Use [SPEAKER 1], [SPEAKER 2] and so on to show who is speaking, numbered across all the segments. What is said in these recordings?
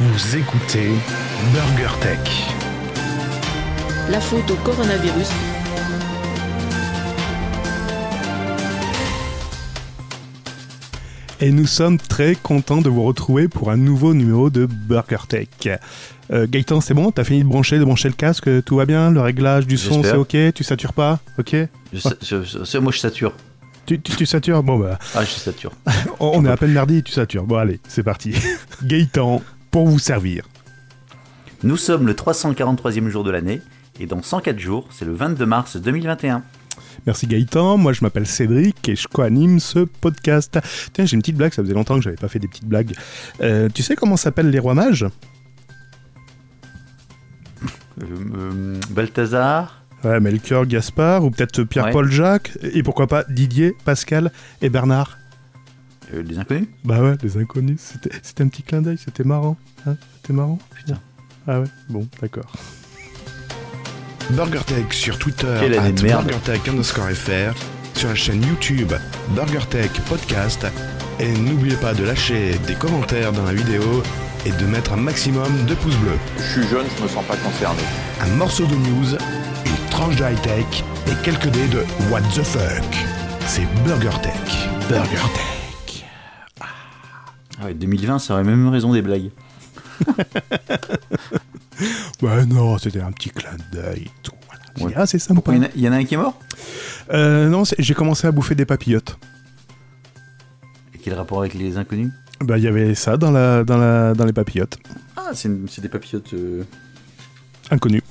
[SPEAKER 1] Vous écoutez Burger Tech.
[SPEAKER 2] La faute au coronavirus.
[SPEAKER 3] Et nous sommes très contents de vous retrouver pour un nouveau numéro de Burger Tech. Euh, Gaëtan, c'est bon T'as fini de brancher, de brancher le casque Tout va bien Le réglage du son, c'est
[SPEAKER 4] J'espère.
[SPEAKER 3] ok Tu satures pas Ok
[SPEAKER 4] Je sa- je- je- c'est- moi, je sature.
[SPEAKER 3] tu, tu, tu satures Bon bah,
[SPEAKER 4] Ah, je sature.
[SPEAKER 3] on, on est à peine mardi, tu satures. Bon allez, c'est parti. Gaëtan, pour vous servir.
[SPEAKER 4] Nous sommes le 343e jour de l'année, et dans 104 jours, c'est le 22 mars 2021.
[SPEAKER 3] Merci Gaëtan, moi je m'appelle Cédric et je co-anime ce podcast. Tiens, j'ai une petite blague, ça faisait longtemps que j'avais pas fait des petites blagues. Euh, tu sais comment s'appellent les rois mages
[SPEAKER 4] Euh, euh, Balthazar
[SPEAKER 3] Ouais, Melchior, Gaspard, ou peut-être Pierre-Paul Jacques, et pourquoi pas Didier, Pascal et Bernard.
[SPEAKER 4] euh, Les inconnus
[SPEAKER 3] Bah ouais, les inconnus, c'était c'était un petit clin d'œil, c'était marrant. hein, c'était marrant.
[SPEAKER 4] Putain.
[SPEAKER 3] Ah ouais, bon, d'accord.
[SPEAKER 1] BurgerTech sur Twitter,
[SPEAKER 4] Quelle année de
[SPEAKER 1] at
[SPEAKER 4] merde.
[SPEAKER 1] BurgerTech underscore FR, sur la chaîne YouTube BurgerTech Podcast. Et n'oubliez pas de lâcher des commentaires dans la vidéo et de mettre un maximum de pouces bleus.
[SPEAKER 5] Je suis jeune, je me sens pas concerné.
[SPEAKER 1] Un morceau de news, une tranche de high-tech et quelques dés de What the fuck. C'est BurgerTech. BurgerTech.
[SPEAKER 4] Ah ouais, 2020, ça aurait même eu raison des blagues.
[SPEAKER 3] Bah non, c'était un petit clin d'œil et tout. voilà. J'ai dit,
[SPEAKER 4] Ouais.
[SPEAKER 3] Ah, c'est
[SPEAKER 4] Pourquoi
[SPEAKER 3] sympa.
[SPEAKER 4] il y en a- il y, en a un qui est mort
[SPEAKER 3] Euh, non, c'est- j'ai commencé à bouffer des papillotes.
[SPEAKER 4] Et quel rapport avec les inconnus
[SPEAKER 3] Bah, il y avait ça dans, la, dans, la, dans les papillotes.
[SPEAKER 4] Ah, c'est une- c'est des papillotes. euh,
[SPEAKER 3] Inconnu.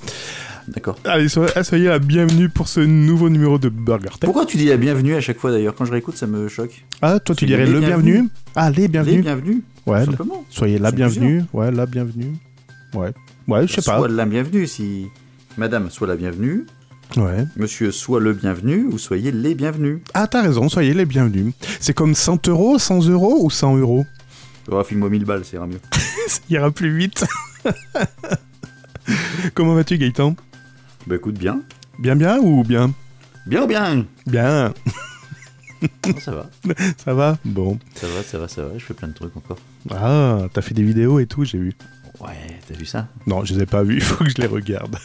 [SPEAKER 4] D'accord.
[SPEAKER 3] Allez, so- soyez la bienvenue pour ce nouveau numéro de Burger Tech.
[SPEAKER 4] Pourquoi tu dis la bienvenue à chaque fois d'ailleurs Quand je réécoute, ça me choque.
[SPEAKER 3] Ah, toi, tu
[SPEAKER 4] Soyez
[SPEAKER 3] dirais
[SPEAKER 4] les
[SPEAKER 3] le bienvenu.
[SPEAKER 4] bienvenus.
[SPEAKER 3] Ah, les bienvenus.
[SPEAKER 4] Les bienvenus
[SPEAKER 3] Ouais,
[SPEAKER 4] tout
[SPEAKER 3] le-
[SPEAKER 4] simplement.
[SPEAKER 3] soyez la
[SPEAKER 4] Ils sont
[SPEAKER 3] bienvenue. Ouais, la bienvenue. Ouais. Ouais, je sais pas.
[SPEAKER 4] Soit la bienvenue, si. Madame, soit la bienvenue.
[SPEAKER 3] Ouais.
[SPEAKER 4] Monsieur, soit le bienvenu, ou soyez les bienvenus.
[SPEAKER 3] Ah, t'as raison, soyez les bienvenus. C'est comme 100 euros, 100 euros ou 100 euros
[SPEAKER 4] Oh, file-moi 1000 balles, ça ira mieux.
[SPEAKER 3] Ça ira plus vite. Comment vas-tu, Gaëtan
[SPEAKER 4] Bah écoute, bien.
[SPEAKER 3] Bien, bien ou bien
[SPEAKER 4] Bien ou bien
[SPEAKER 3] Bien,
[SPEAKER 4] Oh, Ça va,
[SPEAKER 3] ça va Bon.
[SPEAKER 4] ça va, ça va, ça va, je fais plein de trucs encore.
[SPEAKER 3] Ah, t'as fait des vidéos et tout, j'ai vu.
[SPEAKER 4] Ouais, t'as vu ça
[SPEAKER 3] Non, je les ai pas vues, il faut que je les regarde.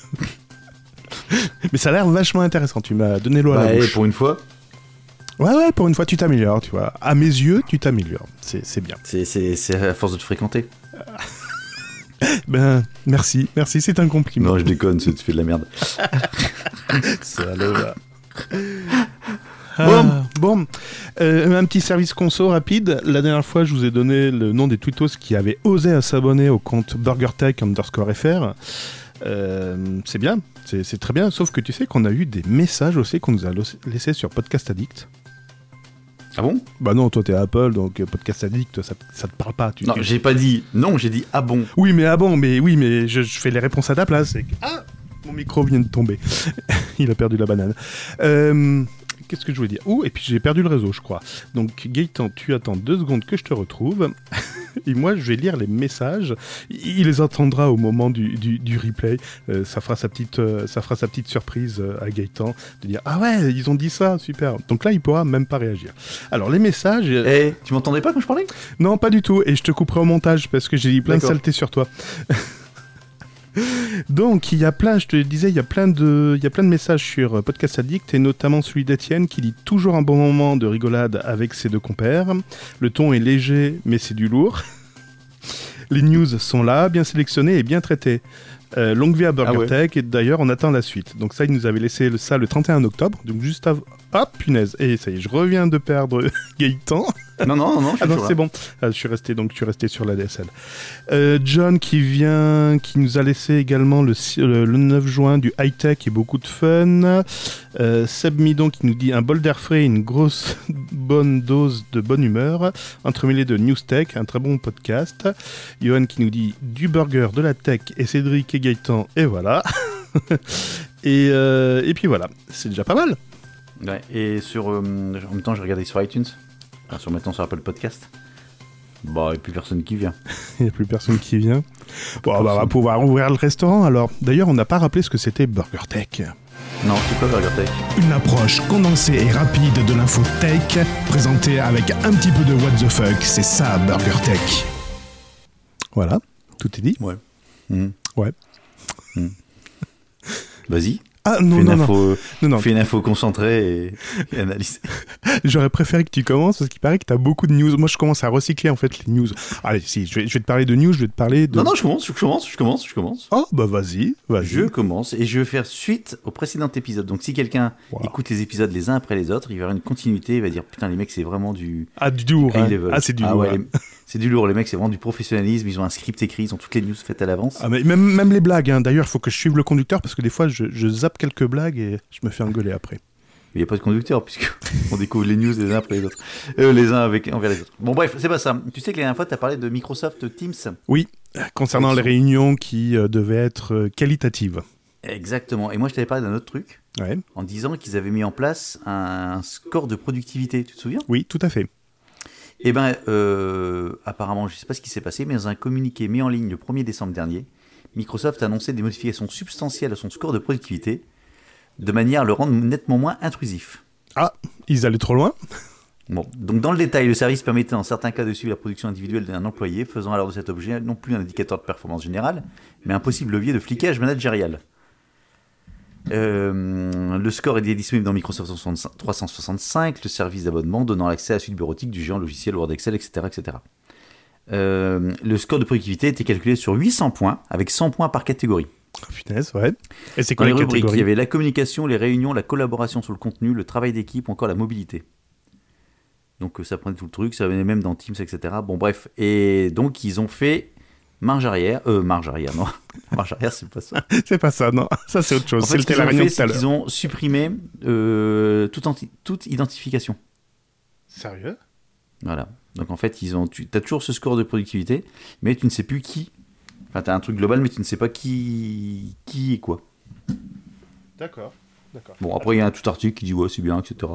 [SPEAKER 3] Mais ça a l'air vachement intéressant, tu m'as donné l'eau à la
[SPEAKER 4] Ouais,
[SPEAKER 3] bouche.
[SPEAKER 4] Bah, pour une fois,
[SPEAKER 3] Ouais, ouais, pour une fois, tu t'améliores, tu vois. À mes yeux, tu t'améliores. C'est c'est bien.
[SPEAKER 4] c'est- c'est c'est à force de te fréquenter.
[SPEAKER 3] Ben, merci, merci, c'est un compliment.
[SPEAKER 4] Non, je déconne, c'est- tu fais de la merde.
[SPEAKER 3] Ça le va. Ah, bon, Euh, un petit service conso rapide. La dernière fois, je vous ai donné le nom des twittos qui avaient osé à s'abonner au compte BurgerTech underscore FR. Euh, c'est bien, c'est c'est très bien. Sauf que tu sais qu'on a eu des messages aussi qu'on nous a laissés sur Podcast Addict.
[SPEAKER 4] Ah bon
[SPEAKER 3] Bah non, toi t'es Apple, donc euh, Podcast Addict, ça, ça te parle pas. Tu,
[SPEAKER 4] Non,
[SPEAKER 3] tu-
[SPEAKER 4] j'ai pas dit non, j'ai dit ah bon.
[SPEAKER 3] Oui, mais ah bon, mais oui, mais je, je fais les réponses à ta place. c'est que- Ah, mon micro vient de tomber. Il a perdu la banane. Euh, Qu'est-ce que je voulais dire Ouh, et puis j'ai perdu le réseau, je crois. Donc Gaëtan, tu attends deux secondes que je te retrouve. et moi, je vais lire les messages. Il il les entendra au moment du, du- du replay. Euh, ça, fera sa petite, euh, ça fera sa petite surprise euh, à Gaëtan de dire Ah ouais, ils ont dit ça, super. Donc là, il pourra même pas réagir. Alors les messages. euh,
[SPEAKER 4] Eh, tu m'entendais pas quand je parlais
[SPEAKER 3] Non, pas du tout. Et je te couperai au montage parce que j'ai dit plein de
[SPEAKER 4] D'accord.
[SPEAKER 3] saletés sur toi. Donc, il y a plein, je te le disais, il y a plein de, il y a plein de messages sur euh, Podcast Addict et notamment celui d'Étienne qui dit toujours un bon moment de rigolade avec ses deux compères. Le ton est léger, mais c'est du lourd. Les news sont là, bien sélectionnées et bien traitées. Euh, longue vie à BurgerTech
[SPEAKER 4] Ah ouais.
[SPEAKER 3] et d'ailleurs on attend la suite. Donc ça, il nous avait laissé le- ça le 31 octobre, donc juste avant. Ah punaise, et ça y est, je reviens de perdre Gaëtan.
[SPEAKER 4] Non, non, non, non, je suis
[SPEAKER 3] Ah non,
[SPEAKER 4] toujours
[SPEAKER 3] c'est
[SPEAKER 4] là.
[SPEAKER 3] bon. Ah, je suis resté donc je suis resté sur la DSL. Euh, John qui vient, qui nous a laissé également le, si- le- le 9 juin du high tech et beaucoup de fun. Euh, Seb Midon qui nous dit un bol d'air frais, et une grosse bonne dose de bonne humeur, entremêlé de news tech, un très bon podcast. Johan qui nous dit du burger, de la tech et Cédric et Gaëtan et voilà. et, euh, et puis voilà, c'est déjà pas mal.
[SPEAKER 4] Ouais, et sur, euh, en même temps, j'ai regardé sur iTunes, enfin, sur maintenant sur Apple Podcast. Bah, et plus personne qui vient.
[SPEAKER 3] Il n'y a plus personne qui vient. Bon, bah, on va
[SPEAKER 4] Personne.
[SPEAKER 3] pouvoir ouvrir le restaurant alors. D'ailleurs, on n'a pas rappelé ce que c'était Burger Tech.
[SPEAKER 4] Non, c'est quoi BurgerTech
[SPEAKER 1] Une approche condensée et rapide de l'info tech, présentée avec un petit peu de what the fuck, c'est ça BurgerTech.
[SPEAKER 3] Voilà, Tout est dit
[SPEAKER 4] Mhm.
[SPEAKER 3] Ouais.
[SPEAKER 4] Mhm. Vas-y,
[SPEAKER 3] Ah non,
[SPEAKER 4] fais, une
[SPEAKER 3] non, non,
[SPEAKER 4] info, euh,
[SPEAKER 3] non, non.
[SPEAKER 4] fais une info concentrée et, et analyse.
[SPEAKER 3] J'aurais préféré que tu commences parce qu'il paraît que tu as beaucoup de news. Moi, je commence à recycler en fait les news. Allez, si, je vais, je vais te parler de news, je vais te parler de.
[SPEAKER 4] Non, non, je commence, je commence, je commence, je commence.
[SPEAKER 3] Oh, bah vas-y, vas-y.
[SPEAKER 4] Je commence et je vais faire suite au précédent épisode. Donc si quelqu'un
[SPEAKER 3] Wow.
[SPEAKER 4] écoute les épisodes les uns après les autres, il va y avoir une continuité, il va dire putain les mecs c'est vraiment du
[SPEAKER 3] Ah, du lourd.
[SPEAKER 4] high
[SPEAKER 3] hein.
[SPEAKER 4] level.
[SPEAKER 3] Ah, c'est du
[SPEAKER 4] Ah
[SPEAKER 3] lourd.
[SPEAKER 4] ouais,
[SPEAKER 3] hein.
[SPEAKER 4] les- C'est du lourd les mecs, c'est vraiment du professionnalisme, ils ont un script écrit, ils ont toutes les news faites à l'avance.
[SPEAKER 3] Ah, mais même, même les blagues, hein. d'ailleurs, il faut que je suive le conducteur parce que des fois, je, je zappe quelques blagues et je me fais engueuler après.
[SPEAKER 4] Il n'y a pas de conducteur, puisque on découvre les news les uns après les autres. Euh, les uns avec, envers les autres. Bon, bref, c'est pas ça. Tu sais que la dernière fois, tu as parlé de Microsoft Teams.
[SPEAKER 3] Concernant les
[SPEAKER 4] Excellent.
[SPEAKER 3] réunions qui euh, devaient être euh, qualitatives.
[SPEAKER 4] Exactement. Et moi, je t'avais parlé d'un autre truc,
[SPEAKER 3] Ouais.
[SPEAKER 4] en disant qu'ils avaient mis en place un score de productivité. Tu te souviens
[SPEAKER 3] Oui, tout à fait.
[SPEAKER 4] Eh bien, apparemment, je ne sais pas ce qui s'est passé, mais dans un communiqué mis en ligne le 1er décembre dernier, Microsoft a annoncé des modifications substantielles à son score de productivité, de manière à le rendre nettement moins intrusif.
[SPEAKER 3] Ils allaient trop loin.
[SPEAKER 4] Bon, donc dans le détail, le service permettait en certains cas de suivre la production individuelle d'un employé, faisant alors de cet objet non plus un indicateur de performance générale, mais un possible levier de flicage managérial. Euh, le score est disponible dans Microsoft 365, 365, le service d'abonnement donnant l'accès à la suite bureautique du géant logiciel Word Excel, etc. etc. Euh, le score de productivité était calculé sur 800 points, avec 100 points par catégorie.
[SPEAKER 3] Ah, Punaise, ouais. Et c'est
[SPEAKER 4] Dans
[SPEAKER 3] quoi
[SPEAKER 4] les
[SPEAKER 3] les
[SPEAKER 4] rubriques, il
[SPEAKER 3] catégories
[SPEAKER 4] y avait la communication, les réunions, la collaboration sur le contenu, le travail d'équipe ou encore la mobilité. Donc euh, ça prenait tout le truc, ça venait même dans Teams, etc. Bon bref, et donc ils ont fait marge arrière, euh marge arrière, non, marge arrière c'est pas ça.
[SPEAKER 3] C'est pas ça, non. Ça, c'est autre chose.
[SPEAKER 4] En fait, ce
[SPEAKER 3] C'était
[SPEAKER 4] qu'ils
[SPEAKER 3] la
[SPEAKER 4] ont
[SPEAKER 3] réunion
[SPEAKER 4] fait,
[SPEAKER 3] tout à
[SPEAKER 4] c'est
[SPEAKER 3] l'heure.
[SPEAKER 4] qu'ils ont supprimé euh, toute, anti- toute identification.
[SPEAKER 3] Sérieux
[SPEAKER 4] Voilà. Donc en fait, ils ont, tu as toujours ce score de productivité, mais tu ne sais plus qui. Enfin, tu as un truc global, mais tu ne sais pas qui, qui est quoi.
[SPEAKER 3] D'accord. D'accord.
[SPEAKER 4] Bon, après, il y a un tout article qui dit ouais, c'est bien, etc.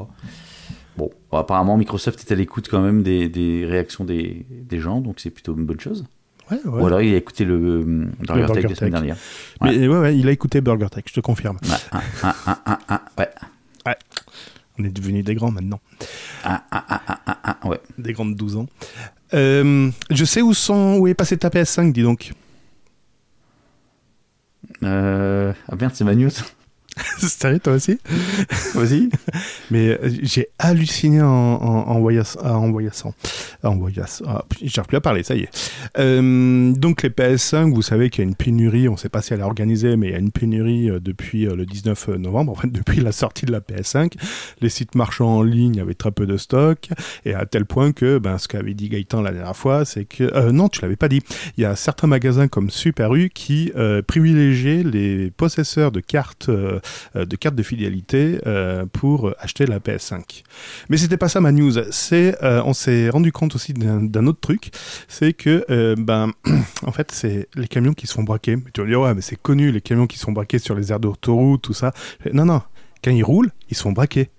[SPEAKER 4] Bon, apparemment, Microsoft est à l'écoute quand même des, des réactions des, des gens, donc c'est plutôt une bonne chose.
[SPEAKER 3] Ouais, ouais.
[SPEAKER 4] Ou alors, il a écouté le euh, Burger Tech
[SPEAKER 3] Burger
[SPEAKER 4] la semaine
[SPEAKER 3] Tech.
[SPEAKER 4] dernière.
[SPEAKER 3] Mais ouais, ouais, il a écouté Burger Tech, je te confirme.
[SPEAKER 4] Ouais, ah, un, un, un, un, un, ouais,
[SPEAKER 3] On est devenus des grands maintenant.
[SPEAKER 4] un, un, un, un, un, un, ah, ouais.
[SPEAKER 3] Des grands de 12 ans. Euh, je sais où, sont, où est passée ta PS5, dis donc.
[SPEAKER 4] Euh, Ah merde, c'est ma news.
[SPEAKER 3] Sérieux, toi aussi
[SPEAKER 4] Vas-y.
[SPEAKER 3] Mais euh, j'ai halluciné en, en, en voyass- ah, en voyassant. Ah, En voyass- ah, putain, J'arrive plus à parler, ça y est. Euh, donc les PS5, vous savez qu'il y a une pénurie, on ne sait pas si elle est organisée, mais il y a une pénurie euh, depuis euh, le 19 novembre, en fait, depuis la sortie de la PS5. Les sites marchands en ligne avaient très peu de stock, et à tel point que ben, ce qu'avait dit Gaëtan la dernière fois, c'est que... euh, non, tu l'avais pas dit. Il y a certains magasins comme Super U qui euh, privilégiaient les possesseurs de cartes... euh, euh, de carte de fidélité euh, pour euh, acheter la PS5. Mais c'était pas ça ma news. C'est euh, on s'est rendu compte aussi d'un d'un autre truc, c'est que euh, ben en fait c'est les camions qui se font braquer. Mais tu vas dire ouais mais c'est connu les camions qui se font braquer sur les aires d'autoroute tout ça. Non non quand ils roulent ils se font braquer.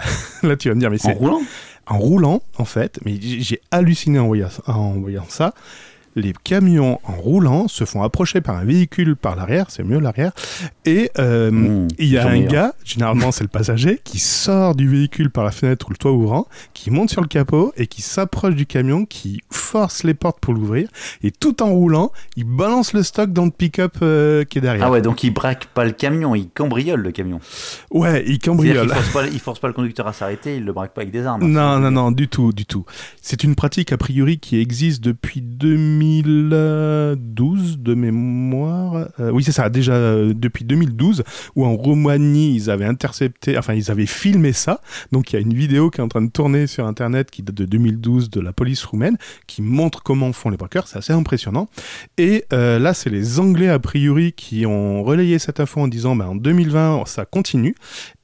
[SPEAKER 3] Là tu vas me dire mais
[SPEAKER 4] En
[SPEAKER 3] c'est
[SPEAKER 4] roulant
[SPEAKER 3] en roulant, en fait, mais j- j'ai halluciné en voyant, en voyant ça. Les camions en roulant se font approcher par un véhicule par l'arrière, c'est mieux l'arrière, et euh,
[SPEAKER 4] Mmh,
[SPEAKER 3] il y a
[SPEAKER 4] toujours
[SPEAKER 3] un
[SPEAKER 4] meilleur.
[SPEAKER 3] gars, généralement c'est le passager, qui sort du véhicule par la fenêtre ou le toit ouvrant, qui monte sur le capot et qui s'approche du camion, qui force les portes pour l'ouvrir, et tout en roulant, il balance le stock dans le pick-up euh, qui est derrière.
[SPEAKER 4] Ah ouais, donc ils braquent pas le camion, ils cambriolent le camion.
[SPEAKER 3] ouais, il
[SPEAKER 4] C'est-à-dire
[SPEAKER 3] cambriole.
[SPEAKER 4] qu'ils forcent pas- Ils forcent pas le conducteur à s'arrêter, ils le braquent pas avec des armes.
[SPEAKER 3] Non, non, non, du tout, du tout. C'est une pratique a priori qui existe depuis 2012 de mémoire. Euh, oui, c'est ça, déjà euh, depuis 2012, où en Roumanie, ils avaient intercepté, enfin, ils avaient filmé ça. Donc, il y a une vidéo qui est en train de tourner sur Internet qui date de 2012 de la police roumaine, qui montre comment font les braqueurs. C'est assez impressionnant. Et euh, là, c'est les Anglais, a priori, qui ont relayé cette info en disant, ben, en 2020, ça continue.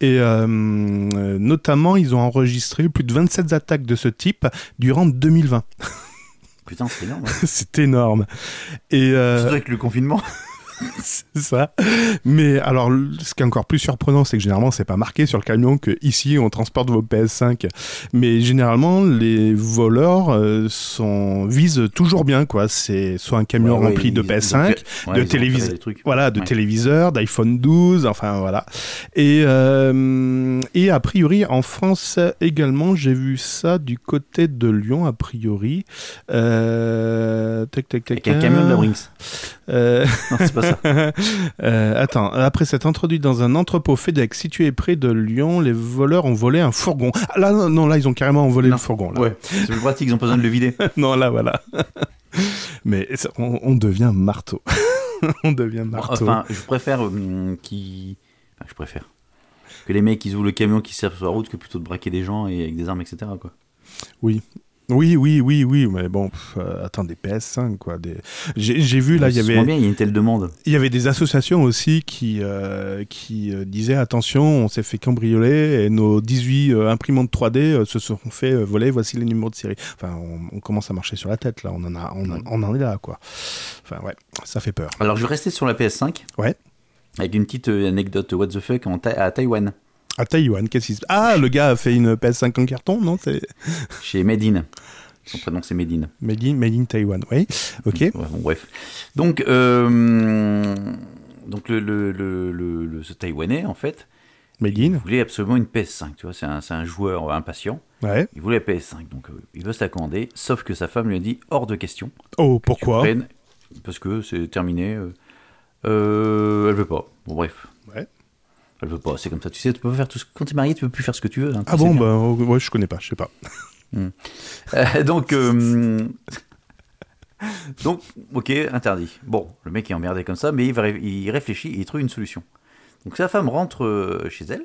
[SPEAKER 3] Et euh, euh, notamment, ils ont enregistré plus de 27 attaques de ce type durant 2020.
[SPEAKER 4] Putain, c'est énorme.
[SPEAKER 3] C'est énorme. Et euh,
[SPEAKER 4] Surtout avec le confinement.
[SPEAKER 3] c'est ça. Mais alors, l- ce qui est encore plus surprenant, c'est que généralement, c'est pas marqué sur le camion que ici on transporte vos PS5. Mais généralement, les voleurs euh, sont visent toujours bien quoi. C'est soit un camion
[SPEAKER 4] Ouais, ouais,
[SPEAKER 3] rempli de
[SPEAKER 4] ils-
[SPEAKER 3] PS5,
[SPEAKER 4] donc, ouais, ils ont
[SPEAKER 3] télévise-
[SPEAKER 4] fait des trucs.
[SPEAKER 3] voilà, de
[SPEAKER 4] Ouais.
[SPEAKER 3] téléviseurs, d'iPhone 12, enfin voilà. Et, euh, et a priori, en France également, j'ai vu ça du côté de Lyon, a priori. Euh, tac, tac, tac, tac.
[SPEAKER 4] Avec un camion de la Brinks.
[SPEAKER 3] Euh,
[SPEAKER 4] Non, c'est pas ça.
[SPEAKER 3] euh, attends, après s'être introduit dans un entrepôt FedEx situé près de Lyon, les voleurs ont volé un fourgon. Ah, là, non, non, là, ils ont carrément volé
[SPEAKER 4] Non.
[SPEAKER 3] le fourgon. Là.
[SPEAKER 4] Ouais, c'est plus pratique, ils ont pas besoin de le vider.
[SPEAKER 3] non, là, voilà. Mais ça- on, on devient marteau. on devient marteau.
[SPEAKER 4] Enfin, je préfère euh, qui. enfin, je préfère. Que les mecs qui ouvrent le camion qui servent sur la route que plutôt de braquer des gens et avec des armes, etc. Quoi.
[SPEAKER 3] Oui, oui, oui, oui, mais bon, pff, euh, attends, des PS5, quoi. Des... J'ai j'ai vu, là, il y
[SPEAKER 4] C'est moins
[SPEAKER 3] avait...
[SPEAKER 4] bien, il y a une telle demande.
[SPEAKER 3] Il y avait des associations aussi qui, euh, qui euh, disaient attention, on s'est fait cambrioler et nos 18 euh, imprimantes 3D euh, se seront fait euh, voler, voici les numéros de série. Enfin, on, on commence à marcher sur la tête là, on en, a, on, en- on en est là quoi. Enfin, ouais, ça fait peur.
[SPEAKER 4] Alors, je vais rester sur la PS5.
[SPEAKER 3] Ouais.
[SPEAKER 4] Avec une petite euh, anecdote What the fuck en Thaï- à Taïwan,
[SPEAKER 3] À Taïwan, qu'est-ce qui se Ah, le gars a fait une PS5 en carton, non C'est
[SPEAKER 4] chez Medine. Son prénom, c'est Medine.
[SPEAKER 3] Made in, Made in Taïwan, oui. Ok.
[SPEAKER 4] Ouais, bon, bref. Donc, euh, donc le, le, le, le- le- ce Taïwanais, en fait,
[SPEAKER 3] Made in,
[SPEAKER 4] voulait absolument une PS5. Tu vois, c'est un, c'est un joueur impatient.
[SPEAKER 3] ouais.
[SPEAKER 4] Il voulait la PS5, donc euh, il veut se la commander. Sauf que sa femme lui a dit hors de question.
[SPEAKER 3] Oh,
[SPEAKER 4] que tu
[SPEAKER 3] pourquoi
[SPEAKER 4] prennes, Parce que c'est terminé. euh, euh, elle veut pas. Bon, bref.
[SPEAKER 3] Ouais.
[SPEAKER 4] Elle veut pas. C'est comme ça. Tu sais, tu peux pas faire tout ce... quand t'es marié, tu peux plus faire ce que tu veux. hein, tu
[SPEAKER 3] Ah
[SPEAKER 4] sais
[SPEAKER 3] bon,
[SPEAKER 4] bien.
[SPEAKER 3] bah, oh, ouais, je connais pas, je sais pas.
[SPEAKER 4] Euh, donc, euh, donc, ok, interdit. Bon, le mec est emmerdé comme ça, mais il, va ré- il réfléchit et il trouve une solution. Donc sa femme rentre euh, chez elle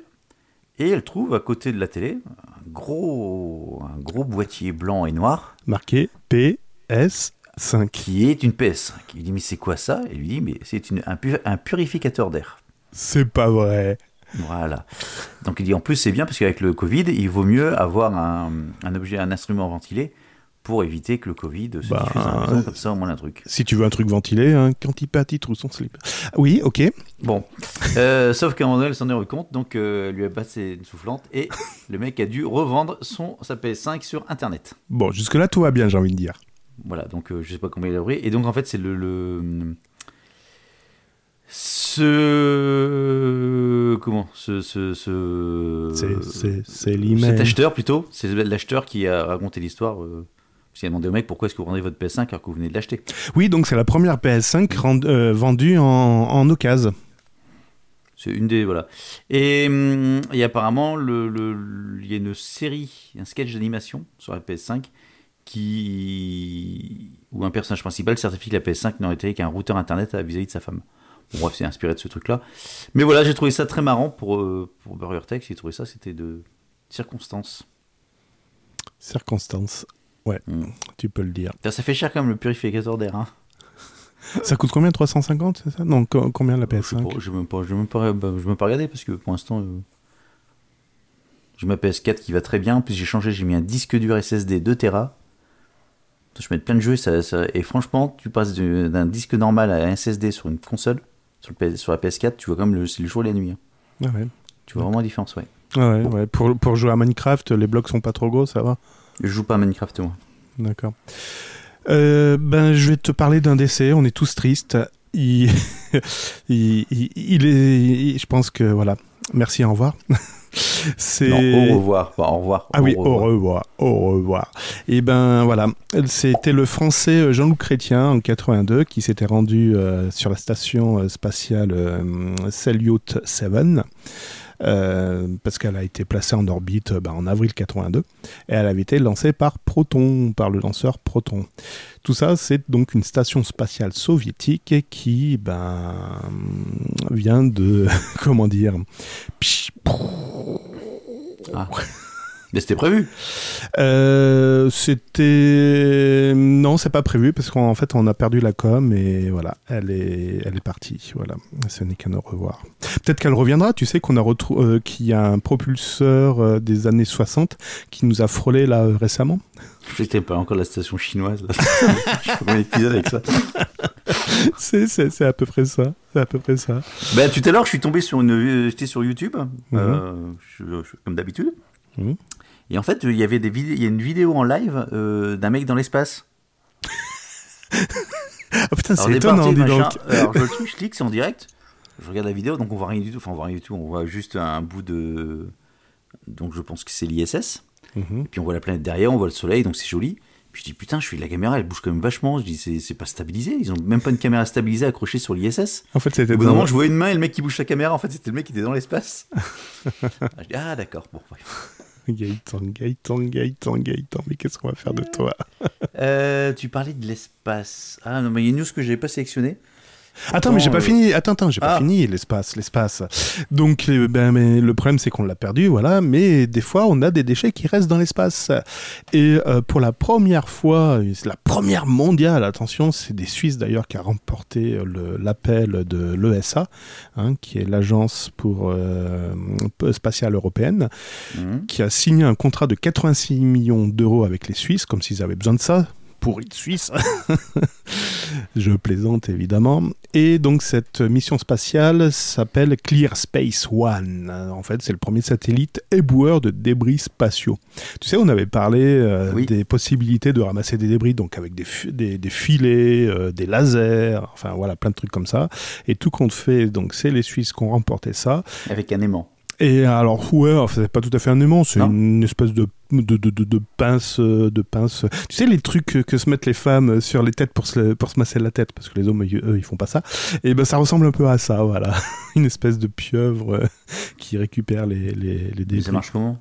[SPEAKER 4] et elle trouve à côté de la télé un gros, un gros boîtier blanc et noir
[SPEAKER 3] Marqué PS5.
[SPEAKER 4] qui est une PS5. Il dit mais c'est quoi ça Et lui dit mais c'est une- un, pu- un purificateur d'air.
[SPEAKER 3] C'est pas vrai.
[SPEAKER 4] Voilà. Donc il dit en plus c'est bien parce qu'avec le Covid, il vaut mieux avoir un, un objet, un instrument ventilé pour éviter que le Covid se
[SPEAKER 3] Bah,
[SPEAKER 4] diffuse. dans la maison, comme ça au moins un truc.
[SPEAKER 3] Si tu veux un truc ventilé, hein, quand il pâtit, trouve son slip. Ah Oui, ok.
[SPEAKER 4] Bon, Euh, sauf qu'à un moment donné, elle s'en est rendu compte, donc euh, elle lui a passé une soufflante et le mec a dû revendre son, sa PS5 sur Internet.
[SPEAKER 3] Bon, jusque-là, tout va bien, j'ai envie de dire.
[SPEAKER 4] Voilà, donc euh, je sais pas combien il a pris. Et donc en fait, c'est le, le- Ce. Comment Ce. ce, ce...
[SPEAKER 3] C'est- C'est Euh, c'est
[SPEAKER 4] Euh, Cet
[SPEAKER 3] l'email.
[SPEAKER 4] acheteur plutôt, c'est l'acheteur qui a raconté l'histoire. euh, parce qu'il a demandé au mec pourquoi est-ce que vous vendez votre PS5 alors que vous venez de l'acheter.
[SPEAKER 3] Oui, donc c'est la première PS5 rend- euh, vendue en, en occasion.
[SPEAKER 4] C'est une des. Voilà. Et, hum, et apparemment, le- le- il y a une série, un sketch d'animation sur la PS5 qui. où un personnage principal certifie que la PS5 n'aurait été qu'un routeur internet à- vis-à-vis de sa femme. Bon, bref, c'est inspiré de ce truc-là. Mais voilà, j'ai trouvé ça très marrant pour, euh, pour Burger Tech. J'ai trouvé ça, c'était de circonstance.
[SPEAKER 3] Circonstance. Ouais,
[SPEAKER 4] Mm.
[SPEAKER 3] tu peux le dire.
[SPEAKER 4] Putain, Ça fait cher quand même le purificateur d'air. Hein.
[SPEAKER 3] Ça coûte combien 350, c'est ça Non, co- combien la
[SPEAKER 4] Je sais
[SPEAKER 3] PS5
[SPEAKER 4] pas, Je ne même pas, je vais même pas, bah, je vais même pas regarder parce que pour l'instant, euh, j'ai ma PS4 qui va très bien. En plus, j'ai changé, j'ai mis un disque dur SSD 2 Tera. Je mets plein de jeux et, ça, ça- et franchement, tu passes du- d'un disque normal à un SSD sur une console, sur, le PS sur la PS4, tu vois comme le, c'est le jour et la nuit. hein.
[SPEAKER 3] Ah ouais.
[SPEAKER 4] Tu vois vraiment la différence, ouais.
[SPEAKER 3] Ah ouais, ouais. Pour, pour jouer à Minecraft, les blocs sont pas trop gros, ça va
[SPEAKER 4] Je joue pas à Minecraft, moi.
[SPEAKER 3] D'accord. Euh, ben, je vais te parler d'un décès. On est tous tristes. Il, il, il- il est. il- je pense que voilà. Merci. Au revoir. C'est.
[SPEAKER 4] Non, au revoir. Enfin, au revoir.
[SPEAKER 3] Ah oui, au revoir, au revoir. Et ben voilà, c'était le français euh, Jean-Luc Chrétien en 82 qui s'était rendu euh, sur la station euh, spatiale euh, Salyut 7 euh, parce qu'elle a été placée en orbite euh, ben, en avril 82 et elle avait été lancée par Proton, par le lanceur Proton. Tout ça, c'est donc une station spatiale soviétique qui ben, vient de, comment dire,
[SPEAKER 4] Mais c'était prévu.
[SPEAKER 3] Euh, c'était non, c'est pas prévu parce qu'en fait on a perdu la com et voilà, elle est elle est partie. Voilà, ce n'est qu'un au revoir. Peut-être qu'elle reviendra. Tu sais qu'on a retrou- euh, qu'il y a un propulseur euh, des années 60 qui nous a frôlé là euh, récemment.
[SPEAKER 4] Je sais que t'aimes pas encore la station chinoise. là. je fais un épisode avec ça.
[SPEAKER 3] c'est c'est c'est à peu près ça. C'est à peu près ça.
[SPEAKER 4] Bah, tout à l'heure, je suis tombé sur une, euh, j'étais sur YouTube,
[SPEAKER 3] Mhm.
[SPEAKER 4] euh, je- je- comme d'habitude.
[SPEAKER 3] Mhm.
[SPEAKER 4] Et en fait, il y avait des vidéos, il y a une vidéo en live euh, d'un mec dans l'espace.
[SPEAKER 3] Ah putain,
[SPEAKER 4] Alors,
[SPEAKER 3] c'est
[SPEAKER 4] des
[SPEAKER 3] étonnant,
[SPEAKER 4] parties,
[SPEAKER 3] dis
[SPEAKER 4] machin. Euh,
[SPEAKER 3] donc.
[SPEAKER 4] Alors, je, le truc, je clique, c'est en direct. Je regarde la vidéo, donc on voit rien du tout. Enfin, on voit rien du tout. On voit juste un bout de. Donc, je pense que c'est l'ISS.
[SPEAKER 3] Mhm.
[SPEAKER 4] Et puis, on voit la planète derrière, on voit le soleil, donc c'est joli. Je dis putain, je suis la caméra, elle bouge quand même vachement. Je dis c'est c'est pas stabilisé. Ils ont même pas une caméra stabilisée accrochée sur l'ISS.
[SPEAKER 3] En fait, c'était
[SPEAKER 4] Au bout d'un
[SPEAKER 3] dans-
[SPEAKER 4] moment, je voyais une main et le mec qui bouge sa caméra. En fait, c'était le mec qui était dans l'espace. je dis ah d'accord. Bon. ouais.
[SPEAKER 3] Gaëtan, Gaëtan, Gaëtan, Gaëtan, mais qu'est-ce qu'on va faire de toi
[SPEAKER 4] Euh, tu parlais de l'espace. Ah non, mais il y a une news que j'avais pas sélectionnée.
[SPEAKER 3] Attends, mais j'ai pas
[SPEAKER 4] euh,
[SPEAKER 3] fini. Attends, attends, j'ai pas
[SPEAKER 4] Ah.
[SPEAKER 3] fini. L'espace, l'espace. Donc, euh, ben, mais le problème, c'est qu'on l'a perdu, voilà. Mais des fois, on a des déchets qui restent dans l'espace. Et euh, pour la première fois, euh, c'est la première mondiale, attention, c'est des Suisses d'ailleurs qui a remporté euh, le- l'appel de l'ESA, hein, qui est l'agence pour euh, spatiale européenne
[SPEAKER 4] Mhm.
[SPEAKER 3] qui a signé un contrat de 86 millions d'euros avec les Suisses, comme s'ils avaient besoin de ça. Pour une Suisse Je plaisante évidemment. Et donc cette mission spatiale s'appelle Clear Space One. En fait, c'est le premier satellite éboueur de débris spatiaux. Tu sais, on avait parlé euh,
[SPEAKER 4] Oui.
[SPEAKER 3] des possibilités de ramasser des débris, donc avec des, fu- des- des filets, euh, des lasers, enfin voilà, plein de trucs comme ça. Et tout compte fait, donc c'est les Suisses qui ont remporté ça.
[SPEAKER 4] Avec un aimant.
[SPEAKER 3] Et alors, ouais, alors, c'est pas tout à fait un aimant, c'est
[SPEAKER 4] Non.
[SPEAKER 3] une espèce de, de, de, de, de pince, euh, de pince. Tu sais, les trucs que se mettent les femmes sur les têtes pour se, pour se masser la tête, parce que les hommes, ils- eux, ils font pas ça. Et ben, ça ressemble un peu à ça, voilà. Une espèce de pieuvre euh, qui récupère les, les, les
[SPEAKER 4] Mais
[SPEAKER 3] débris.
[SPEAKER 4] ça marche comment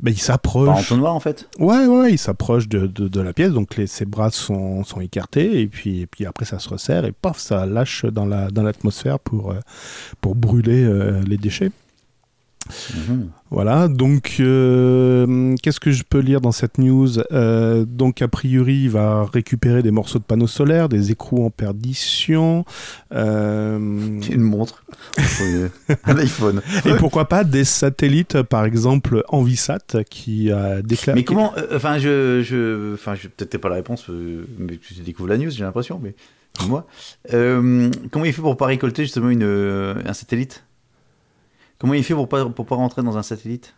[SPEAKER 3] Ben, il
[SPEAKER 4] Par
[SPEAKER 3] s'approche.
[SPEAKER 4] entonnoir en fait.
[SPEAKER 3] Ouais, ouais, ouais, il s'approche de, de, de la pièce, donc les, ses bras sont, sont écartés, et puis, et puis après ça se resserre, et paf, ça lâche dans la dans l'atmosphère pour, euh, pour brûler euh, les déchets.
[SPEAKER 4] Mhm.
[SPEAKER 3] Voilà, donc euh, qu'est-ce que je peux lire dans cette news Euh, Donc a priori, il va récupérer des morceaux de panneaux solaires, des écrous en perdition, euh,
[SPEAKER 4] Une montre. un iPhone.
[SPEAKER 3] et pourquoi pas des satellites, par exemple Envisat, qui a déclaré...
[SPEAKER 4] Mais comment euh, Enfin, je, je, enfin, je, peut-être t'as pas la réponse, euh, mais tu découvres la news, j'ai l'impression. Mais moi, comment il fait pour pas récolter justement une, euh, un satellite Comment il fait pour pas pour pas rentrer dans un satellite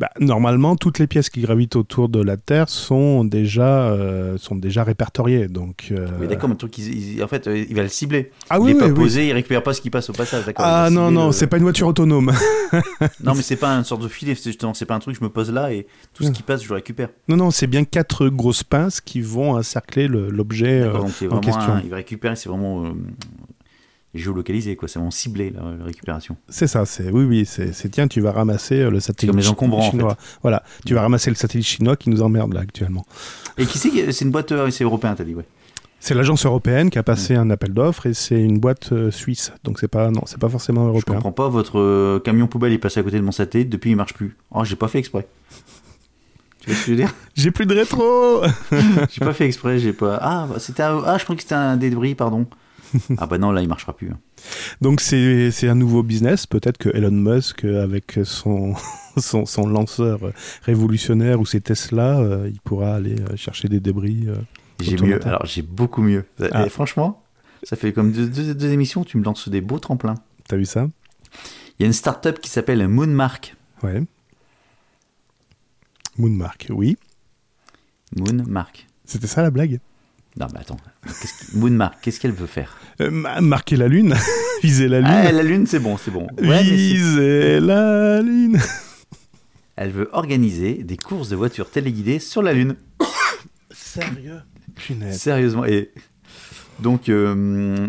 [SPEAKER 3] Bah, normalement, toutes les pièces qui gravitent autour de la Terre sont déjà, euh, sont déjà répertoriées. Donc, euh,
[SPEAKER 4] Oui, d'accord, mais le truc, il- il- en fait, euh, il va le cibler.
[SPEAKER 3] Ah
[SPEAKER 4] il
[SPEAKER 3] oui,
[SPEAKER 4] est pas
[SPEAKER 3] oui, oui.
[SPEAKER 4] posé, il récupère pas ce qui passe au passage. D'accord. il
[SPEAKER 3] Ah
[SPEAKER 4] va
[SPEAKER 3] non,
[SPEAKER 4] cibler
[SPEAKER 3] non,
[SPEAKER 4] le-
[SPEAKER 3] c'est pas une voiture autonome.
[SPEAKER 4] Non, mais c'est pas une sorte de filet. C'est justement, c'est pas un truc. Je me pose là et tout ce
[SPEAKER 3] Non.
[SPEAKER 4] qui passe, je le récupère.
[SPEAKER 3] non, non, c'est bien quatre grosses pinces qui vont encercler le- l'objet. euh,
[SPEAKER 4] D'accord, donc, c'est
[SPEAKER 3] en
[SPEAKER 4] vraiment
[SPEAKER 3] question.
[SPEAKER 4] un- il va récupérer. C'est vraiment euh, géolocalisé, quoi. C'est vraiment ciblé la, la récupération.
[SPEAKER 3] C'est ça, c'est oui, oui, c'est c'est- tiens, tu vas ramasser euh, le satellite
[SPEAKER 4] comme les
[SPEAKER 3] chi-
[SPEAKER 4] encombrants, en
[SPEAKER 3] chinois. Voilà, tu vas ramasser le satellite chinois qui nous emmerde là actuellement.
[SPEAKER 4] Et qui c'est qui- C'est une boîte. euh, C'est européen, t'as dit, ouais.
[SPEAKER 3] C'est l'agence européenne qui a passé
[SPEAKER 4] Mm.
[SPEAKER 3] un appel d'offres et c'est une boîte euh, suisse, donc c'est pas non, c'est pas forcément
[SPEAKER 4] Je
[SPEAKER 3] européen.
[SPEAKER 4] comprends pas, votre euh, camion poubelle est passé à côté de mon satellite, depuis il marche plus. Oh, j'ai pas fait exprès. Tu vois ce que je veux dire
[SPEAKER 3] J'ai plus de rétro.
[SPEAKER 4] J'ai pas fait exprès, j'ai pas. Ah, bah, c'était un- ah je croyais que c'était un débris, pardon. Ah bah non, là il marchera plus. hein.
[SPEAKER 3] Donc c'est c'est un nouveau business. Peut-être que Elon Musk, euh, avec son, son, son lanceur euh, révolutionnaire ou ses Tesla, euh, il pourra aller euh, chercher des débris. euh.
[SPEAKER 4] J'ai
[SPEAKER 3] Autour
[SPEAKER 4] mieux,
[SPEAKER 3] de toi.
[SPEAKER 4] alors j'ai beaucoup mieux. Et
[SPEAKER 3] Ah.
[SPEAKER 4] franchement, ça fait comme deux, deux- deux émissions, tu me lances des beaux tremplins.
[SPEAKER 3] T'as vu ça
[SPEAKER 4] Il y a une start-up qui s'appelle Moonmark.
[SPEAKER 3] Ouais. Moonmark, oui.
[SPEAKER 4] Moonmark.
[SPEAKER 3] C'était ça la blague
[SPEAKER 4] Non, mais attends. qu'est-ce que- Moonmark, qu'est-ce qu'elle veut faire
[SPEAKER 3] Euh, ma- Marquer la lune, viser la lune.
[SPEAKER 4] Ah, la lune, c'est bon, c'est bon. Ouais, mais c'est-
[SPEAKER 3] Viser la lune.
[SPEAKER 4] elle veut organiser des courses de voitures téléguidées sur la lune.
[SPEAKER 3] Sérieux Punaise.
[SPEAKER 4] Sérieusement. Et donc, euh,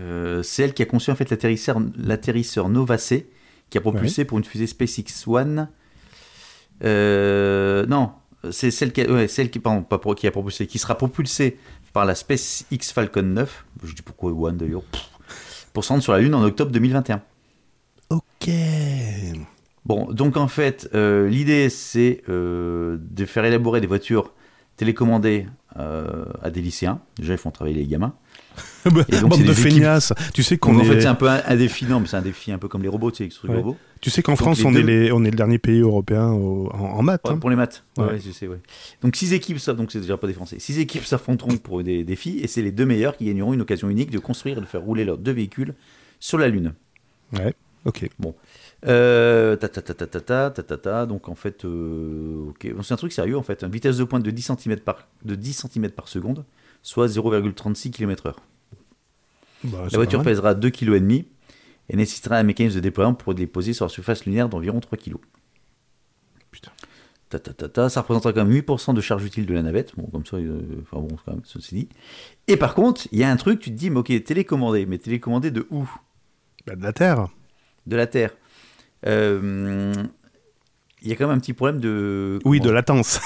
[SPEAKER 4] euh, c'est elle qui a conçu en fait l'atterrisseur, l'atterrisseur Nova C, qui a propulsé pour une fusée SpaceX One. Euh, non, c'est celle qui, a- ouais, celle qui, pardon, pas pro- qui a propulsé, qui sera propulsée par la SpaceX Falcon 9. Je dis pourquoi One d'ailleurs. Pff. Pour se rendre sur la Lune en octobre 2021.
[SPEAKER 3] Ok.
[SPEAKER 4] Bon, donc en fait, euh, l'idée c'est euh, de faire élaborer des voitures télécommandées euh, à des lycéens. Déjà, ils font travailler les gamins.
[SPEAKER 3] Bah,
[SPEAKER 4] Et donc,
[SPEAKER 3] Bande
[SPEAKER 4] c'est
[SPEAKER 3] de
[SPEAKER 4] des équipes-
[SPEAKER 3] feignasses. Tu sais qu'on
[SPEAKER 4] Donc, en
[SPEAKER 3] est-
[SPEAKER 4] fait, c'est un peu un, un défi, non, mais c'est un défi un peu comme les robots, tu sais, les trucs
[SPEAKER 3] Ouais.
[SPEAKER 4] robots.
[SPEAKER 3] Tu sais qu'en
[SPEAKER 4] Donc,
[SPEAKER 3] France,
[SPEAKER 4] les
[SPEAKER 3] on, est
[SPEAKER 4] deux-
[SPEAKER 3] les- on est le dernier pays européen au- en, en maths.
[SPEAKER 4] Ouais,
[SPEAKER 3] hein.
[SPEAKER 4] pour les maths. Ouais,
[SPEAKER 3] Ouais.
[SPEAKER 4] ouais, je sais, ouais. Donc, six équipes, ça, donc c'est déjà pas des Français. Six équipes s'affronteront pour des défis et c'est les deux meilleurs qui gagneront une occasion unique de construire et de faire rouler leurs deux véhicules sur la Lune.
[SPEAKER 3] Ouais. Ok.
[SPEAKER 4] Euh, ta ta ta ta ta ta ta ta ta. Donc en fait, euh, ok, Bon, c'est un truc sérieux en fait. Une vitesse de pointe de 10 cm par de 10 cm par seconde, soit 0,36 km/h.
[SPEAKER 3] Bah, c'est
[SPEAKER 4] La voiture
[SPEAKER 3] pas mal.
[SPEAKER 4] pèsera 2,5 kg et nécessitera un mécanisme de déploiement pour déposer sur la surface lunaire d'environ 3 kg.
[SPEAKER 3] Putain.
[SPEAKER 4] ta, ta, ta, ta, ça représentera quand même 8% de charge utile de la navette. Bon, comme ça, euh, enfin bon, quand même, ceci dit. Et par contre, il y a un truc, tu te dis, mais ok, télécommandé, mais télécommandé de où
[SPEAKER 3] Bah, de la Terre.
[SPEAKER 4] De la Terre. Euh, il y a quand même un petit problème de.
[SPEAKER 3] Oui, de latence.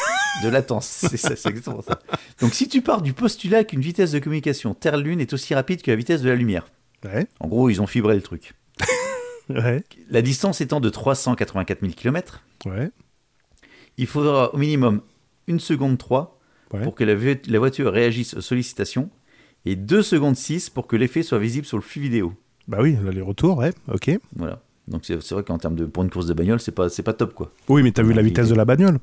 [SPEAKER 4] de latence, c'est ça, c'est exactement ça. Donc si tu pars du postulat qu'une vitesse de communication Terre-Lune est aussi rapide que la vitesse de la lumière,
[SPEAKER 3] Ouais.
[SPEAKER 4] en gros, ils ont fibré le truc.
[SPEAKER 3] Ouais.
[SPEAKER 4] La distance étant de 384 000 km,
[SPEAKER 3] Ouais.
[SPEAKER 4] il faudra au minimum une seconde 3
[SPEAKER 3] Ouais.
[SPEAKER 4] pour que la, vo- la voiture réagisse aux sollicitations et 2 secondes 6 pour que l'effet soit visible sur le flux vidéo.
[SPEAKER 3] Bah oui, l'aller-retour, ouais. Ok.
[SPEAKER 4] Voilà. Donc c'est c'est vrai qu'en termes de pour une course de bagnole, c'est pas c'est pas top quoi.
[SPEAKER 3] Oui, mais t'as vu la
[SPEAKER 4] Ok.
[SPEAKER 3] vitesse de la bagnole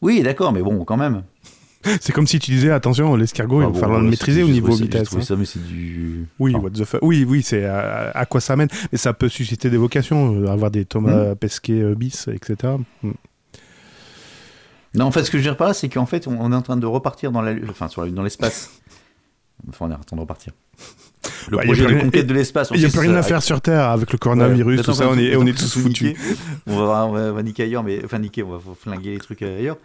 [SPEAKER 4] Oui, d'accord, mais bon, quand même.
[SPEAKER 3] C'est comme si tu disais, attention, l'escargot,
[SPEAKER 4] Enfin,
[SPEAKER 3] il va
[SPEAKER 4] Ah bon,
[SPEAKER 3] falloir
[SPEAKER 4] voilà,
[SPEAKER 3] le
[SPEAKER 4] c'est-
[SPEAKER 3] maîtriser au
[SPEAKER 4] j'ai
[SPEAKER 3] niveau
[SPEAKER 4] trouvé ça- j'ai
[SPEAKER 3] vitesse.
[SPEAKER 4] trouvé
[SPEAKER 3] hein.
[SPEAKER 4] ça, mais c'est du.
[SPEAKER 3] Oui,
[SPEAKER 4] Enfin,
[SPEAKER 3] what the fuck. Oui, oui, c'est à, à quoi ça mène. Mais ça peut susciter des vocations, euh, avoir des Thomas Pesquet euh, bis, etc. Mm.
[SPEAKER 4] Non, en fait, ce que je veux dire par là, c'est qu'en fait, on on est en train de repartir dans la, Lune- enfin, sur la Lune, dans l'espace. Enfin, on est en train de repartir. Le
[SPEAKER 3] Bah, y a
[SPEAKER 4] projet
[SPEAKER 3] plus
[SPEAKER 4] de
[SPEAKER 3] rien-
[SPEAKER 4] conquête de l'espace. on
[SPEAKER 3] Il n'y a
[SPEAKER 4] sait
[SPEAKER 3] plus
[SPEAKER 4] que
[SPEAKER 3] rien
[SPEAKER 4] ça-
[SPEAKER 3] à faire sur Terre avec le
[SPEAKER 4] Ouais,
[SPEAKER 3] coronavirus, tout
[SPEAKER 4] attends,
[SPEAKER 3] ça, on
[SPEAKER 4] attends,
[SPEAKER 3] est, on
[SPEAKER 4] attends,
[SPEAKER 3] est
[SPEAKER 4] attends,
[SPEAKER 3] tous
[SPEAKER 4] tout
[SPEAKER 3] foutus.
[SPEAKER 4] niquer. On va, voir- on va- on va niquer ailleurs, mais enfin niquer, on va, faut flinguer les trucs ailleurs.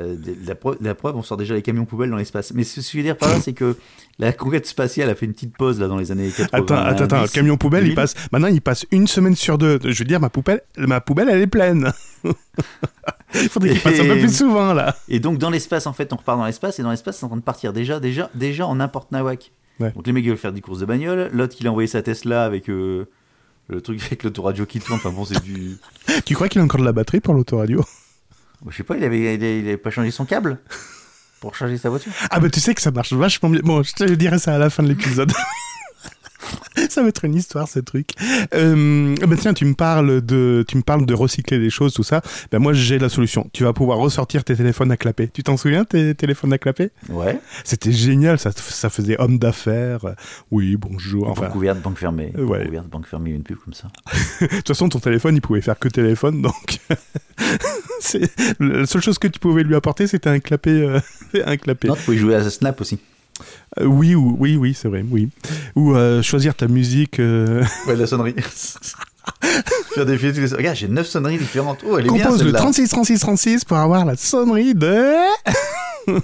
[SPEAKER 4] Euh, de- la, preuve, la preuve, on sort déjà les camions poubelles dans l'espace. Mais ce que je veux dire par là, c'est que la conquête spatiale a fait une petite pause là dans les années 80.
[SPEAKER 3] Attends, attends, attends, le camion poubelle, il
[SPEAKER 4] 2000.
[SPEAKER 3] passe. Maintenant, il passe une semaine sur deux. Je veux dire, ma poubelle, ma poubelle, elle est pleine. il faudrait qu'il passe un peu
[SPEAKER 4] Et-
[SPEAKER 3] plus souvent là.
[SPEAKER 4] Et donc dans l'espace, en fait, on repart dans l'espace et dans l'espace, c'est en train de partir déjà, déjà, déjà en n'importe nawak.
[SPEAKER 3] Ouais.
[SPEAKER 4] Donc les mecs ils veulent faire des courses de bagnole. L'autre il a envoyé sa Tesla avec euh, le truc avec l'autoradio qui tourne. Enfin bon, c'est du.
[SPEAKER 3] Tu crois qu'il a encore de la batterie pour l'autoradio
[SPEAKER 4] Je sais pas, il avait, il avait- il avait pas changé son câble pour charger sa voiture.
[SPEAKER 3] Ah bah tu sais que ça marche vachement bien. Bon, je te dirai ça à la fin de l'épisode. ça va être une histoire ce truc. Euh, bah tiens, tu me parles de, tu me parles de recycler les choses, tout ça. Ben moi j'ai la solution. Tu vas pouvoir ressortir tes téléphones à clapet. Tu t'en souviens tes téléphones à clapet
[SPEAKER 4] Ouais.
[SPEAKER 3] C'était génial. Ça, ça faisait homme d'affaires. Oui, bonjour.
[SPEAKER 4] Enfin,
[SPEAKER 3] Enfin,
[SPEAKER 4] couverte, banque fermée.
[SPEAKER 3] Euh, ouais.
[SPEAKER 4] Couverte, banque fermée, une pub comme ça.
[SPEAKER 3] de toute façon ton téléphone il pouvait faire que téléphone, donc c'est la seule chose que tu pouvais lui apporter c'était un clapet, euh, un clapet.
[SPEAKER 4] Non, tu pouvais jouer à Snap aussi.
[SPEAKER 3] Euh, oui ou oui oui c'est vrai oui. Ou euh, choisir ta musique. euh,
[SPEAKER 4] Ouais, la sonnerie. Faire défiler tous les son- Regarde, j'ai 9 sonneries différentes. Oh, elle est bien
[SPEAKER 3] compose le
[SPEAKER 4] celle-là.
[SPEAKER 3] 36 36 36 pour avoir la sonnerie de.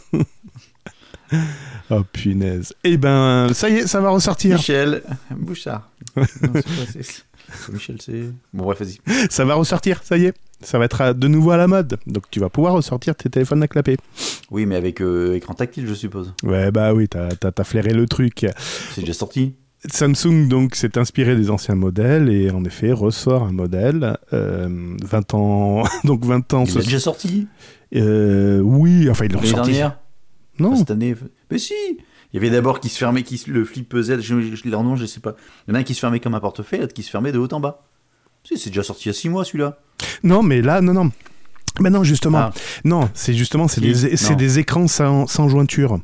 [SPEAKER 3] oh punaise. Eh ben, ça y est, ça va ressortir.
[SPEAKER 4] Michel Bouchard. Non, c'est pas- c'est- Michel, c'est. Bon, bref, vas-y.
[SPEAKER 3] Ça va ressortir, ça y est. Ça va être à- de nouveau à la mode. Donc tu vas pouvoir ressortir tes téléphones à clapet.
[SPEAKER 4] Oui, mais avec euh, écran tactile, je suppose.
[SPEAKER 3] Ouais, bah oui, t'as t'as- t'as flairé le truc.
[SPEAKER 4] C'est déjà sorti.
[SPEAKER 3] Samsung donc s'est inspiré des anciens modèles et en effet ressort un modèle euh, 20 ans donc 20 ans
[SPEAKER 4] Il
[SPEAKER 3] ce-
[SPEAKER 4] est déjà sorti.
[SPEAKER 3] euh, oui enfin ils l'ont
[SPEAKER 4] L'année
[SPEAKER 3] sorti Oh.
[SPEAKER 4] dernière. Pas
[SPEAKER 3] non
[SPEAKER 4] Cette année. Mais si Il y avait d'abord qui se fermait, qui se- le flip Z, je, je, leur nom, je sais pas. Il y en a un qui se fermait comme un portefeuille, l'autre qui se fermait de haut en bas. Si, c'est déjà sorti il y a 6 mois celui-là.
[SPEAKER 3] non mais là non non mais non justement
[SPEAKER 4] Ah.
[SPEAKER 3] Non, c'est justement, c'est
[SPEAKER 4] Si,
[SPEAKER 3] des, c'est
[SPEAKER 4] non.
[SPEAKER 3] des écrans sans, sans jointure.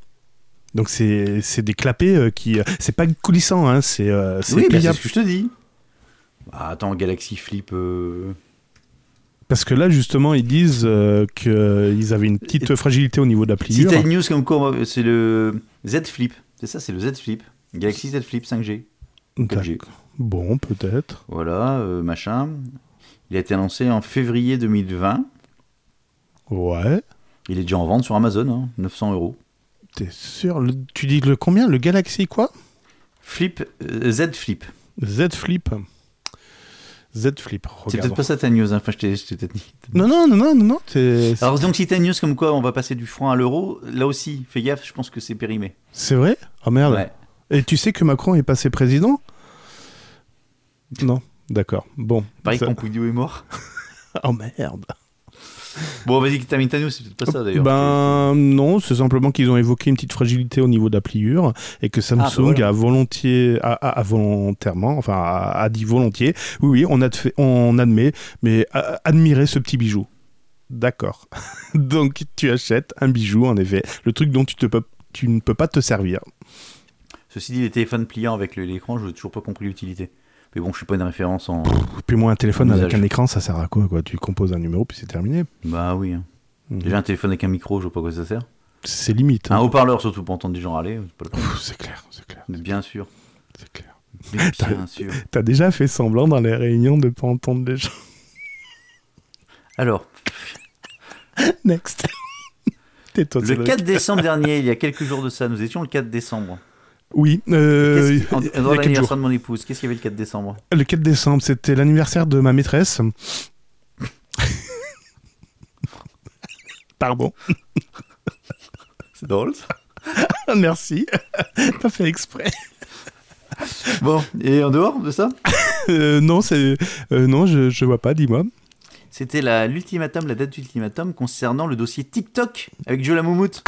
[SPEAKER 3] Donc c'est c'est des clapets euh, qui... euh, c'est pas coulissant, hein, c'est euh, c'est
[SPEAKER 4] Oui, bah, c'est
[SPEAKER 3] pliable.
[SPEAKER 4] ce que je te dis. Bah, attends, Galaxy Flip. euh,
[SPEAKER 3] Parce que là, justement, ils disent euh, qu'ils avaient une petite
[SPEAKER 4] Et-
[SPEAKER 3] fragilité au niveau de la
[SPEAKER 4] Si
[SPEAKER 3] pliure.
[SPEAKER 4] t'as une news comme quoi, euh, c'est le Z Flip. C'est ça, c'est le Z Flip. Galaxy Z Flip 5G.
[SPEAKER 3] D'accord.
[SPEAKER 4] 4G.
[SPEAKER 3] Bon, peut-être.
[SPEAKER 4] Voilà, euh, machin. Il a été annoncé en février 2020.
[SPEAKER 3] Ouais.
[SPEAKER 4] Il est déjà en vente sur Amazon, hein, 900 euros.
[SPEAKER 3] T'es sûr Le- Tu dis le combien Le Galaxy quoi
[SPEAKER 4] Flip, euh, Z Flip.
[SPEAKER 3] Z Flip. Z Flip,
[SPEAKER 4] C'est peut-être
[SPEAKER 3] regarde.
[SPEAKER 4] pas ça ta news, hein. enfin je t'ai je t'ai peut-être dit.
[SPEAKER 3] Non, non, non, non, non, non. t'es-
[SPEAKER 4] Alors donc si ta news comme quoi on va passer du franc à l'euro, là aussi, fais gaffe, je pense que c'est périmé.
[SPEAKER 3] C'est vrai Oh merde.
[SPEAKER 4] Ah Ouais.
[SPEAKER 3] Et tu sais que Macron est passé président Non. D'accord. Bon.
[SPEAKER 4] Pareil que
[SPEAKER 3] Ça-
[SPEAKER 4] Pompidou est mort.
[SPEAKER 3] Oh merde.
[SPEAKER 4] Bon vas-y, que t'as mis ta news, c'est peut-être pas ça d'ailleurs.
[SPEAKER 3] Ben non, c'est simplement qu'ils ont évoqué une petite fragilité au niveau de la pliure et que Samsung
[SPEAKER 4] bah voilà.
[SPEAKER 3] a volontiers, a, a- a volontairement, enfin a, a dit volontiers, oui oui, on, adf- on admet, mais a- admirez ce petit bijou. D'accord. Donc tu achètes un bijou en effet, le truc dont tu, te peux- tu ne peux pas te servir.
[SPEAKER 4] Ceci dit, les téléphones pliants avec le- l'écran, je n'ai toujours pas compris l'utilité. Mais bon, je suis pas une référence en...
[SPEAKER 3] Puis moi un téléphone
[SPEAKER 4] Un
[SPEAKER 3] avec
[SPEAKER 4] usage.
[SPEAKER 3] un écran, ça sert à quoi quoi Tu composes un numéro puis c'est terminé.
[SPEAKER 4] Bah oui. hein.
[SPEAKER 3] Mhm.
[SPEAKER 4] Déjà un téléphone avec un micro, je vois pas à quoi ça sert.
[SPEAKER 3] C'est limite.
[SPEAKER 4] Un
[SPEAKER 3] hein.
[SPEAKER 4] haut-parleur surtout pour entendre des gens râler. c'est pas le problème.
[SPEAKER 3] Pff, C'est clair, c'est clair,
[SPEAKER 4] Mais Bien sûr.
[SPEAKER 3] c'est clair.
[SPEAKER 4] Mais Bien sûr.
[SPEAKER 3] T'as déjà fait semblant dans les réunions de pas entendre les gens.
[SPEAKER 4] Alors,
[SPEAKER 3] Next. Tais-toi, c'est
[SPEAKER 4] le 4 décembre dernier, il y a quelques jours de ça, nous étions le 4 décembre.
[SPEAKER 3] Oui. euh,
[SPEAKER 4] Qu'est-ce qui- en-
[SPEAKER 3] il y a
[SPEAKER 4] dans
[SPEAKER 3] quatre jours.
[SPEAKER 4] l'anniversaire de mon épouse, qu'est-ce qu'il y avait le 4 décembre
[SPEAKER 3] Le 4 décembre, c'était l'anniversaire de ma maîtresse. Pardon.
[SPEAKER 4] C'est drôle.
[SPEAKER 3] Merci. Pas fait exprès.
[SPEAKER 4] Bon, et en dehors de ça
[SPEAKER 3] Euh, non, c'est euh, non, je, je vois pas. Dis-moi.
[SPEAKER 4] C'était la- l'ultimatum, la date d'ultimatum concernant le dossier TikTok avec Joe la Moumoute.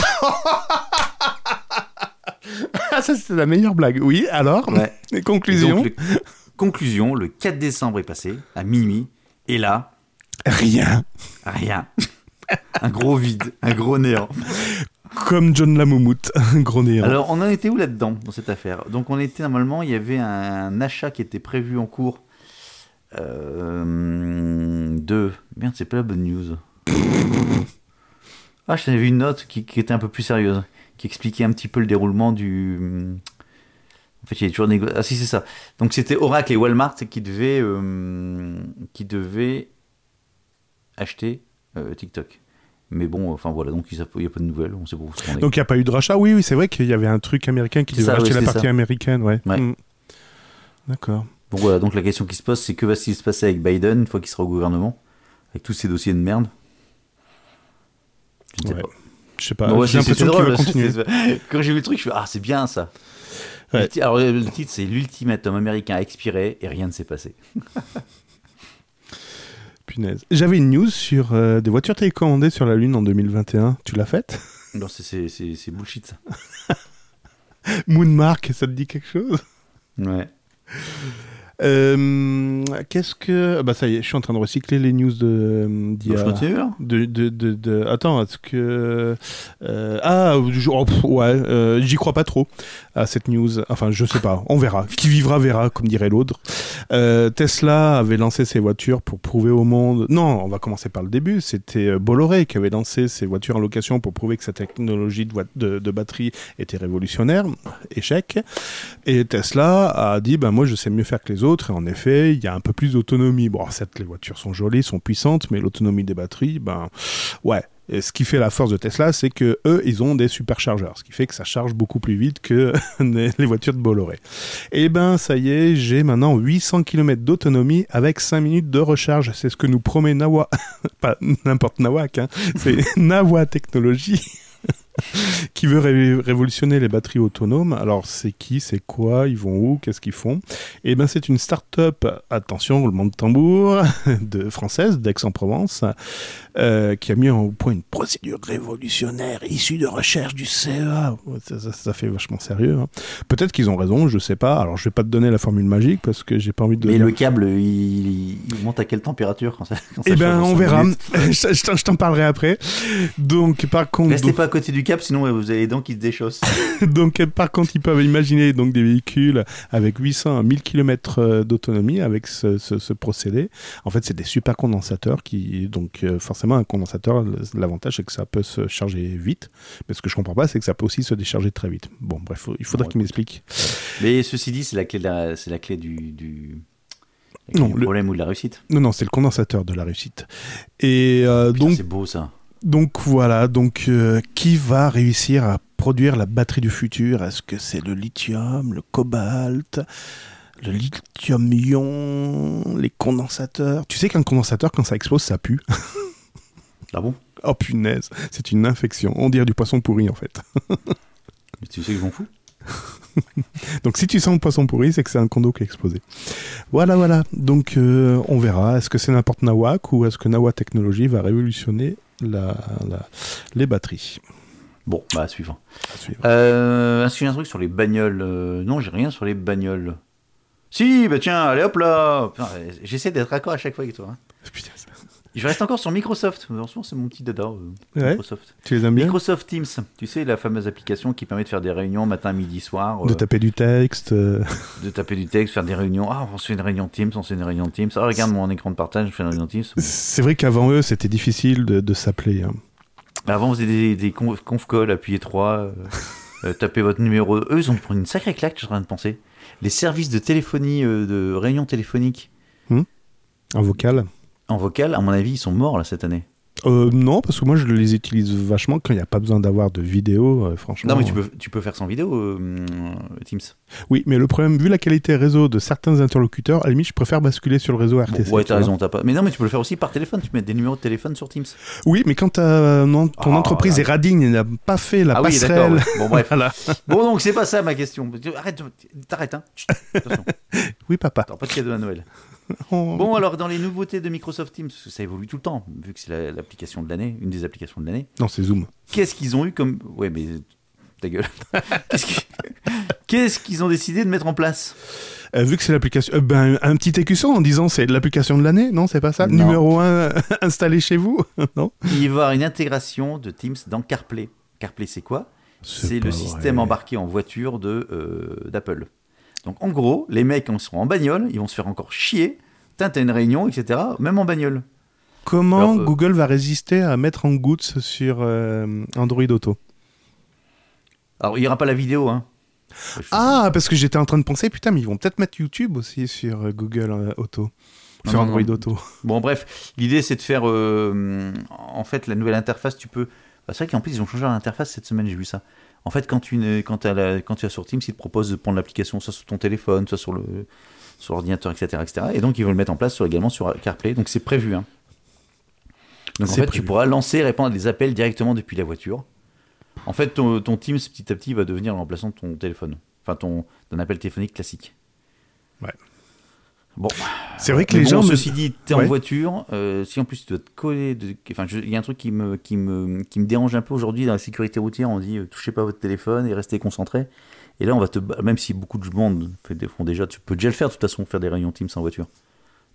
[SPEAKER 3] Ah, ça c'était la meilleure blague. Oui. Alors.
[SPEAKER 4] Ouais.
[SPEAKER 3] Conclusion.
[SPEAKER 4] Et donc, le- conclusion, le 4 décembre est passé, à minuit, et là,
[SPEAKER 3] Rien.
[SPEAKER 4] rien. un gros vide, un gros néant.
[SPEAKER 3] Comme John Lamoumout, un gros néant.
[SPEAKER 4] Alors, on en était où là-dedans, dans cette affaire Donc, on était normalement, il y avait un achat qui était prévu en cours euh, de. Merde, c'est pas la bonne news. Ah, je t'avais une note qui, qui était un peu plus sérieuse, qui expliquait un petit peu le déroulement du. En fait, il y avait toujours négo- Ah, si, c'est ça. Donc, c'était Oracle et Walmart qui devaient, euh, qui devaient acheter euh, TikTok. Mais bon, enfin voilà, donc ils savent- il n'y a pas de nouvelles, on sait pas où ça en est.
[SPEAKER 3] Donc il n'y a pas eu de rachat. Oui, oui, c'est vrai qu'il y avait un truc américain qui
[SPEAKER 4] C'est
[SPEAKER 3] devait
[SPEAKER 4] ça,
[SPEAKER 3] racheter
[SPEAKER 4] ouais,
[SPEAKER 3] la
[SPEAKER 4] c'était
[SPEAKER 3] partie
[SPEAKER 4] ça.
[SPEAKER 3] américaine, ouais.
[SPEAKER 4] Ouais.
[SPEAKER 3] Mm. D'accord.
[SPEAKER 4] Donc voilà, donc la question qui se pose, c'est que va-t-il se passer avec Biden une fois qu'il sera au gouvernement Avec tous ces dossiers de merde Je ne sais
[SPEAKER 3] Ouais.
[SPEAKER 4] pas.
[SPEAKER 3] Je sais pas.
[SPEAKER 4] Bon, ouais,
[SPEAKER 3] J'ai
[SPEAKER 4] c'est- c'est
[SPEAKER 3] l'impression qu'il va
[SPEAKER 4] drôle.
[SPEAKER 3] continuer.
[SPEAKER 4] c'est- Quand j'ai vu le truc, je fais Ah, c'est bien ça.
[SPEAKER 3] Ouais.
[SPEAKER 4] Le ti- Alors le le titre, c'est L'ultimatum américain a expiré et rien ne s'est passé.
[SPEAKER 3] Punaise. J'avais une news sur euh, des voitures télécommandées sur la Lune en 2021. Tu l'as faite
[SPEAKER 4] Non, c'est- c'est c'est- c'est bullshit ça.
[SPEAKER 3] Moonmark, ça te dit quelque chose
[SPEAKER 4] Ouais.
[SPEAKER 3] Euh, Qu'est-ce que. Ah Bah ça y est, je suis en train de recycler les news de. d'il y
[SPEAKER 4] Donc,
[SPEAKER 3] a-
[SPEAKER 4] Bah, je continue alors
[SPEAKER 3] de, de, de, de- Attends, est-ce que. euh, Ah, je- oh, pff, ouais, euh, j'y crois pas trop à cette news. Enfin, je sais pas, on verra. Qui vivra verra, comme dirait l'autre. Euh, Tesla avait lancé ses voitures pour prouver au monde. Non, on va commencer par le début. C'était euh, Bolloré qui avait lancé ses voitures en location pour prouver que sa technologie de, voi- de, de batterie était révolutionnaire. Échec. Et Tesla a dit ben moi je sais mieux faire que les autres. Et en effet, il y a un peu plus d'autonomie. Bon, certes, les voitures sont jolies, sont puissantes, mais l'autonomie des batteries, ben ouais. Et ce qui fait la force de Tesla, c'est que eux, ils ont des superchargeurs, ce qui fait que ça charge beaucoup plus vite que les les voitures de Bolloré. Et ben ça y est, j'ai maintenant 800 km d'autonomie avec 5 minutes de recharge. C'est ce que nous promet Nawa, pas n'importe Nawak, hein. c'est Nawa Technologies qui veut ré- révolutionner les batteries autonomes. Alors, c'est qui, c'est quoi, ils vont où, qu'est-ce qu'ils font Eh bien, c'est une start-up, attention, roulement de tambour, de française d'Aix-en-Provence, euh, qui a mis au point une procédure révolutionnaire issue de recherche du CEA. Ouais, Ça, ça- ça fait vachement sérieux. hein. Peut-être qu'ils ont raison, je sais pas. Alors, je vais pas te donner la formule magique parce que j'ai pas envie de
[SPEAKER 4] Mais
[SPEAKER 3] donner-
[SPEAKER 4] le câble, il, il monte à quelle température quand ça, quand ça
[SPEAKER 3] Eh
[SPEAKER 4] charge
[SPEAKER 3] ben,
[SPEAKER 4] dans
[SPEAKER 3] on
[SPEAKER 4] cinq
[SPEAKER 3] verra.
[SPEAKER 4] minutes
[SPEAKER 3] je je t'en- je t'en parlerai après. Donc, par contre,
[SPEAKER 4] Restez pas à côté du câble, sinon euh, vous avez les dents qui se déchaussent.
[SPEAKER 3] Donc, euh, par contre, ils peuvent imaginer donc des véhicules avec 800 à 1000 km euh, d'autonomie avec ce, ce- ce procédé. En fait, c'est des super condensateurs qui, donc, euh, forcément, un condensateur, le- l'avantage, c'est que ça peut se charger vite. Mais ce que je comprends pas, c'est que ça peut aussi se décharger très vite. Bon, bref, faut- il faudrait
[SPEAKER 4] Bon,
[SPEAKER 3] qu'ils m'expliquent.
[SPEAKER 4] Mais ceci dit, c'est la clé, de la- c'est la clé du, du, la clé
[SPEAKER 3] Non,
[SPEAKER 4] du
[SPEAKER 3] le-
[SPEAKER 4] problème ou de la réussite.
[SPEAKER 3] Non, non, c'est le condensateur de la réussite. Et euh,
[SPEAKER 4] Putain,
[SPEAKER 3] donc,
[SPEAKER 4] c'est beau ça.
[SPEAKER 3] Donc voilà, donc euh, qui va réussir à produire la batterie du futur Est-ce que c'est le lithium, le cobalt, le lithium-ion, les condensateurs Tu sais qu'un condensateur, quand ça explose, ça pue.
[SPEAKER 4] Ah bon
[SPEAKER 3] Oh punaise, c'est une infection. On dirait du poisson pourri en fait.
[SPEAKER 4] Mais tu sais que je m'en fous
[SPEAKER 3] Donc si tu sens le poisson pourri, c'est que c'est un condo qui a explosé. Voilà, voilà. Donc euh, on verra. Est-ce que c'est n'importe Nawak ou est-ce que Nawa Technology va révolutionner la- la- les batteries
[SPEAKER 4] Bon, bah suivant.
[SPEAKER 3] À suivre.
[SPEAKER 4] Euh, Est-ce qu'il y a un truc sur les bagnoles Euh, Non, j'ai rien sur les bagnoles. Si, bah tiens, allez hop là Putain, euh, J'essaie d'être d'accord à chaque fois avec toi. hein.
[SPEAKER 3] Putain, ça-
[SPEAKER 4] Je reste encore sur Microsoft. En ce moment, c'est mon petit dada. euh,
[SPEAKER 3] Ouais.
[SPEAKER 4] Microsoft.
[SPEAKER 3] Tu les aimes bien
[SPEAKER 4] Microsoft Teams, tu sais, la fameuse application qui permet de faire des réunions matin, midi, soir.
[SPEAKER 3] De
[SPEAKER 4] euh,
[SPEAKER 3] taper du texte. euh,
[SPEAKER 4] de taper du texte, faire des réunions. Ah, on se fait une réunion Teams, on se fait une réunion Teams. Ah, regarde mon écran de partage, je fais une réunion Teams.
[SPEAKER 3] C'est vrai qu'avant eux, c'était difficile de, de s'appeler. hein.
[SPEAKER 4] Mais Bah, Avant, on faisait des, des conf, conf call, appuyez 3, euh, euh, tapez votre numéro. Eux, ils ont pris une sacrée claque, je suis en train de penser. Les services de téléphonie, euh, de réunion téléphonique,
[SPEAKER 3] En vocal.
[SPEAKER 4] en vocal, à mon avis, ils sont morts là cette année.
[SPEAKER 3] Euh, non, parce que moi je les utilise vachement quand il n'y a pas besoin d'avoir de vidéo, euh, franchement.
[SPEAKER 4] Non, mais tu peux, tu peux faire sans vidéo, euh, Teams.
[SPEAKER 3] Oui, mais le problème, vu la qualité réseau de certains interlocuteurs, à la limite, je préfère basculer sur le réseau
[SPEAKER 4] Bon,
[SPEAKER 3] RTC.
[SPEAKER 4] ouais,
[SPEAKER 3] tu
[SPEAKER 4] t'as
[SPEAKER 3] vois.
[SPEAKER 4] raison, t'as pas. Mais non, mais tu peux le faire aussi par téléphone. Tu mets des numéros de téléphone sur Teams.
[SPEAKER 3] Oui, mais quand ta- non, ton
[SPEAKER 4] Oh,
[SPEAKER 3] entreprise
[SPEAKER 4] là.
[SPEAKER 3] est radigne et n'a pas fait la
[SPEAKER 4] ah oui, d'accord.
[SPEAKER 3] passerelle.
[SPEAKER 4] ouais. Bon, bref.
[SPEAKER 3] Voilà.
[SPEAKER 4] Bon, donc c'est pas ça ma question. Arrête, t'arrêtes, hein. Chut, Attention,
[SPEAKER 3] Oui, papa.
[SPEAKER 4] t'auras pas de cadeau à Noël.
[SPEAKER 3] Oh.
[SPEAKER 4] Bon, alors dans les nouveautés de Microsoft Teams, parce que ça évolue tout le temps, vu que c'est la- l'application de l'année, une des applications de l'année.
[SPEAKER 3] Non, c'est Zoom.
[SPEAKER 4] Qu'est-ce qu'ils ont eu comme. Ouais, mais. Ta gueule. Qu'est-ce qui- Qu'est-ce qu'ils ont décidé de mettre en place
[SPEAKER 3] Euh, vu que c'est l'application. euh, ben, un petit écusson en disant c'est l'application de l'année, non C'est pas ça
[SPEAKER 4] Non.
[SPEAKER 3] Numéro 1 installé chez vous Non
[SPEAKER 4] Il va y avoir une intégration de Teams dans CarPlay. CarPlay, c'est quoi C'est
[SPEAKER 3] pas
[SPEAKER 4] le
[SPEAKER 3] vrai.
[SPEAKER 4] système embarqué en voiture de, euh, d'Apple. Donc en gros, les mecs en seront en bagnole, ils vont se faire encore chier. Putain, T'as une réunion, etc. Même en bagnole.
[SPEAKER 3] Comment
[SPEAKER 4] Alors, euh,
[SPEAKER 3] Google va résister à mettre en gouttes sur euh, Android Auto
[SPEAKER 4] Alors il n'y aura pas la vidéo, hein.
[SPEAKER 3] Ah, parce que j'étais en train de penser, putain, mais ils vont peut-être mettre YouTube aussi sur euh, Google euh, Auto.
[SPEAKER 4] Non,
[SPEAKER 3] Sur
[SPEAKER 4] non,
[SPEAKER 3] Android
[SPEAKER 4] non.
[SPEAKER 3] Auto.
[SPEAKER 4] Bon, bref, l'idée c'est de faire. euh, en fait, la nouvelle interface, tu peux. Bah, c'est vrai qu'en plus, ils ont changé leur interface cette semaine, j'ai vu ça. En fait, quand tu, ne- quand t'as la- quand tu as sur Teams, ils te proposent de prendre l'application soit sur ton téléphone, soit sur le sur l'ordinateur, etc., etc. Et donc, ils veulent le mettre en place sur, également sur euh, CarPlay. Donc, c'est prévu. hein. Donc, en
[SPEAKER 3] C'est
[SPEAKER 4] fait,
[SPEAKER 3] prévu.
[SPEAKER 4] tu pourras lancer et répondre à des appels directement depuis la voiture. En fait, ton, ton Teams, petit à petit, va devenir le remplaçant de ton téléphone. Enfin, ton, d'un appel téléphonique classique.
[SPEAKER 3] Ouais.
[SPEAKER 4] Bon.
[SPEAKER 3] C'est vrai que les
[SPEAKER 4] Mais
[SPEAKER 3] gens.
[SPEAKER 4] bon,
[SPEAKER 3] me-
[SPEAKER 4] ceci dit, t'es
[SPEAKER 3] Ouais.
[SPEAKER 4] en voiture, euh, si en plus tu dois te coller, de- enfin, je- il y a un truc qui me, qui me, qui me dérange un peu aujourd'hui dans la sécurité routière, on dit euh, touchez pas votre téléphone et restez concentré. Et là, on va te, ba- même si beaucoup de monde fait, des- font déjà, tu peux déjà le faire de toute façon, faire des réunions Teams en voiture.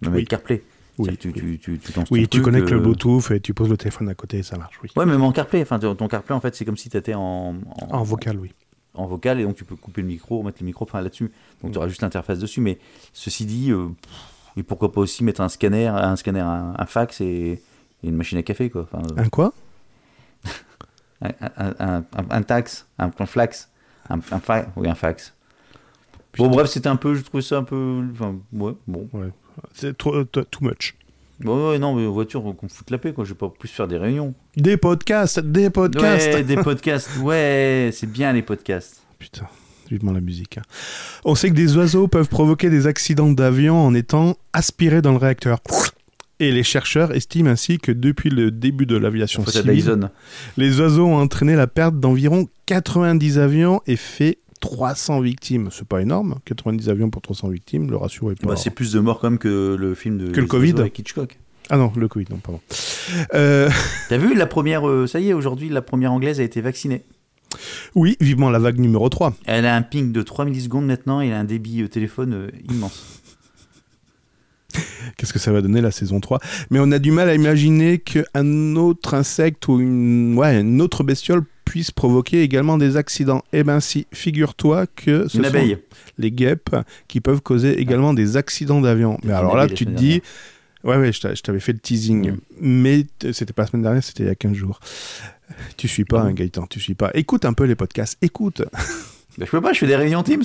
[SPEAKER 4] Non, mais
[SPEAKER 3] Oui.
[SPEAKER 4] CarPlay.
[SPEAKER 3] Oui,
[SPEAKER 4] C'est-à-dire que tu, tu, tu, tu lances
[SPEAKER 3] Oui,
[SPEAKER 4] ton
[SPEAKER 3] tu
[SPEAKER 4] truc,
[SPEAKER 3] connectes le
[SPEAKER 4] euh,
[SPEAKER 3] Bluetooth et tu poses le téléphone à côté et ça marche, oui.
[SPEAKER 4] Ouais, même en CarPlay. Enfin, ton ton CarPlay, en fait, c'est comme si tu étais en, en,
[SPEAKER 3] En vocal, oui.
[SPEAKER 4] en vocal et donc tu peux couper le micro, mettre le micro enfin, là-dessus. Donc tu auras juste l'interface dessus. Mais ceci dit, euh, pff, et pourquoi pas aussi mettre un scanner, un scanner, un, un fax et, et une machine à café quoi. Enfin, euh,
[SPEAKER 3] Un quoi
[SPEAKER 4] un, un, un, un- un tax, un, un flax, un, un fa- oui un fax. Bon bref, c'était un peu, je trouvais ça un peu, enfin ouais, bon.
[SPEAKER 3] C'est trop- euh, too much.
[SPEAKER 4] Bon, ouais, non, mais voiture qu'on me foute la paix quoi. Je vais pas plus faire des réunions.
[SPEAKER 3] Des podcasts, des podcasts
[SPEAKER 4] Ouais, des podcasts. Ouais, c'est bien les podcasts.
[SPEAKER 3] Putain, vivement la musique. hein. On sait que des oiseaux peuvent provoquer des accidents d'avion en étant aspirés dans le réacteur. Et les chercheurs estiment ainsi que depuis le début de l'aviation
[SPEAKER 4] Faut ça,
[SPEAKER 3] civile,
[SPEAKER 4] Dyson.
[SPEAKER 3] les oiseaux ont entraîné la perte d'environ 90 avions et fait 300 victimes. C'est pas énorme, 90 avions pour 300 victimes, le ratio est pas...
[SPEAKER 4] Bah, c'est plus de morts quand même que le film de
[SPEAKER 3] Que le
[SPEAKER 4] Les
[SPEAKER 3] Covid.
[SPEAKER 4] Oiseaux avec Hitchcock.
[SPEAKER 3] ah non, le Covid, non, pardon. Euh,
[SPEAKER 4] T'as vu la première, euh, ça y est, aujourd'hui la première anglaise a été vaccinée.
[SPEAKER 3] oui, vivement la vague numéro 3.
[SPEAKER 4] Elle a un ping de 3 millisecondes maintenant et elle a un débit euh, téléphone euh, immense.
[SPEAKER 3] Qu'est-ce que ça va donner la saison 3 Mais on a du mal à imaginer qu'un autre insecte ou une, ouais, une autre bestiole puisse provoquer également des accidents. Eh ben si, figure-toi que ce
[SPEAKER 4] Une
[SPEAKER 3] sont
[SPEAKER 4] abeille.
[SPEAKER 3] les guêpes qui peuvent causer également des accidents d'avion. Mais
[SPEAKER 4] une
[SPEAKER 3] alors là,
[SPEAKER 4] abeille la
[SPEAKER 3] tu te
[SPEAKER 4] semaine
[SPEAKER 3] dis... Ouais, ouais, je t'a- je t'avais fait le teasing.
[SPEAKER 4] Mm.
[SPEAKER 3] Mais t- c'était pas la semaine dernière, c'était il y a 15 jours. Tu suis pas,
[SPEAKER 4] Ah bon
[SPEAKER 3] hein, Gaëtan, tu suis pas. Écoute un peu les podcasts, écoute.
[SPEAKER 4] Bah, je peux pas, je fais des réunions Teams.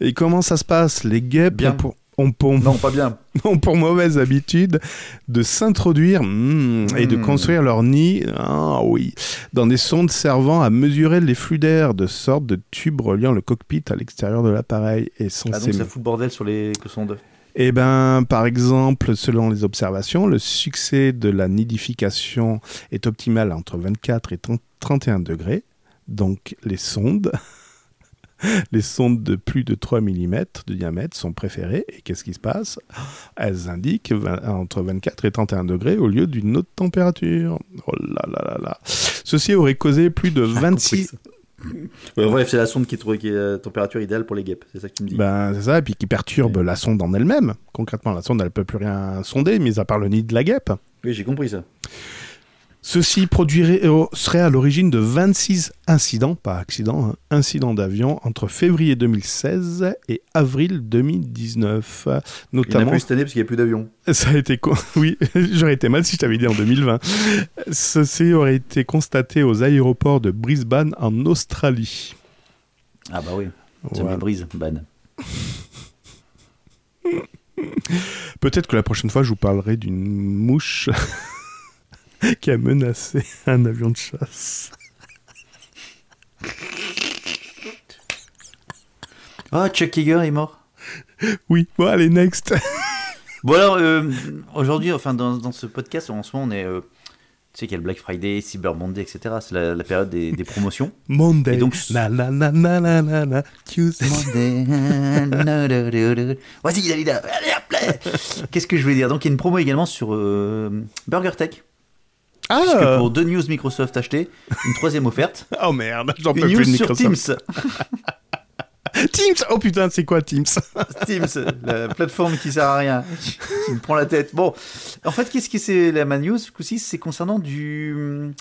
[SPEAKER 3] Et comment ça se passe Les guêpes
[SPEAKER 4] Bien.
[SPEAKER 3] ont pour- ont pour
[SPEAKER 4] Non, pas bien.
[SPEAKER 3] ont pour mauvaise habitude de s'introduire hmm, et de
[SPEAKER 4] Hmm.
[SPEAKER 3] construire leur nid, ah oui, dans des sondes servant à mesurer les flux d'air, de sorte de tubes reliant le cockpit à l'extérieur de l'appareil. Et sans
[SPEAKER 4] Ah,
[SPEAKER 3] ces-
[SPEAKER 4] donc ça fout le bordel sur les que sont deux.
[SPEAKER 3] Eh ben, par exemple, selon les observations, le succès de la nidification est optimal entre 24 et 30 31 degrés. Donc, les sondes, les sondes de plus de 3 mm de diamètre sont préférées. Et qu'est-ce qui se passe Elles indiquent vingt- entre 24 et 31 degrés au lieu d'une autre température. Oh là là là là. Ceci aurait causé plus de 26,
[SPEAKER 4] Ouais, bref, c'est la sonde qui trouve qui est la température idéale pour les guêpes. C'est ça que tu me dis.
[SPEAKER 3] Ben, c'est ça, et puis qui perturbe la sonde en elle-même. Concrètement, la sonde, elle ne peut plus rien sonder, mis à part le nid de la guêpe.
[SPEAKER 4] Oui, j'ai compris ça.
[SPEAKER 3] Ceci produirait, euh, serait à l'origine de 26 incidents, pas accidents, hein, incidents d'avion entre février 2016 et avril 2019. euh,
[SPEAKER 4] Il n'y en a
[SPEAKER 3] Notamment,
[SPEAKER 4] plus cette année parce qu'il n'y a plus d'avion.
[SPEAKER 3] ça a été. con- Oui, j'aurais été mal si je t'avais dit en 2020. Ceci aurait été constaté aux aéroports de Brisbane en Australie.
[SPEAKER 4] Ah bah oui, ça
[SPEAKER 3] Voilà.
[SPEAKER 4] me brise, ban.
[SPEAKER 3] Peut-être que la prochaine fois, je vous parlerai d'une mouche qui a menacé un avion de chasse.
[SPEAKER 4] Ah, Chuck Yeager est mort.
[SPEAKER 3] Oui, bon, allez, next.
[SPEAKER 4] Bon alors, euh, aujourd'hui, enfin dans, dans ce podcast, en ce moment, on est... euh, tu sais qu'il y a le Black Friday, Cyber Monday, etc. C'est la, la période des, des promotions.
[SPEAKER 3] Monday.
[SPEAKER 4] Et donc-
[SPEAKER 3] na, na, na, na, na, na, na, Tuesday.
[SPEAKER 4] Monday. Vas-y, Dalida, allez, hop là. Qu'est-ce que je voulais dire Donc, il y a une promo également sur euh, Burger Tech. Puisque
[SPEAKER 3] Ah
[SPEAKER 4] pour deux news Microsoft achetées, une troisième offerte.
[SPEAKER 3] Oh merde, j'en
[SPEAKER 4] Une
[SPEAKER 3] peux
[SPEAKER 4] news
[SPEAKER 3] plus de
[SPEAKER 4] sur Teams.
[SPEAKER 3] Microsoft. Teams Oh putain, c'est quoi Teams
[SPEAKER 4] Teams, la plateforme qui sert à rien, qui me prend la tête. Bon, en fait, qu'est-ce que c'est la ma news ce coup-ci C'est concernant du hum,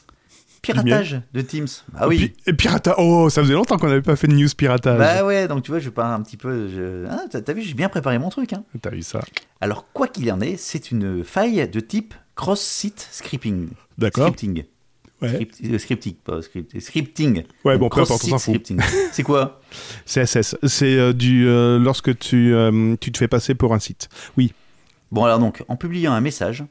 [SPEAKER 4] piratage de Teams. Ah oui.
[SPEAKER 3] Pi- euh, et pirata. Oh, ça faisait longtemps qu'on n'avait pas fait de news piratage.
[SPEAKER 4] Bah ouais, donc tu vois, je parle un petit peu. je- Ah, t'as t'as vu, j'ai bien préparé mon truc. hein.
[SPEAKER 3] T'as vu ça
[SPEAKER 4] Alors, quoi qu'il en ait, c'est une faille de type cross-site scripting.
[SPEAKER 3] D'accord.
[SPEAKER 4] Scripting.
[SPEAKER 3] Ouais.
[SPEAKER 4] Script- euh, scripting, pas script- scripting.
[SPEAKER 3] Ouais, bon,
[SPEAKER 4] Donc,
[SPEAKER 3] peu importe, on
[SPEAKER 4] cross-site
[SPEAKER 3] s'en fout.
[SPEAKER 4] scripting. C'est quoi
[SPEAKER 3] CSS, c'est euh, du euh, lorsque tu, euh, tu te fais passer pour un site. Oui.
[SPEAKER 4] Bon, alors donc, en publiant un message,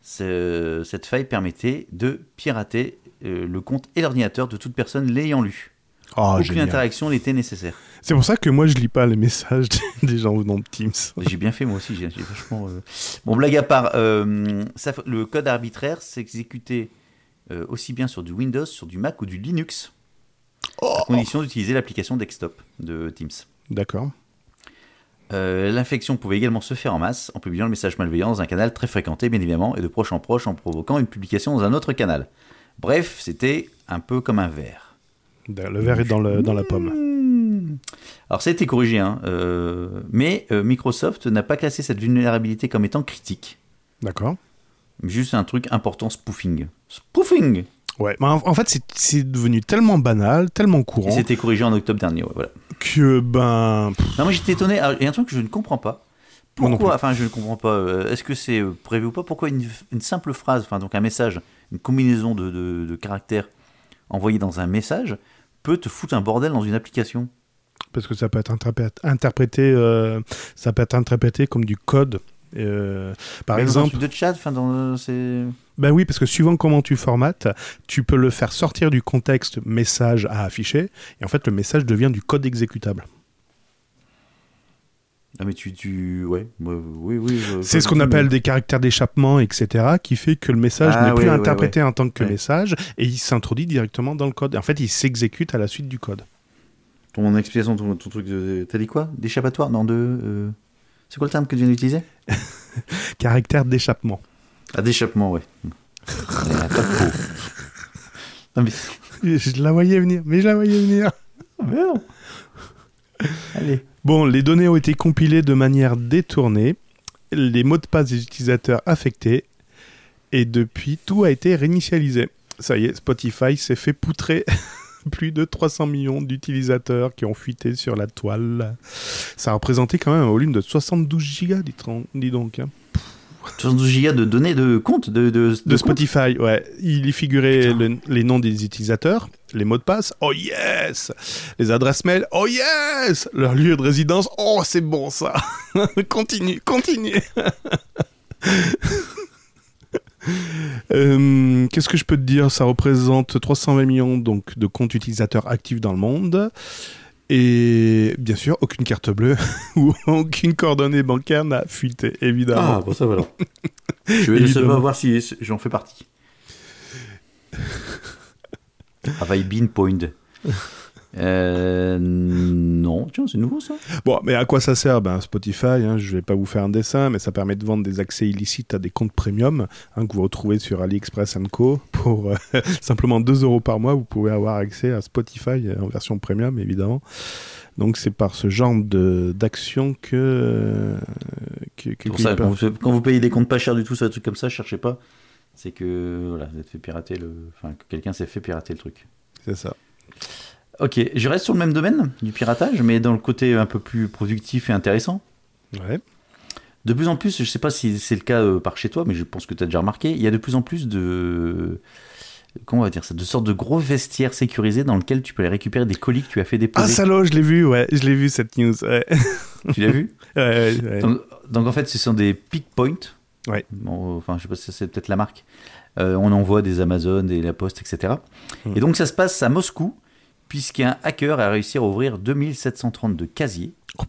[SPEAKER 4] ce- cette faille permettait de pirater euh, le compte et l'ordinateur de toute personne l'ayant lu.
[SPEAKER 3] Oh,
[SPEAKER 4] Aucune
[SPEAKER 3] génial.
[SPEAKER 4] interaction n'était nécessaire.
[SPEAKER 3] C'est pour ça que moi je lis pas les messages des- des gens venant de Teams.
[SPEAKER 4] J'ai bien fait moi aussi, j'ai j'ai vachement. euh, Bon, blague à part, euh, ça- le code arbitraire s'exécutait euh, aussi bien sur du Windows, sur du Mac ou du Linux, à condition d'utiliser l'application desktop de Teams.
[SPEAKER 3] D'accord.
[SPEAKER 4] Euh, L'infection pouvait également se faire en masse en publiant le message malveillant dans un canal très fréquenté, bien évidemment, et de proche en proche en provoquant une publication dans un autre canal. Bref, c'était un peu comme un verre.
[SPEAKER 3] Le verre est dans, le- dans la pomme.
[SPEAKER 4] Hmm. Alors, ça a été corrigé, hein, euh, mais euh, Microsoft n'a pas classé cette vulnérabilité comme étant critique.
[SPEAKER 3] D'accord.
[SPEAKER 4] Juste un truc important, spoofing. Spoofing
[SPEAKER 3] Ouais. Mais en, en fait, c'est- c'est devenu tellement banal, tellement
[SPEAKER 4] Et
[SPEAKER 3] courant
[SPEAKER 4] c'était corrigé en octobre dernier, ouais, voilà.
[SPEAKER 3] que ben. pff,
[SPEAKER 4] Non, mais j'étais étonné. Alors, Il y a un truc que je ne comprends pas.
[SPEAKER 3] Moi non
[SPEAKER 4] Pourquoi, enfin, je ne comprends pas, euh, est-ce que c'est euh, prévu ou pas Pourquoi une, une simple phrase, enfin, donc un message, une combinaison de, de- de caractères envoyés dans un message peut te foutre un bordel dans une application
[SPEAKER 3] Parce que ça peut être interpré- interprété, euh, ça peut être interprété comme du code. Euh, par
[SPEAKER 4] Mais dans un
[SPEAKER 3] exemple,
[SPEAKER 4] truc de chat, enfin, dans. euh, c'est-
[SPEAKER 3] Ben oui, parce que suivant comment tu formates, tu peux le faire sortir du contexte message à afficher, et en fait le message devient du code exécutable.
[SPEAKER 4] Ah, mais tu. tu... Ouais, ouais, oui, oui. je-
[SPEAKER 3] C'est ce qu'on
[SPEAKER 4] mais-
[SPEAKER 3] appelle des caractères d'échappement, etc., qui fait que le message
[SPEAKER 4] Ah,
[SPEAKER 3] n'est plus
[SPEAKER 4] ouais, ouais,
[SPEAKER 3] interprété en tant que
[SPEAKER 4] Ouais.
[SPEAKER 3] message, et il s'introduit directement dans le code. En fait, il s'exécute à la suite du code.
[SPEAKER 4] Ton explication, ton, ton truc de. T'as dit quoi D'échappatoire Non, de. euh, C'est quoi le terme que tu viens d'utiliser
[SPEAKER 3] Caractère d'échappement.
[SPEAKER 4] Ah, d'échappement, ouais. Ah, pas de peau. Non, mais.
[SPEAKER 3] Je la voyais venir, mais je la voyais venir.
[SPEAKER 4] Allez.
[SPEAKER 3] Bon, les données ont été compilées de manière détournée, les mots de passe des utilisateurs affectés, et depuis, tout a été réinitialisé. Ça y est, Spotify s'est fait poutrer plus de 300 millions d'utilisateurs qui ont fuité sur la toile. Ça représentait quand même un volume de 72 gigas, dis, tron- dis donc. hein.
[SPEAKER 4] 72 gigas de données de compte de, de, de
[SPEAKER 3] De
[SPEAKER 4] compte.
[SPEAKER 3] Spotify, ouais. Il y figurait le- les noms des utilisateurs, les mots de passe, oh yes Les adresses mail, oh yes Leur lieu de résidence, oh c'est bon ça Continue, continue Euh, Qu'est-ce que je peux te dire Ça représente 320 millions donc, de comptes utilisateurs actifs dans le monde. Et bien sûr, aucune carte bleue ou aucune coordonnée bancaire n'a fuité, évidemment.
[SPEAKER 4] Ah, bon, ça voilà. Je vais
[SPEAKER 3] Évidemment.
[SPEAKER 4] essayer de voir si si j'en fais partie. Have I been point euh, Non, tiens, c'est nouveau ça.
[SPEAKER 3] Bon, mais à quoi ça sert ben, Spotify, hein, je vais pas vous faire un dessin, mais ça permet de vendre des accès illicites à des comptes premium hein, que vous retrouvez sur AliExpress Co. Pour euh, simplement 2 euros par mois, vous pouvez avoir accès à Spotify euh, en version premium, évidemment. Donc c'est par ce genre de- d'action que, euh, que, que-
[SPEAKER 4] C'est pour
[SPEAKER 3] qu'ils
[SPEAKER 4] ça, quand
[SPEAKER 3] peuvent-
[SPEAKER 4] vous, quand vous payez des comptes pas chers du tout, ça, des trucs comme ça, cherchez pas. C'est que voilà, vous êtes fait pirater le. Enfin, que quelqu'un s'est fait pirater le truc.
[SPEAKER 3] C'est ça.
[SPEAKER 4] Ok, je reste sur le même domaine du piratage, mais dans le côté un peu plus productif et intéressant.
[SPEAKER 3] Ouais.
[SPEAKER 4] De plus en plus, je ne sais pas si c'est le cas euh, par chez toi, mais je pense que tu as déjà remarqué, il y a de plus en plus de. Comment on va dire ça De sortes de gros vestiaires sécurisés dans lesquels tu peux aller récupérer des colis que tu as fait
[SPEAKER 3] Ah,
[SPEAKER 4] déposer.
[SPEAKER 3] salaud, je l'ai vu, ouais, je l'ai vu cette news. ouais.
[SPEAKER 4] Tu l'as vu
[SPEAKER 3] Ouais, ouais.
[SPEAKER 4] donc, donc, en fait, ce sont des pickpoints.
[SPEAKER 3] Ouais.
[SPEAKER 4] Bon, enfin, je sais pas si c'est peut-être la marque. Euh, on envoie des Amazon, des La Poste, etc.
[SPEAKER 3] Hmm.
[SPEAKER 4] Et donc ça se passe à Moscou, puisqu'un hacker a réussi à ouvrir 2732 casiers
[SPEAKER 3] Oh,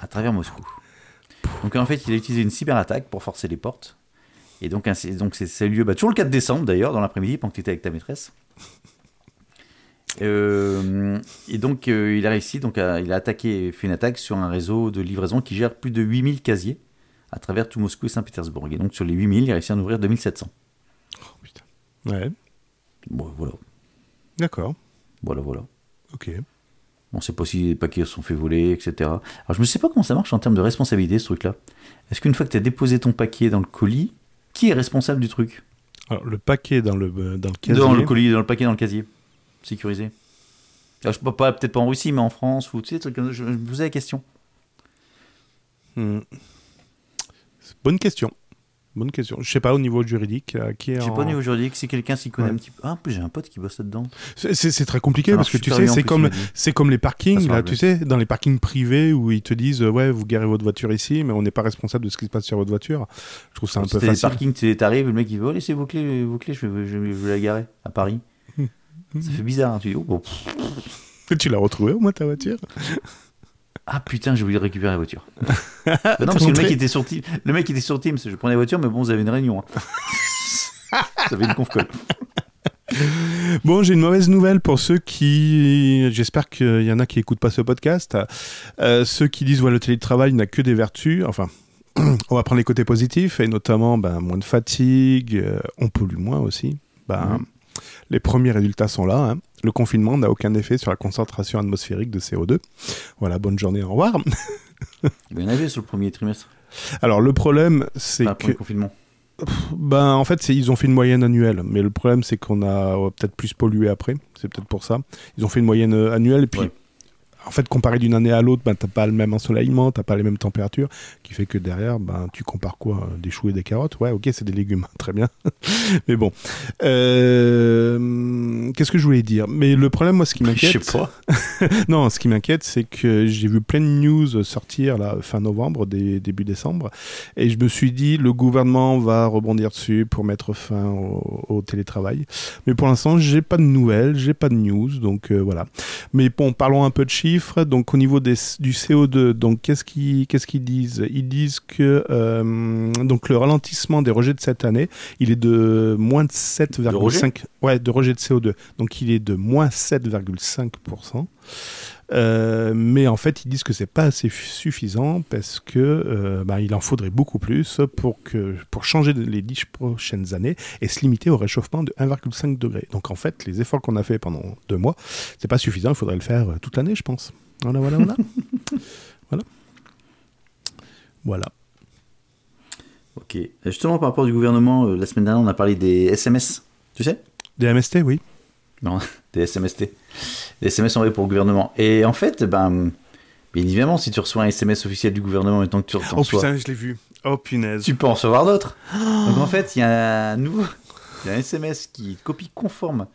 [SPEAKER 4] à travers Moscou. Donc en fait, il a utilisé une cyberattaque pour forcer les portes. Et donc, un- c'est- donc c'est c'est lieu bah, toujours le 4 décembre d'ailleurs, dans l'après-midi, pendant que tu étais avec ta maîtresse. Euh, et donc euh, il a réussi, donc, à- il a attaqué, fait une attaque sur un réseau de livraison qui gère plus de 8000 casiers à travers tout Moscou et Saint-Pétersbourg. Et donc sur les 8000, il a réussi à en ouvrir 2700.
[SPEAKER 3] Ouais.
[SPEAKER 4] Bon, voilà,
[SPEAKER 3] D'accord.
[SPEAKER 4] voilà, voilà.
[SPEAKER 3] Ok.
[SPEAKER 4] On ne sait pas si les paquets se sont fait voler, etc. Alors je ne sais pas comment ça marche en termes de responsabilité, ce truc-là. Est-ce qu'une fois que tu as déposé ton paquet dans le colis, qui est responsable du truc
[SPEAKER 3] Alors, le paquet dans le, euh, dans le casier.
[SPEAKER 4] Dans le colis, dans le paquet, dans le casier. Sécurisé. Alors, je sais pas, pas- peut-être pas en Russie, mais en France, ou tu sais, des trucs comme ça. Je, je me posais la question.
[SPEAKER 3] Hmm. C'est- Bonne question. Bonne question. Je sais pas au niveau juridique à qui est
[SPEAKER 4] Je sais
[SPEAKER 3] en-
[SPEAKER 4] pas au niveau juridique, c'est quelqu'un s'y connaît
[SPEAKER 3] Ouais.
[SPEAKER 4] un petit peu. Ah, en plus, j'ai un pote qui bosse là-dedans.
[SPEAKER 3] C'est- C'est c'est très compliqué
[SPEAKER 4] Ça
[SPEAKER 3] parce que
[SPEAKER 4] marche
[SPEAKER 3] tu
[SPEAKER 4] super
[SPEAKER 3] sais,
[SPEAKER 4] bien, en
[SPEAKER 3] c'est
[SPEAKER 4] plus,
[SPEAKER 3] comme,
[SPEAKER 4] il m'a dit.
[SPEAKER 3] c'est comme les
[SPEAKER 4] Ça
[SPEAKER 3] parkings,
[SPEAKER 4] se
[SPEAKER 3] là,
[SPEAKER 4] marche
[SPEAKER 3] tu sais, dans les parkings privés où ils te disent, euh, ouais, vous garez votre voiture ici, mais on n'est pas responsable de ce qui se passe sur votre voiture. Je trouve ça un peu
[SPEAKER 4] C'était les
[SPEAKER 3] facile.
[SPEAKER 4] parkings, tu t'arrives, le mec il veut, oh, laissez vos clés, vos clés, je vais, je vais- je vais la garer à Paris. ça fait bizarre, hein, tu dis, oh, bon. pff.
[SPEAKER 3] Tu l'as retrouvée au moins ta voiture
[SPEAKER 4] Ah putain, j'ai oublié de récupérer la voiture. Bah non, parce que le
[SPEAKER 3] montré.
[SPEAKER 4] mec était sur Teams. Le mec était sur Teams, je prenais la voiture, mais bon, vous avez une réunion. hein. ça fait une conf call.
[SPEAKER 3] Bon, j'ai une mauvaise nouvelle pour ceux qui. J'espère qu'il y en a qui écoutent pas ce podcast. Euh, ceux qui disent ouais, le télétravail n'a que des vertus. Enfin, on va prendre les côtés positifs et notamment ben, moins de fatigue, euh, on pollue moins aussi. Ben, Les premiers résultats sont là. hein. Le confinement n'a aucun effet sur la concentration atmosphérique de CO2. Voilà, bonne journée, au revoir.
[SPEAKER 4] Il y en avait sur le premier trimestre,
[SPEAKER 3] Alors, le problème, c'est
[SPEAKER 4] enfin,
[SPEAKER 3] que.
[SPEAKER 4] premier confinement.
[SPEAKER 3] Ben, en fait, c'est- ils ont fait une moyenne annuelle, mais le problème, c'est qu'on a euh, peut-être plus pollué après. C'est peut-être pour ça. Ils ont fait une moyenne euh, annuelle, et puis,
[SPEAKER 4] Ouais.
[SPEAKER 3] en fait, comparé d'une année à l'autre, ben, t'as pas le même ensoleillement, t'as pas les mêmes températures, qui fait que derrière, ben, tu compares quoi euh, Des choux et des carottes Ouais, ok, c'est des légumes, très bien. mais bon. Euh, Qu'est-ce que je voulais dire Mais le problème, moi, ce qui m'inquiète.
[SPEAKER 4] Je sais pas.
[SPEAKER 3] Non, ce qui m'inquiète, c'est que j'ai vu plein de news sortir là, fin novembre, dé- début décembre, et je me suis dit, le gouvernement va rebondir dessus pour mettre fin au, au télétravail. Mais pour l'instant, j'ai pas de nouvelles, j'ai pas de news, donc euh, voilà. Mais bon, parlons un peu de chiffres. Donc au niveau des, du CO2, donc qu'est-ce qu'ils qu'est-ce qu'ils disent Ils disent que euh, donc le ralentissement des rejets de cette année, il est de moins de 7,5 ouais, de rejets de CO2. Donc il est de moins 7,5 euh, mais en fait, ils disent que c'est pas assez fu- suffisant parce que euh, bah, il en faudrait beaucoup plus pour que pour changer de- les 10 prochaines années et se limiter au réchauffement de 1,5 degré. Donc en fait, les efforts qu'on a fait pendant deux mois, c'est pas suffisant. Il faudrait le faire euh, toute l'année, je pense. Voilà, voilà, voilà. voilà. Voilà.
[SPEAKER 4] Ok. Euh, Justement, par rapport du gouvernement, euh, la semaine dernière, on a parlé des SMS. Tu sais
[SPEAKER 3] Des MST, oui.
[SPEAKER 4] Non, des SMST. Des SMS envoyés pour le gouvernement. Et en fait, ben, bien évidemment, si tu reçois un SMS officiel du gouvernement en même temps que tu t'en reçois,
[SPEAKER 3] je l'ai vu. Oh punaise.
[SPEAKER 4] tu peux en recevoir d'autres. Donc en fait, il y a un nouveau. Il y a un SMS qui est copie conforme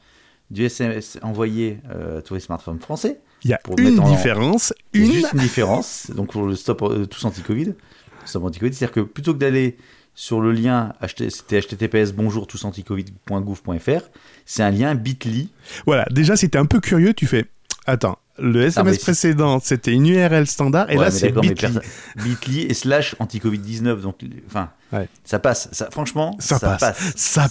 [SPEAKER 4] du SMS envoyé euh, à tous les smartphones français.
[SPEAKER 3] Il y a
[SPEAKER 4] Pour
[SPEAKER 3] une
[SPEAKER 4] mettre en-
[SPEAKER 3] différence,
[SPEAKER 4] Il y a
[SPEAKER 3] une.
[SPEAKER 4] juste une différence, donc pour le stop euh, tous anti-Covid, stop anti-Covid, c'est-à-dire que plutôt que d'aller sur le lien HT c'était https bonjour tous anti-covid.gouv.fr, c'est un lien bit.ly.
[SPEAKER 3] Voilà. Déjà, si t'es un peu curieux, tu fais. Attends. Le SMS
[SPEAKER 4] Ah, mais si-
[SPEAKER 3] précédent, c'était une URL standard, et là,
[SPEAKER 4] Ouais, mais
[SPEAKER 3] c'est
[SPEAKER 4] d'accord, mais
[SPEAKER 3] bit.ly.
[SPEAKER 4] perso- bit.ly et slash anti-Covid-19, donc enfin,
[SPEAKER 3] Ouais.
[SPEAKER 4] ça passe. Ça, franchement,
[SPEAKER 3] Ça
[SPEAKER 4] ça,
[SPEAKER 3] passe.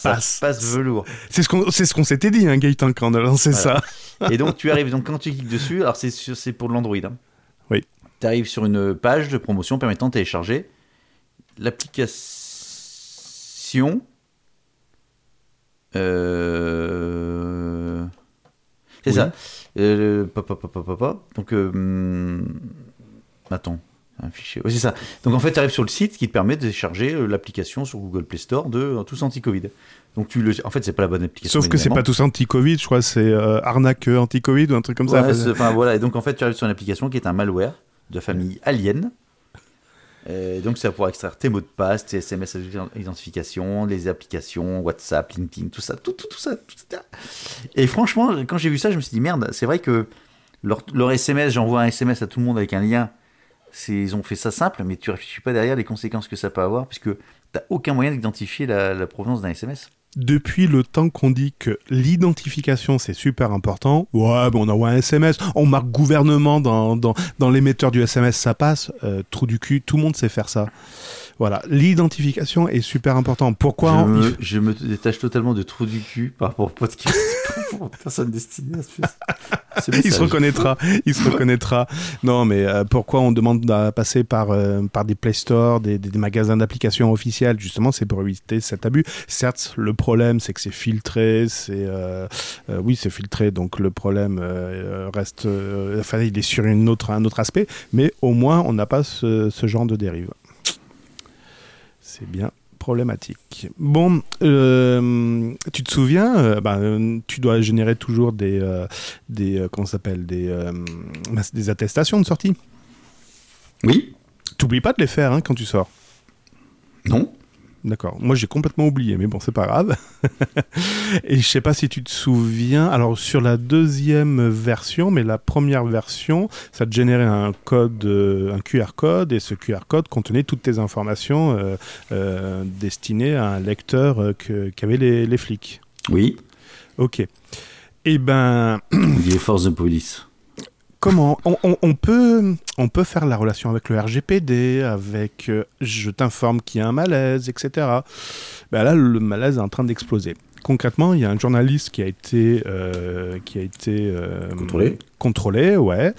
[SPEAKER 4] passe.
[SPEAKER 3] Ça passe.
[SPEAKER 4] velours.
[SPEAKER 3] C'est ce qu'on c'est ce qu'on s'était dit, hein, Gaëtan, quand on a lancé
[SPEAKER 4] Voilà.
[SPEAKER 3] ça.
[SPEAKER 4] Et donc tu arrives, donc quand tu cliques dessus, alors c'est sur- c'est pour de l'Android. hein.
[SPEAKER 3] Oui.
[SPEAKER 4] Tu arrives sur une page de promotion permettant de télécharger l'application. Euh, C'est
[SPEAKER 3] Oui.
[SPEAKER 4] ça. Euh, pop, pop, pop, pop, pop, pop. Donc, euh, hum, attends, un fichier. Oui, c'est ça. Donc en fait, tu arrives sur le site qui te permet de télécharger euh, l'application sur Google Play Store de euh, tous anti-Covid. Donc tu le. En fait, c'est pas la bonne application.
[SPEAKER 3] Sauf que c'est
[SPEAKER 4] évidemment.
[SPEAKER 3] pas tous anti-Covid, je crois, c'est euh, arnaque euh, anti-Covid ou un truc comme ça.
[SPEAKER 4] Ouais,
[SPEAKER 3] Enfin,
[SPEAKER 4] c'est- enfin, voilà, et donc en fait, tu arrives sur une application qui est un malware de famille Alien. Euh, donc ça va pouvoir extraire tes mots de passe, tes SMS à identification, les applications, WhatsApp, LinkedIn, tout ça, tout, tout, tout ça, tout ça. Et franchement, quand j'ai vu ça, je me suis dit merde, c'est vrai que leur, leur SMS, j'envoie un SMS à tout le monde avec un lien c'est- ils ont fait ça simple, mais tu réfléchis pas derrière les conséquences que ça peut avoir, puisque t'as aucun moyen d'identifier la, la provenance d'un SMS.
[SPEAKER 3] Depuis le temps qu'on dit que l'identification c'est super important, ouais, ben on envoie un SMS, on marque gouvernement dans, dans, dans l'émetteur du SMS, ça passe, euh, trou du cul, tout le monde sait faire ça. Voilà, l'identification est super importante. Pourquoi hein
[SPEAKER 4] je,
[SPEAKER 3] on-
[SPEAKER 4] me, je me détache totalement de trou du cul par rapport au podcast, pour personne destinée à ce, ce
[SPEAKER 3] il
[SPEAKER 4] message.
[SPEAKER 3] se reconnaîtra, il se reconnaîtra. Non, mais euh, pourquoi on demande à passer par, euh, par des Play Store, des, des- des magasins d'applications officiels Justement, c'est pour éviter cet abus. Certes, le problème, c'est que c'est filtré, c'est. euh, euh, oui, c'est filtré, donc le problème euh, reste. euh, enfin, il est sur une autre, un autre aspect, mais au moins, on n'a pas ce, ce genre de dérive. C'est bien problématique. Bon, euh, tu te souviens, euh, ben, euh, tu dois générer toujours des, euh, des euh, comment ça s'appelle des euh, mince, des attestations de sortie.
[SPEAKER 4] Oui
[SPEAKER 3] T'oublies pas de les faire hein, quand tu sors.
[SPEAKER 4] Non
[SPEAKER 3] D'accord. Moi j'ai complètement oublié, mais bon c'est pas grave. Et je sais pas si tu te souviens. Alors sur la deuxième version, mais la première version, ça te générait un code, euh, un QR code, et ce QR code contenait toutes tes informations euh, euh, destinées à un lecteur euh, que- qu'avaient les, les flics.
[SPEAKER 4] Oui
[SPEAKER 3] Ok. Eh ben,
[SPEAKER 4] Il est force de police.
[SPEAKER 3] Comment on, on- on peut, on peut faire la relation avec le RGPD, avec euh, je t'informe qu'il y a un malaise, etc. Ben là, le malaise est en train d'exploser. Concrètement, il y a un journaliste qui a été, euh, qui a été euh,
[SPEAKER 4] Contrôlé
[SPEAKER 3] contrôlé, ouais,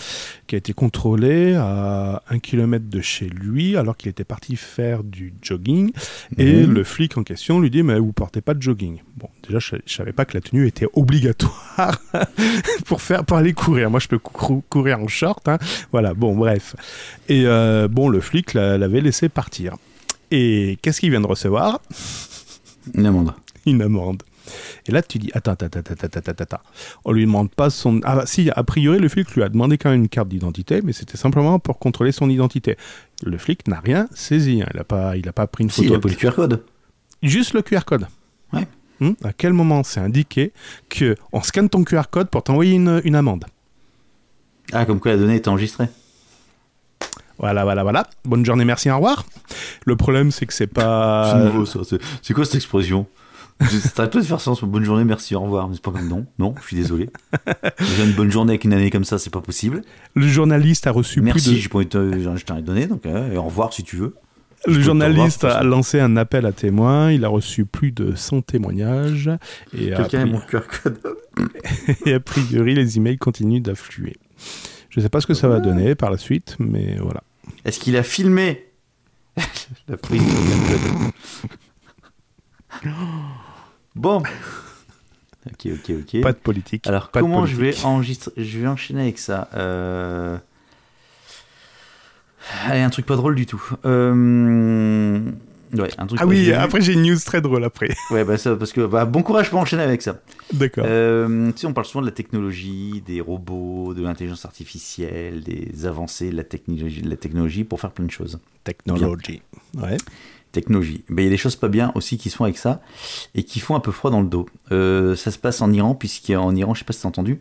[SPEAKER 3] qui a été contrôlé à un kilomètre de chez lui alors qu'il était parti faire du jogging. Et
[SPEAKER 4] Mhm.
[SPEAKER 3] le flic en question lui dit mais vous portez pas de jogging. Bon, déjà je, je savais pas que la tenue était obligatoire pour faire pour aller courir. Moi je peux cou- courir en short, hein. voilà. Bon bref. Et euh, bon le flic l'a- l'avait laissé partir. Et qu'est-ce qu'il vient de recevoir
[SPEAKER 4] Une amende.
[SPEAKER 3] une amende. Et là, tu dis, attends, attends, attends, attends, attends, attends, attends. On lui demande pas son... Ah si, a priori, le flic lui a demandé quand même une carte d'identité, mais c'était simplement pour contrôler son identité. Le flic n'a rien saisi, hein. il n'a pas, il a pas pris une
[SPEAKER 4] Si,
[SPEAKER 3] photo.
[SPEAKER 4] il a pris le QR code.
[SPEAKER 3] Juste le QR code.
[SPEAKER 4] Ouais.
[SPEAKER 3] Hum, à quel moment c'est indiqué que on scanne ton QR code pour t'envoyer une, une amende
[SPEAKER 4] Ah, comme quoi la donnée est enregistrée.
[SPEAKER 3] Voilà, voilà, voilà. Bonne journée, merci, au revoir. Le problème, c'est que c'est pas...
[SPEAKER 4] C'est nouveau ça. C'est- C'est quoi cette expression T'arrêtes pas de faire ça en ce moment. Bonne journée, merci, au revoir. Mais c'est pas comme non, non, je suis désolé. J'ai une bonne journée avec une année comme ça, c'est pas possible.
[SPEAKER 3] Le journaliste a reçu
[SPEAKER 4] merci,
[SPEAKER 3] plus de...
[SPEAKER 4] j'ai pas envie de te- je t'en ai donné, donc euh, et au revoir si tu veux.
[SPEAKER 3] Le
[SPEAKER 4] Je peux
[SPEAKER 3] journaliste
[SPEAKER 4] te revoir,
[SPEAKER 3] a lancé un appel à témoins, il a reçu plus de 100 témoignages et, a,
[SPEAKER 4] Quelqu'un a
[SPEAKER 3] pri-
[SPEAKER 4] mon QR code.
[SPEAKER 3] et a priori les emails continuent d'affluer. Je ne sais pas ce que ça va donner par la suite, mais voilà.
[SPEAKER 4] Est-ce qu'il a filmé la prise de QR code Bon. Ok, ok, ok.
[SPEAKER 3] Pas de politique.
[SPEAKER 4] Alors,
[SPEAKER 3] pas de
[SPEAKER 4] comment je vais
[SPEAKER 3] politique.
[SPEAKER 4] enregistrer Je vais enchaîner avec ça. Euh... Allez, un truc pas drôle du tout. Euh... Ouais, un truc
[SPEAKER 3] Ah
[SPEAKER 4] pas
[SPEAKER 3] oui,
[SPEAKER 4] drôle.
[SPEAKER 3] après j'ai une news très drôle après.
[SPEAKER 4] Ouais, bah ça, parce que bah, bon courage pour enchaîner avec ça.
[SPEAKER 3] D'accord.
[SPEAKER 4] Euh, tu sais, on parle souvent de la technologie, des robots, de l'intelligence artificielle, des avancées de la technologie, de la technologie pour faire plein de choses.
[SPEAKER 3] Technology. Ouais.
[SPEAKER 4] Technologie. Mais il y a des choses pas bien aussi qui se font avec ça et qui font un peu froid dans le dos. Euh, ça se passe en Iran, puisqu'en Iran, je sais pas si t'as entendu,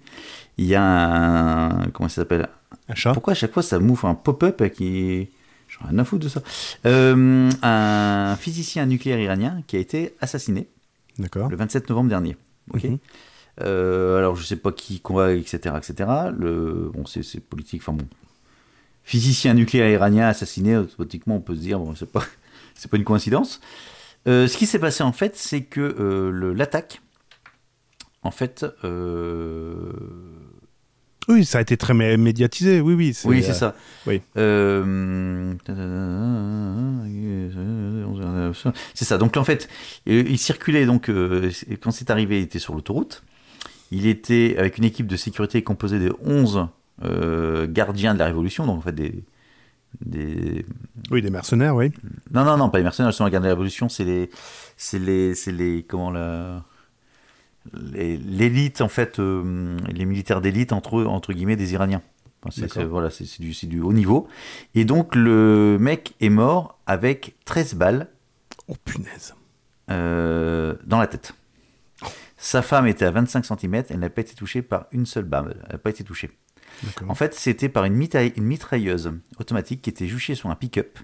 [SPEAKER 4] il y a un. Comment ça s'appelle
[SPEAKER 3] Un chat
[SPEAKER 4] Pourquoi à chaque fois ça mouffe un pop-up qui. J'en ai rien à foutre de ça. Euh, un physicien nucléaire iranien qui a été assassiné
[SPEAKER 3] D'accord.
[SPEAKER 4] le 27 novembre dernier. Ok.
[SPEAKER 3] Mhm.
[SPEAKER 4] Euh, alors je sais pas qui combat, etc. etc. Le... Bon, c'est c'est politique, enfin bon. Physicien nucléaire iranien assassiné, automatiquement on peut se dire, bon, c'est pas, c'est pas une coïncidence. Euh, ce qui s'est passé en fait, c'est que euh, le- l'attaque, en fait, euh,
[SPEAKER 3] Oui, ça a été très mé- médiatisé. Oui, oui.
[SPEAKER 4] Oui, c'est
[SPEAKER 3] euh,
[SPEAKER 4] ça.
[SPEAKER 3] oui.
[SPEAKER 4] Euh, C'est ça. Donc en fait, euh, il circulait donc euh, quand c'est arrivé, il était sur l'autoroute. Il était avec une équipe de sécurité composée de 11 euh, gardiens de la Révolution, donc en fait des, des
[SPEAKER 3] Oui, des mercenaires, oui.
[SPEAKER 4] non, non, non, pas les mercenaires, justement, la garde de la Révolution, c'est les. C'est les. C'est les. Comment la. les- L'élite, en fait, euh, les militaires d'élite, entre, eux, entre guillemets, des Iraniens. Enfin, c'est-
[SPEAKER 3] D'accord.
[SPEAKER 4] c'est- voilà, c'est c'est du, c'est du haut niveau. Et donc, le mec est mort avec 13 balles
[SPEAKER 3] Oh punaise.
[SPEAKER 4] euh, dans la tête. Sa femme était à 25 cm, elle n'a pas été touchée par une seule balle. Elle n'a pas été touchée.
[SPEAKER 3] D'accord.
[SPEAKER 4] En fait, c'était par une, mitaille- une mitrailleuse automatique qui était juchée sur un pick-up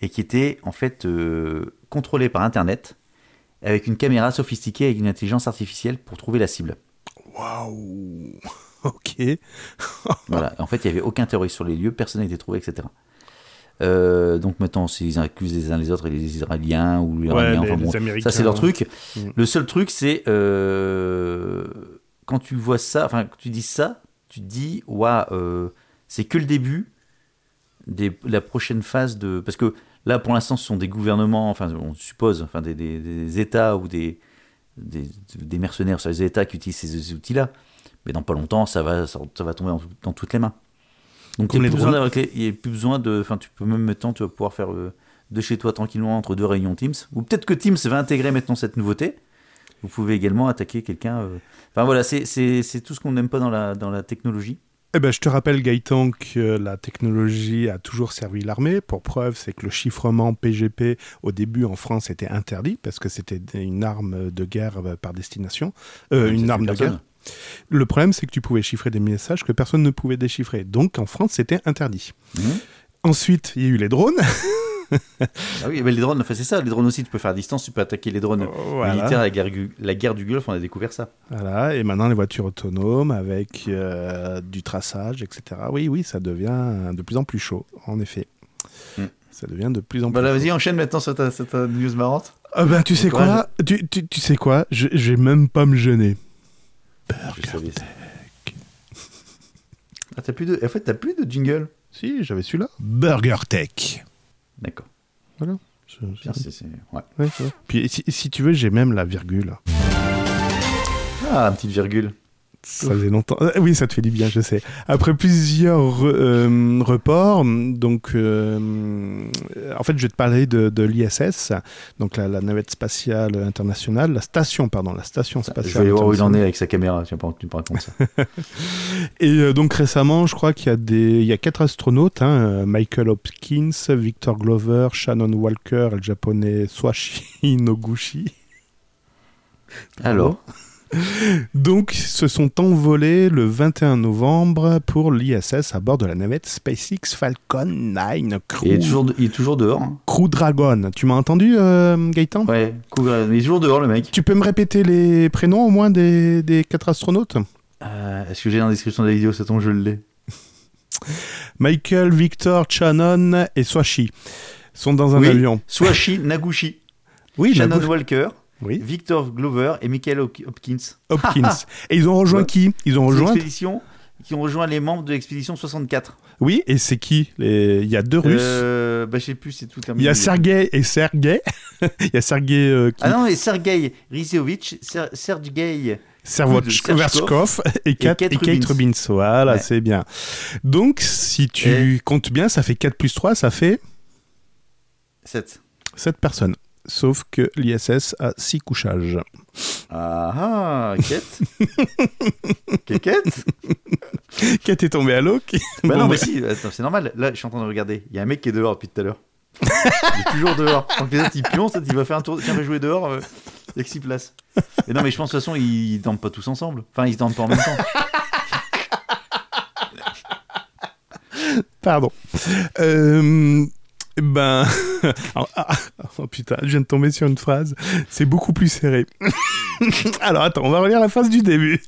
[SPEAKER 4] et qui était en fait euh, contrôlée par Internet avec une caméra sophistiquée et une intelligence artificielle pour trouver la cible. Oh.
[SPEAKER 3] Waouh Ok.
[SPEAKER 4] Voilà. En fait, il n'y avait aucun terroriste sur les lieux, personne n'a été trouvé, etc. Euh, donc maintenant, ils accusent les uns les autres et les Israéliens ou les
[SPEAKER 3] Ouais, les,
[SPEAKER 4] Iraniens, enfin bon,
[SPEAKER 3] les Américains.
[SPEAKER 4] ça c'est leur truc.
[SPEAKER 3] Mm.
[SPEAKER 4] Le seul truc, c'est euh, quand tu vois ça, enfin quand tu dis ça, tu te dis, waouh, c'est que le début de la prochaine phase de, parce que là pour l'instant, ce sont des gouvernements, enfin on suppose, enfin des, des- des États ou des des, des mercenaires sur les États qui utilisent ces outils-là. Mais dans pas longtemps, ça va, ça, ça va tomber en- dans toutes les mains. Donc il
[SPEAKER 3] Comme
[SPEAKER 4] n'y a,
[SPEAKER 3] les
[SPEAKER 4] plus besoin
[SPEAKER 3] drones.
[SPEAKER 4] d'avoir les- il y a plus besoin de. Enfin, tu peux même maintenant, tu vas pouvoir faire euh, de chez toi tranquillement entre deux réunions Teams. Ou peut-être que Teams va intégrer maintenant cette nouveauté. Vous pouvez également attaquer quelqu'un. euh. Enfin voilà, c'est- c'est c'est tout ce qu'on n'aime pas dans la, dans la technologie.
[SPEAKER 3] Eh ben, je te rappelle, Gaëtan, que la technologie a toujours servi l'armée. Pour preuve, c'est que le chiffrement PGP, au début, en France, était interdit parce que c'était des- une arme de guerre euh, par destination. Euh,
[SPEAKER 4] Ça
[SPEAKER 3] une
[SPEAKER 4] tue
[SPEAKER 3] arme de
[SPEAKER 4] personne.
[SPEAKER 3] guerre. Le problème, c'est que tu pouvais chiffrer des messages que personne ne pouvait déchiffrer. Donc, en France, c'était interdit.
[SPEAKER 4] Mhm.
[SPEAKER 3] Ensuite, il y a eu les drones.
[SPEAKER 4] Ah oui, mais les drones, enfin, c'est ça. Les drones aussi, tu peux faire à distance, tu peux attaquer les drones militaires
[SPEAKER 3] voilà.
[SPEAKER 4] à la guerre, gu- la guerre du Golfe, on a découvert ça.
[SPEAKER 3] Voilà. Et maintenant, les voitures autonomes avec euh, du traçage, etc. Oui, oui, ça devient euh, de plus en plus chaud, en effet.
[SPEAKER 4] Mhm.
[SPEAKER 3] Ça devient de plus en plus
[SPEAKER 4] Voilà,
[SPEAKER 3] chaud.
[SPEAKER 4] vas-y, enchaîne maintenant sur ta, sur ta news marrante.
[SPEAKER 3] Ah ben tu sais
[SPEAKER 4] Encore
[SPEAKER 3] quoi tu, tu, tu sais quoi je, je vais même pas me gêner.
[SPEAKER 4] Je savais ça. Ah, t'as plus de... En fait, t'as plus de jingle.
[SPEAKER 3] Si, j'avais celui-là.
[SPEAKER 1] Burger Tech.
[SPEAKER 4] D'accord.
[SPEAKER 3] Je- je-
[SPEAKER 4] Bien, c'est- c'est- ouais.
[SPEAKER 3] ouais, ouais. Puis si, si tu veux, j'ai même la virgule.
[SPEAKER 4] Ah, une petite virgule.
[SPEAKER 3] Ça faisait longtemps. Euh, Oui, ça te fait du bien, je sais. Après plusieurs euh, reports, donc euh, en fait, je vais te parler de, de l'ISS, donc la, la navette spatiale internationale, la station, pardon, la station spatiale.
[SPEAKER 4] Je vais aller voir où il en
[SPEAKER 3] internationale.
[SPEAKER 4] est avec sa caméra. Tu vas pas- tu me racontes ça.
[SPEAKER 3] Et euh, donc récemment, je crois qu'il y a des, il y a quatre astronautes, hein, euh, Michael Hopkins, Victor Glover, Shannon Walker, et le japonais Swashi Noguchi.
[SPEAKER 4] Alors,
[SPEAKER 3] Donc, se sont envolés le 21 novembre pour l'ISS à bord de la navette SpaceX Falcon 9 Crew,
[SPEAKER 4] il est toujours, de- il est toujours dehors. hein.
[SPEAKER 3] Crew Dragon. Tu m'as entendu, euh, Gaëtan
[SPEAKER 4] Ouais, couvert- il est toujours dehors, le mec.
[SPEAKER 3] Tu peux me répéter les prénoms au moins des, des quatre astronautes
[SPEAKER 4] Euh, Est-ce que j'ai dans la description de la vidéo Ça tombe, je l'ai.
[SPEAKER 3] Michael, Victor, Shannon et Swashi sont dans un
[SPEAKER 4] Oui.
[SPEAKER 3] avion.
[SPEAKER 4] Swashi Nagushi,
[SPEAKER 3] Oui,
[SPEAKER 4] Shannon
[SPEAKER 3] j'avoue.
[SPEAKER 4] Walker,
[SPEAKER 3] Oui.
[SPEAKER 4] Victor Glover et Michael Hop- Hopkins.
[SPEAKER 3] Hopkins. Ah, et ils ont rejoint
[SPEAKER 4] Ouais.
[SPEAKER 3] qui Ils ont rejoint.
[SPEAKER 4] L'expédition qui ont rejoint les membres de l'expédition 64.
[SPEAKER 3] Oui, et c'est qui Les- Il y a deux Russes.
[SPEAKER 4] Euh, bah, je sais plus, c'est tout un
[SPEAKER 3] Il y a Sergei et Sergei. Il y a Sergei euh, qui-
[SPEAKER 4] Ah non, et Sergei Rizeovitch, Ser- Sergei.
[SPEAKER 3] Servoch-
[SPEAKER 4] de
[SPEAKER 3] Vershkov et Kat, et
[SPEAKER 4] Kate
[SPEAKER 3] Kate Rubins.
[SPEAKER 4] Rubins.
[SPEAKER 3] Voilà,
[SPEAKER 4] Ouais.
[SPEAKER 3] c'est bien. Donc, si tu comptes bien, ça fait 4 plus 3, ça fait
[SPEAKER 4] 7.
[SPEAKER 3] 7 personnes. Sauf que l'ISS a 6 couchages.
[SPEAKER 4] Ah ah, quête Quéquette
[SPEAKER 3] Kate est tombée à l'eau. qui-
[SPEAKER 4] Bah
[SPEAKER 3] Bon,
[SPEAKER 4] non, mais
[SPEAKER 3] bref.
[SPEAKER 4] si, attends, c'est normal. Là, je suis en train de regarder. Il y a un mec qui est dehors depuis tout à l'heure. Il est toujours dehors. Donc les autres, ils pioncent, il va faire un tour. Tiens, va jouer dehors. Euh, avec 6 places. Et non, mais je pense de toute façon, ils dorment pas tous ensemble. Enfin, ils dorment pas en même temps.
[SPEAKER 3] Pardon. Euh, ben. alors, ah, oh putain, je viens de tomber sur une phrase. C'est beaucoup plus serré. Alors attends, on va relire la phrase du début.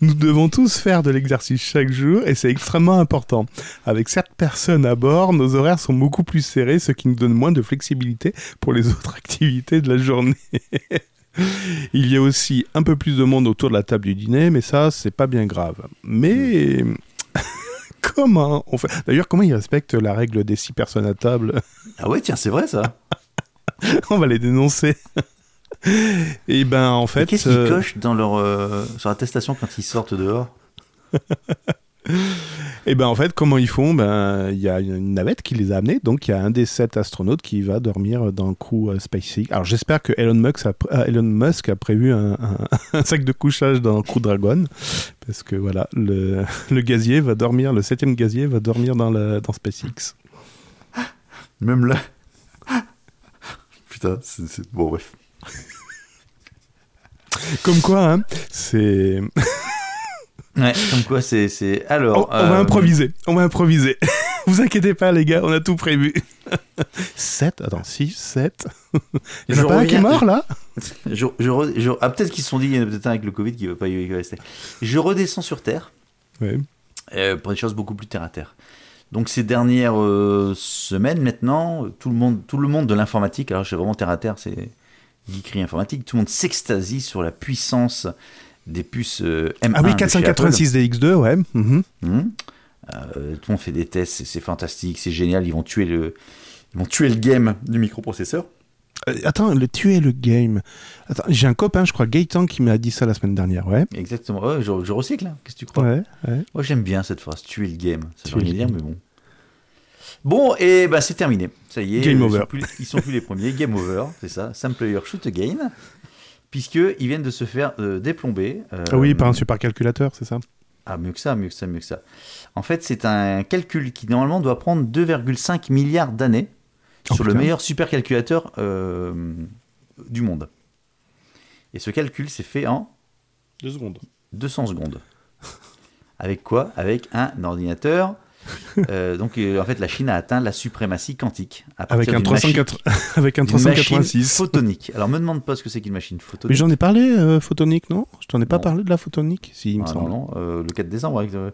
[SPEAKER 3] Nous devons tous faire de l'exercice chaque jour et c'est extrêmement important. Avec certaines personnes à bord, nos horaires sont beaucoup plus serrés, ce qui nous donne moins de flexibilité pour les autres activités de la journée. Il y a aussi un peu plus de monde autour de la table du dîner, mais ça, c'est pas bien grave. Mais comment on fait D'ailleurs, comment ils respectent la règle des six personnes à table
[SPEAKER 4] Ah ouais, tiens, c'est vrai ça.
[SPEAKER 3] On va les dénoncer. Et ben, en
[SPEAKER 4] Mais
[SPEAKER 3] fait,
[SPEAKER 4] Qu'est-ce
[SPEAKER 3] euh,
[SPEAKER 4] qu'ils cochent dans leur, euh, sur la testation quand ils sortent dehors
[SPEAKER 3] eh ben, en fait, comment ils font Ben, il y a une navette qui les a amenés, donc il y a un des sept astronautes qui va dormir dans le crew euh, SpaceX. Alors, j'espère que Elon Musk a, pr- euh, Elon Musk a prévu un, un- un sac de couchage dans le crew Dragon, parce que voilà, le, le gazier va dormir, le septième gazier va dormir dans, la, dans SpaceX.
[SPEAKER 4] Même là. Putain, c'est c'est- bon, bref.
[SPEAKER 3] Comme quoi, hein, c'est.
[SPEAKER 4] Ouais, comme quoi c'est. c'est...
[SPEAKER 3] On,
[SPEAKER 4] Alors.
[SPEAKER 3] on va
[SPEAKER 4] euh,
[SPEAKER 3] improviser. On va improviser. vous inquiétez pas, les gars, on a tout prévu. 7, attends, 6, 7. Il y en
[SPEAKER 4] Je
[SPEAKER 3] a pas un qui est
[SPEAKER 4] reviens-
[SPEAKER 3] mort là Ah
[SPEAKER 4] Je, je re- je- ah, peut-être qu'ils se sont dit, il y en a peut-être un avec le Covid qui ne va pas y rester. Je redescends sur Terre
[SPEAKER 3] Ouais.
[SPEAKER 4] euh, pour des choses beaucoup plus terre à terre. Donc ces dernières euh, semaines maintenant, tout le monde, tout le monde de l'informatique, alors je suis vraiment terre à terre, c'est geekerie informatique, tout le monde s'extasie sur la puissance des puces euh, M1.
[SPEAKER 3] Ah oui,
[SPEAKER 4] de chez Apple.
[SPEAKER 3] 486 DX2, ouais. mhm.
[SPEAKER 4] Mhm. Euh, tout le monde fait des tests, c'est- c'est fantastique, c'est génial, ils vont tuer le, ils vont tuer le game du microprocesseur.
[SPEAKER 3] Euh, attends, le tuer le game. Attends, j'ai un copain, je crois, Gaëtan, qui m'a dit ça la semaine dernière, ouais.
[SPEAKER 4] Exactement. Ouais, je, je recycle. hein. Qu'est-ce que tu crois
[SPEAKER 3] Ouais, ouais.
[SPEAKER 4] Moi j'aime bien cette phrase, tuer le game. Ça veut
[SPEAKER 3] Tuer
[SPEAKER 4] rien
[SPEAKER 3] le
[SPEAKER 4] dire, mais bon. Bon, et bah c'est terminé. Ça y est,
[SPEAKER 3] Game
[SPEAKER 4] ils
[SPEAKER 3] over.
[SPEAKER 4] Sont plus, ils sont plus les premiers. Game over, c'est ça. Some player shoot again. Puisqu'ils viennent de se faire euh, déplomber. euh,
[SPEAKER 3] Ah oui, par un supercalculateur, c'est ça
[SPEAKER 4] Ah, mieux que ça, mieux que ça, mieux que ça. En fait, c'est un calcul qui normalement doit prendre 2,5 milliards d'années
[SPEAKER 3] Oh,
[SPEAKER 4] sur le
[SPEAKER 3] putain.
[SPEAKER 4] meilleur supercalculateur euh, du monde. Et ce calcul s'est fait en
[SPEAKER 3] Deux secondes.
[SPEAKER 4] 200 secondes. Avec quoi Avec un ordinateur. Euh, donc, euh, en fait, la Chine a atteint la suprématie quantique. à partir
[SPEAKER 3] Avec un,
[SPEAKER 4] d'une machine-
[SPEAKER 3] 304 avec un
[SPEAKER 4] d'une machine
[SPEAKER 3] 386.
[SPEAKER 4] photonique. Alors, me demande pas ce que c'est qu'une machine
[SPEAKER 3] Mais
[SPEAKER 4] photonique.
[SPEAKER 3] j'en ai parlé, euh, photonique, non Je t'en ai pas
[SPEAKER 4] Non.
[SPEAKER 3] parlé de la photonique Si, il me
[SPEAKER 4] Ah, non,
[SPEAKER 3] semble.
[SPEAKER 4] non, euh, le 4 décembre. Avec, euh,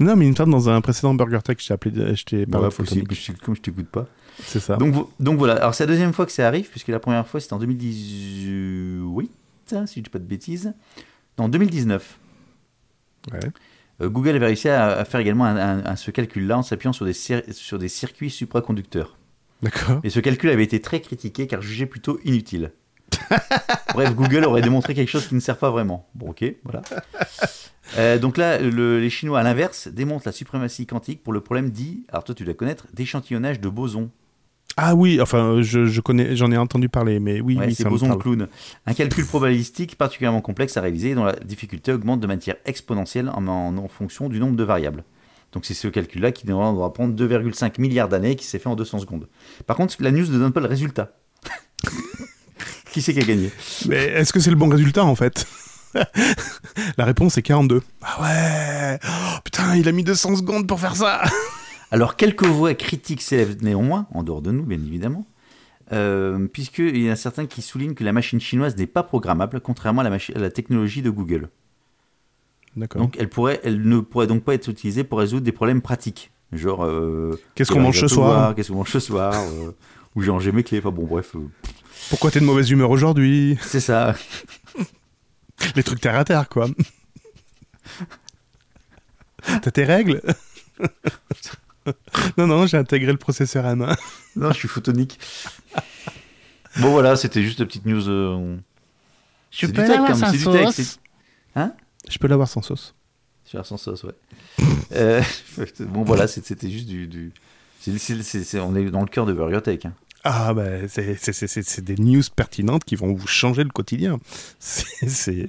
[SPEAKER 3] Non, mais il me semble, dans un précédent Burger Tech, je t'ai appelé- je t'ai
[SPEAKER 4] bah
[SPEAKER 3] parlé
[SPEAKER 4] ouais,
[SPEAKER 3] de photonique.
[SPEAKER 4] possible, comme je t'écoute pas.
[SPEAKER 3] C'est ça.
[SPEAKER 4] Donc, vo- donc voilà, alors c'est la deuxième fois que ça arrive, puisque la première fois c'était en 2018, hein, si je dis pas de bêtises. Non, en 2019.
[SPEAKER 3] Ouais.
[SPEAKER 4] Euh, Google avait réussi à, à faire également un- un- un- ce calcul-là en s'appuyant sur des, cir- sur des circuits supraconducteurs.
[SPEAKER 3] D'accord.
[SPEAKER 4] Mais ce calcul avait été très critiqué car jugé plutôt inutile. Bref, Google aurait démontré quelque chose qui ne sert pas vraiment. Bon, ok, voilà. Euh, donc là, le- les Chinois, à l'inverse, démontrent la suprématie quantique pour le problème dit, alors toi tu dois connaître, d'échantillonnage de bosons.
[SPEAKER 3] Ah oui, enfin, je, je connais, j'en ai entendu parler, mais oui,
[SPEAKER 4] Ouais,
[SPEAKER 3] oui,
[SPEAKER 4] c'est
[SPEAKER 3] ça me
[SPEAKER 4] boson de
[SPEAKER 3] parle.
[SPEAKER 4] clown. Un calcul probabilistique particulièrement complexe à réaliser dont la difficulté augmente de manière exponentielle en, en- en fonction du nombre de variables. Donc c'est ce calcul-là qui normalement, doit prendre 2,5 milliards d'années qui s'est fait en 200 secondes. Par contre, la news ne donne pas le résultat. qui c'est qui a gagné
[SPEAKER 3] Mais est-ce que c'est le bon résultat en fait La réponse est 42. Ah ouais Oh, Putain, il a mis 200 secondes pour faire ça
[SPEAKER 4] Alors quelques voix critiques s'élèvent néanmoins, en dehors de nous bien évidemment, euh, puisqu'il y en a certains qui soulignent que la machine chinoise n'est pas programmable, contrairement à la machi- à la technologie de Google.
[SPEAKER 3] D'accord.
[SPEAKER 4] Donc elle, pourrait, elle ne pourrait donc pas être utilisée pour résoudre des problèmes pratiques. Genre. euh,
[SPEAKER 3] Qu'est-ce qu'on
[SPEAKER 4] il va
[SPEAKER 3] mange ce
[SPEAKER 4] pleuvoir,
[SPEAKER 3] soir
[SPEAKER 4] Qu'est-ce qu'on mange ce soir euh, Ou genre j'ai mes clés. Enfin bon, bref, euh,
[SPEAKER 3] Pourquoi t'es de mauvaise humeur aujourd'hui
[SPEAKER 4] c'est ça.
[SPEAKER 3] Les trucs terre à terre, quoi. T'as tes règles Non, non, j'ai intégré le processeur à main.
[SPEAKER 4] Non, je suis photonique. Bon voilà, c'était juste la petite news. euh, c'est du tech, hein, mais c'est du tech, c'est-
[SPEAKER 3] Je peux l'avoir sans sauce.
[SPEAKER 4] Je vais sans sauce, ouais. Euh, bon voilà, c'est- c'était juste du. du- c'est- c'est- c'est- c'est- on est dans le cœur de Burger Tech. hein.
[SPEAKER 3] Ah, bah, c'est- c'est c'est- c'est- c'est des news pertinentes qui vont vous changer le quotidien. C'est- C'est.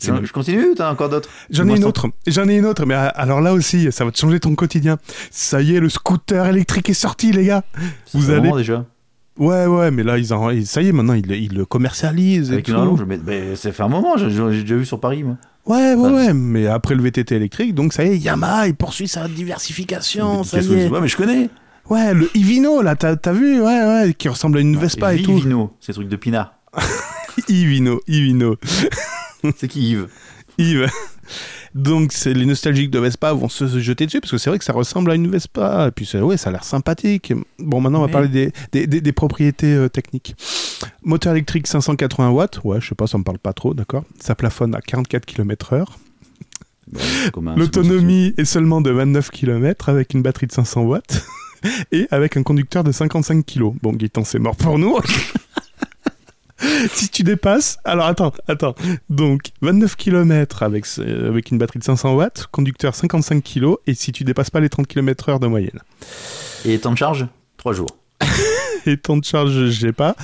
[SPEAKER 3] c'est
[SPEAKER 4] Je continue ou t'as encore d'autres
[SPEAKER 3] J'en ai
[SPEAKER 4] Moi,
[SPEAKER 3] une
[SPEAKER 4] sans-
[SPEAKER 3] autre, j'en ai une autre, mais euh, alors là aussi, ça va te changer ton quotidien. Ça y est, le scooter électrique est sorti, les gars.
[SPEAKER 4] Ça
[SPEAKER 3] Vous
[SPEAKER 4] fait un
[SPEAKER 3] allez-
[SPEAKER 4] moment déjà
[SPEAKER 3] Ouais, ouais, mais là, ils en... ils- ça y est, maintenant, ils, le- ils le commercialisent. et
[SPEAKER 4] Avec
[SPEAKER 3] tout.
[SPEAKER 4] une rallonge, mais, mais ben, ça fait un moment, j'ai j'ai déjà vu sur Paris, moi.
[SPEAKER 3] Ouais, ouais,
[SPEAKER 4] Ah.
[SPEAKER 3] ouais, mais après le VTT électrique, donc ça y est, Yamaha, il poursuit sa diversification, ça y est.
[SPEAKER 4] Ouais, mais je connais.
[SPEAKER 3] Ouais, le Ivino, là, t'as t'as vu, ouais, ouais, qui ressemble à une Vespa et tout.
[SPEAKER 4] Vivino, ces trucs de pinard.
[SPEAKER 3] Ivino, Ivino.
[SPEAKER 4] C'est qui Yves
[SPEAKER 3] Yves. Donc c'est- les nostalgiques de Vespa vont se se jeter dessus parce que c'est vrai que ça ressemble à une Vespa. Et puis ça- ouais, ça a l'air sympathique. Bon, maintenant on va
[SPEAKER 4] Mais-
[SPEAKER 3] parler des, des, des- des propriétés euh, techniques. Moteur électrique 580 watts. Ouais, je sais pas, ça me parle pas trop, d'accord. Ça plafonne à 44 km/h.
[SPEAKER 4] Comme un
[SPEAKER 3] L'autonomie est seulement de 29 km avec une batterie de 500 watts et avec un conducteur de 55 kg. Bon, Gaëtan, c'est mort pour nous. si tu dépasses. Alors attends, attends. Donc, 29 km avec, ce- avec une batterie de 500 watts, conducteur 55 kg et si tu dépasses pas les 30 km/h de moyenne.
[SPEAKER 4] Et temps de charge 3 jours.
[SPEAKER 3] Et temps de charge, je sais pas.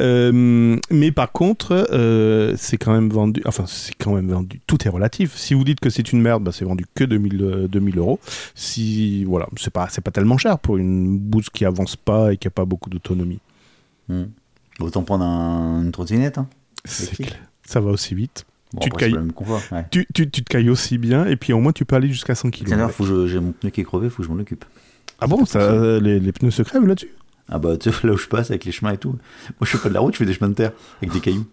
[SPEAKER 3] Euh, mais par contre, euh, c'est quand même vendu. Enfin, c'est quand même vendu. Tout est relatif. Si vous dites que c'est une merde, bah, c'est vendu que 2000, euh, 2000 euros. Si voilà, c'est pas c'est pas tellement cher pour une bouse qui avance pas et qui a pas beaucoup d'autonomie.
[SPEAKER 4] Hmm. Autant prendre un- une trottinette. hein.
[SPEAKER 3] C'est
[SPEAKER 4] Électrique.
[SPEAKER 3] clair. Ça va aussi vite.
[SPEAKER 4] Bon,
[SPEAKER 3] Tu te
[SPEAKER 4] après, c'est
[SPEAKER 3] cailles.
[SPEAKER 4] pas le même confort, ouais.
[SPEAKER 3] Tu, tu- tu te cailles aussi bien, et puis au moins tu peux aller jusqu'à 100 km.
[SPEAKER 4] Tiens, d'ailleurs, faut que je- j'ai mon pneu qui est crevé, faut que je m'en occupe.
[SPEAKER 3] Ah bon, ça, les, les pneus se crèvent là-dessus
[SPEAKER 4] Ah bah, tu sais, là où je passe avec les chemins et tout. Moi, je fais pas de la route, je fais des chemins de terre avec des cailloux.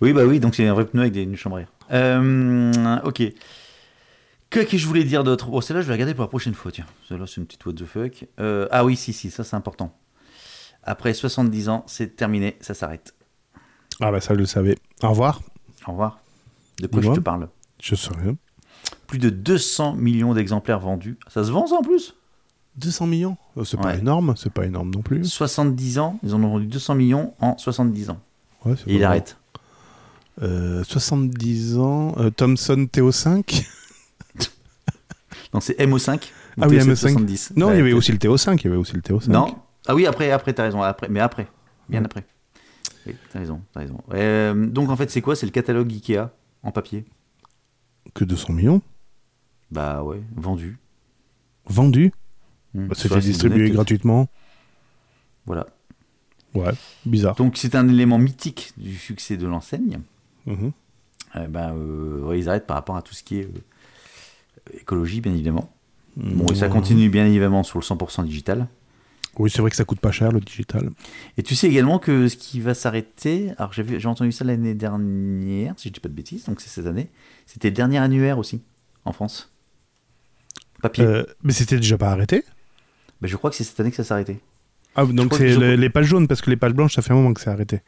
[SPEAKER 4] oui, bah oui, donc c'est un vrai pneu avec des- une chambre à air. Euh, ok. Que que je voulais dire d'autre Bon, celle-là, je vais la garder pour la prochaine fois, tiens. Celle-là, c'est une petite what the fuck. Euh, ah oui, si, si, ça, c'est important. Après 70 ans, c'est terminé, ça s'arrête.
[SPEAKER 3] Ah bah ça, je le savais. Au revoir.
[SPEAKER 4] Au revoir. De quoi
[SPEAKER 3] Dis-moi.
[SPEAKER 4] je te parle
[SPEAKER 3] Je sais rien.
[SPEAKER 4] Plus de 200 millions d'exemplaires vendus. Ça se vend, ça, en plus
[SPEAKER 3] 200 millions Oh, C'est pas
[SPEAKER 4] Ouais.
[SPEAKER 3] énorme, c'est pas énorme non plus.
[SPEAKER 4] 70 ans, ils en ont vendu 200 millions en 70 ans.
[SPEAKER 3] Ouais, c'est
[SPEAKER 4] Et il
[SPEAKER 3] pas mal.
[SPEAKER 4] arrête.
[SPEAKER 3] Euh, 70 ans, euh, Thomson TO5
[SPEAKER 4] Donc c'est MO5.
[SPEAKER 3] Ah oui,
[SPEAKER 4] TO7
[SPEAKER 3] MO5.
[SPEAKER 4] 70.
[SPEAKER 3] Non,
[SPEAKER 4] Ouais,
[SPEAKER 3] il y avait
[SPEAKER 4] TO7.
[SPEAKER 3] aussi le TO5, il y avait aussi le TO5.
[SPEAKER 4] Bah, Non. Ah oui, après, après, t'as raison. Après, mais après.
[SPEAKER 3] Mm.
[SPEAKER 4] Bien après. Oui, t'as raison, t'as raison. Euh, donc en fait, c'est quoi C'est le catalogue Ikea en papier
[SPEAKER 3] Que 200 millions
[SPEAKER 4] Bah ouais, vendu.
[SPEAKER 3] vendus.
[SPEAKER 4] Hmm. Tu vois,
[SPEAKER 3] Bah, C'était
[SPEAKER 4] c'est une
[SPEAKER 3] distribué
[SPEAKER 4] honnête-
[SPEAKER 3] gratuitement.
[SPEAKER 4] Voilà.
[SPEAKER 3] Ouais, bizarre.
[SPEAKER 4] Donc c'est un élément mythique du succès de l'enseigne.
[SPEAKER 3] Mhm.
[SPEAKER 4] Eh ben, euh, ouais, ils arrêtent par rapport à tout ce qui est euh, écologie, bien évidemment. Bon, et ça
[SPEAKER 3] Ouais.
[SPEAKER 4] continue bien évidemment sur le 100% digital.
[SPEAKER 3] Mhm. Oui, c'est vrai que ça coûte pas cher le digital.
[SPEAKER 4] Et tu sais également que ce qui va s'arrêter, alors j'ai vu- j'ai entendu ça l'année dernière, si je dis pas de bêtises, donc c'est cette année, c'était le dernier annuaire aussi, en France. Papier.
[SPEAKER 3] Euh, mais c'était déjà pas arrêté
[SPEAKER 4] Ben, je crois que c'est cette année que ça s'est arrêté.
[SPEAKER 3] Ah, donc
[SPEAKER 4] crois que
[SPEAKER 3] c'est
[SPEAKER 4] je-
[SPEAKER 3] le- les pages jaunes, parce que les pages blanches, ça fait un moment que c'est arrêté.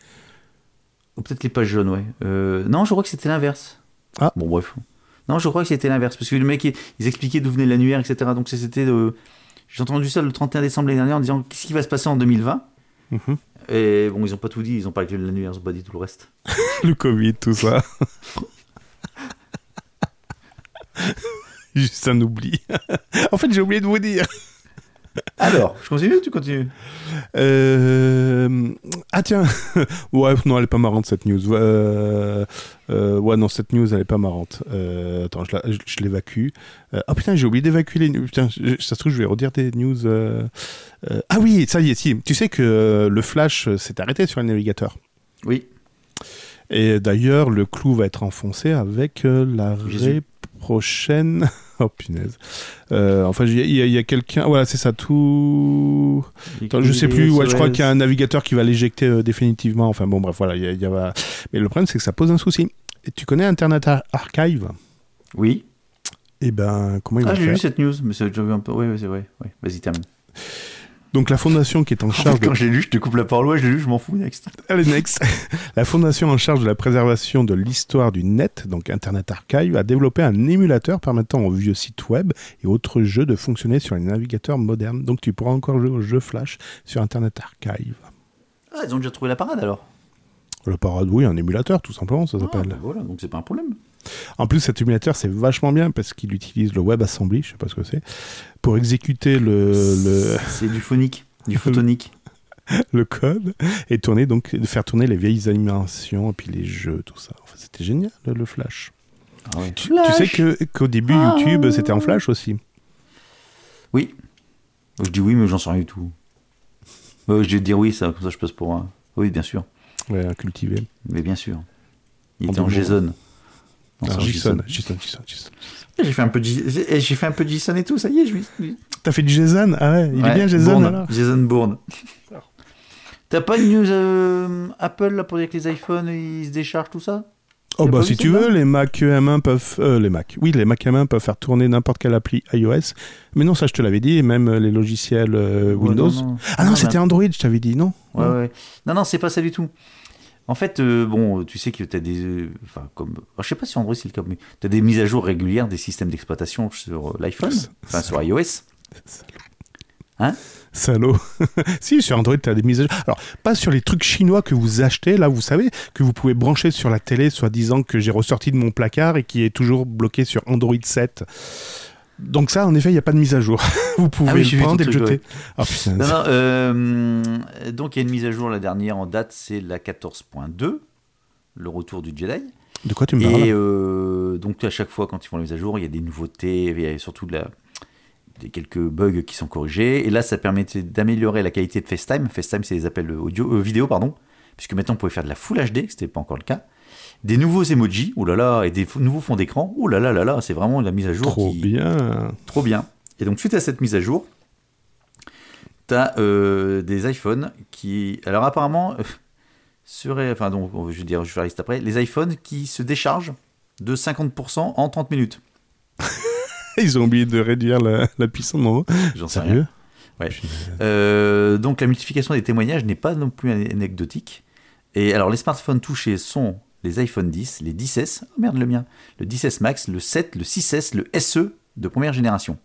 [SPEAKER 4] Ou peut-être les pages jaunes, ouais. Euh, non, je crois que c'était l'inverse.
[SPEAKER 3] Ah.
[SPEAKER 4] Bon, bref. Non, je crois que c'était l'inverse, parce que le mec, il- ils expliquaient d'où venait l'annuaire, etc. Donc c'était. euh, J'ai entendu ça le 31 décembre l'année dernière en disant qu'est-ce qui va se passer en 2020
[SPEAKER 3] Mhm.
[SPEAKER 4] Et bon, ils ont pas tout dit, ils ont pas inclus l'annuaire, ils ont pas dit tout le reste.
[SPEAKER 3] Le Covid, tout ça. Juste un oubli. en fait, j'ai oublié de vous dire.
[SPEAKER 4] Alors, je continue ou tu continues
[SPEAKER 3] Euh, Ah tiens, ouais, non, elle est pas marrante cette news. Euh, euh, ouais, non, cette news, elle est pas marrante. Euh, attends, je, la- je- je l'évacue. Euh, Ah putain, j'ai oublié d'évacuer les news. Putain, je- ça se trouve, je vais redire des news. euh, euh, Ah oui, ça y est, si. Tu sais que euh, le flash euh, s'est arrêté sur le navigateur.
[SPEAKER 4] Oui.
[SPEAKER 3] Et d'ailleurs, le clou va être enfoncé avec euh, l'arrêt
[SPEAKER 4] Jésus.
[SPEAKER 3] prochaine. Oh punaise. Euh, enfin, il y a- il y a, il y a quelqu'un. Voilà, c'est ça. Tout. Attends, je sais plus, ouais, je crois qu'il y a un navigateur qui va l'éjecter euh, définitivement. Enfin bon, bref, voilà. il y a- il y a- Mais le problème, c'est que ça pose un souci. Et tu connais Internet Ar- Archive
[SPEAKER 4] Oui.
[SPEAKER 3] Eh ben, comment il
[SPEAKER 4] Ah,
[SPEAKER 3] va
[SPEAKER 4] j'ai
[SPEAKER 3] faire
[SPEAKER 4] vu cette news, mais c'est déjà vu un peu. Oui, oui, c'est vrai. Ouais. Vas-y, termine.
[SPEAKER 3] Donc la fondation qui est
[SPEAKER 4] Ah,
[SPEAKER 3] en charge de...
[SPEAKER 4] je l'ai lu, je te coupe la parole. Ouais, je l'ai lu, je m'en fous. Next.
[SPEAKER 3] Allez, next. La fondation en charge de la préservation de l'histoire du net, donc Internet Archive, a développé un émulateur permettant aux vieux sites web et autres jeux de fonctionner sur les navigateurs modernes. Donc tu pourras encore jouer aux jeux Flash sur Internet Archive.
[SPEAKER 4] Ah, ils ont déjà trouvé la parade alors.
[SPEAKER 3] Le parade, oui, un émulateur, tout simplement, ça
[SPEAKER 4] Ah,
[SPEAKER 3] s'appelle.
[SPEAKER 4] bah voilà, donc c'est pas un problème.
[SPEAKER 3] En plus, cet émulateur, c'est vachement bien parce qu'il utilise le WebAssembly, je sais pas ce que c'est, pour exécuter le, Euh, le,
[SPEAKER 4] C'est du phonique, du photonique.
[SPEAKER 3] le code et tourner, donc, faire tourner les vieilles animations et puis les jeux, tout ça. Enfin, c'était génial, le- le Flash.
[SPEAKER 4] Ah ouais.
[SPEAKER 3] Tu sais que- qu'au début,
[SPEAKER 4] Ah.
[SPEAKER 3] YouTube, c'était en flash aussi.
[SPEAKER 4] Oui. Je dis oui, mais j'en sais rien du tout. Euh, je vais te dire oui, ça, comme ça je passe pour un. Oui, bien sûr.
[SPEAKER 3] Ouais, à cultiver.
[SPEAKER 4] Mais bien sûr. Il
[SPEAKER 3] En
[SPEAKER 4] était en
[SPEAKER 3] deux mots.
[SPEAKER 4] JSON. Non, c'est
[SPEAKER 3] Alors,
[SPEAKER 4] en
[SPEAKER 3] Ah, Jason, Jason, Jason, Jason.
[SPEAKER 4] J'ai fait un peu de J- eh, j'ai fait un peu de JSON et tout, ça y est, je lui.
[SPEAKER 3] T'as fait du Jason Ah ouais, il
[SPEAKER 4] Ouais,
[SPEAKER 3] est bien Jason
[SPEAKER 4] Bourne.
[SPEAKER 3] alors
[SPEAKER 4] Jason Bourne. T'as pas une news euh, Apple là pour dire que les iPhones ils se déchargent tout ça
[SPEAKER 3] Oh
[SPEAKER 4] T'as
[SPEAKER 3] bah
[SPEAKER 4] pas hein
[SPEAKER 3] si
[SPEAKER 4] vu
[SPEAKER 3] tu
[SPEAKER 4] celle-là
[SPEAKER 3] veux, les Mac M1 peuvent... euh, les Mac, oui, les Mac M1 peuvent faire tourner n'importe quelle appli iOS. Mais non, ça je te l'avais dit, et même euh, les logiciels euh,
[SPEAKER 4] Ouais,
[SPEAKER 3] Windows.
[SPEAKER 4] non, non.
[SPEAKER 3] Ah non,
[SPEAKER 4] Non,
[SPEAKER 3] c'était Android, je t'avais dit, non
[SPEAKER 4] bah. Ouais,
[SPEAKER 3] Non.
[SPEAKER 4] ouais. Non, non, c'est pas ça du tout. En fait, euh, bon, tu sais que t'as des. euh, Enfin, comme. alors, je sais pas si Android c'est le cas, mais t'as des mises à jour régulières des systèmes d'exploitation sur euh, l'iPhone, enfin sur iOS.
[SPEAKER 3] Salaud. si, sur Android, t'as des mises à jour. Alors, pas sur les trucs chinois que vous achetez, là, vous savez, que vous pouvez brancher sur la télé, soi-disant que j'ai ressorti de mon placard et qui est toujours bloqué sur Android 7. Donc ça, en effet, il n'y a pas de mise à jour. vous pouvez
[SPEAKER 4] Ah oui, j'ai
[SPEAKER 3] le
[SPEAKER 4] vu ton
[SPEAKER 3] prendre et le
[SPEAKER 4] truc,
[SPEAKER 3] jeter.
[SPEAKER 4] ouais.
[SPEAKER 3] Ah, putain,
[SPEAKER 4] Non,
[SPEAKER 3] c'est-
[SPEAKER 4] non, euh, donc il y a une mise à jour, la dernière en date, c'est la 14.2, le retour du Jedi.
[SPEAKER 3] de quoi tu me parles
[SPEAKER 4] Et euh, donc à chaque fois quand ils font les mises à jour, il y a des nouveautés, il y a surtout de la, des quelques bugs qui sont corrigés. Et là, ça permet d'améliorer la qualité de FaceTime. FaceTime, c'est les appels audio, euh, vidéo, pardon, puisque maintenant on pouvait faire de la Full HD, ce n'était pas encore le cas. des nouveaux emojis, oh là là, et des f- nouveaux fonds d'écran, oh là là là là, c'est vraiment la mise à jour
[SPEAKER 3] Trop
[SPEAKER 4] qui-
[SPEAKER 3] bien.
[SPEAKER 4] Trop bien. Et donc, suite à cette mise à jour, t'as euh, des iPhones qui. Alors, apparemment, euh, seraient. Enfin, donc, je vais dire, je vais faire la liste après. Les iPhones qui se déchargent de 50% en 30 minutes.
[SPEAKER 3] Ils ont oublié de réduire la, la puissance de mon
[SPEAKER 4] J'en sais rien.
[SPEAKER 3] Sérieux
[SPEAKER 4] Euh, donc, la multiplication des témoignages n'est pas non plus an- anecdotique. Et alors, les smartphones touchés sont les iPhone 10, les 10S, oh merde le mien, le 10S Max, le 7, le 6S, le SE de première génération.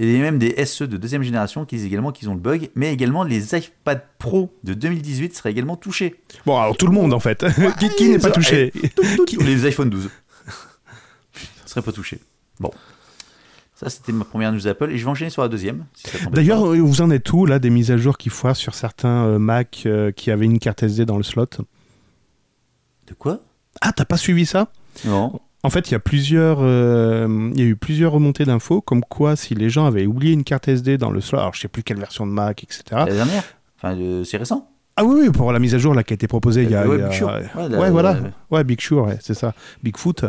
[SPEAKER 4] et même des SE de deuxième génération qui disent également qu'ils ont le bug, mais également les iPad Pro de 2018 seraient également touchés.
[SPEAKER 3] Bon, alors tout le monde en fait. qui qui
[SPEAKER 4] Ah,
[SPEAKER 3] n'est pas touché
[SPEAKER 4] eh, Ou les iPhone 12 seraient pas touchés. Bon. Ça, c'était ma première news Apple, et je vais enchaîner sur la deuxième. si ça t'embête
[SPEAKER 3] D'ailleurs,
[SPEAKER 4] pas.
[SPEAKER 3] euh, vous en êtes où là des mises à jour qui foirent sur certains euh, Mac euh, qui avaient une carte SD dans le slot
[SPEAKER 4] de quoi
[SPEAKER 3] Ah, t'as pas suivi ça
[SPEAKER 4] Non.
[SPEAKER 3] En fait, il y a plusieurs, euh, il y a eu plusieurs remontées d'infos comme quoi si les gens avaient oublié une carte SD dans le slot, alors je sais plus quelle version de Mac, etc.
[SPEAKER 4] La dernière Enfin, euh, c'est récent.
[SPEAKER 3] Ah oui, oui, pour la mise à jour là, qui a été proposée il y a.
[SPEAKER 4] euh, Ouais,
[SPEAKER 3] il y a-
[SPEAKER 4] Big Sure. Ouais,
[SPEAKER 3] Ouais,
[SPEAKER 4] la-
[SPEAKER 3] voilà.
[SPEAKER 4] la-
[SPEAKER 3] Ouais, Big Sure, ouais, c'est ça. Bigfoot.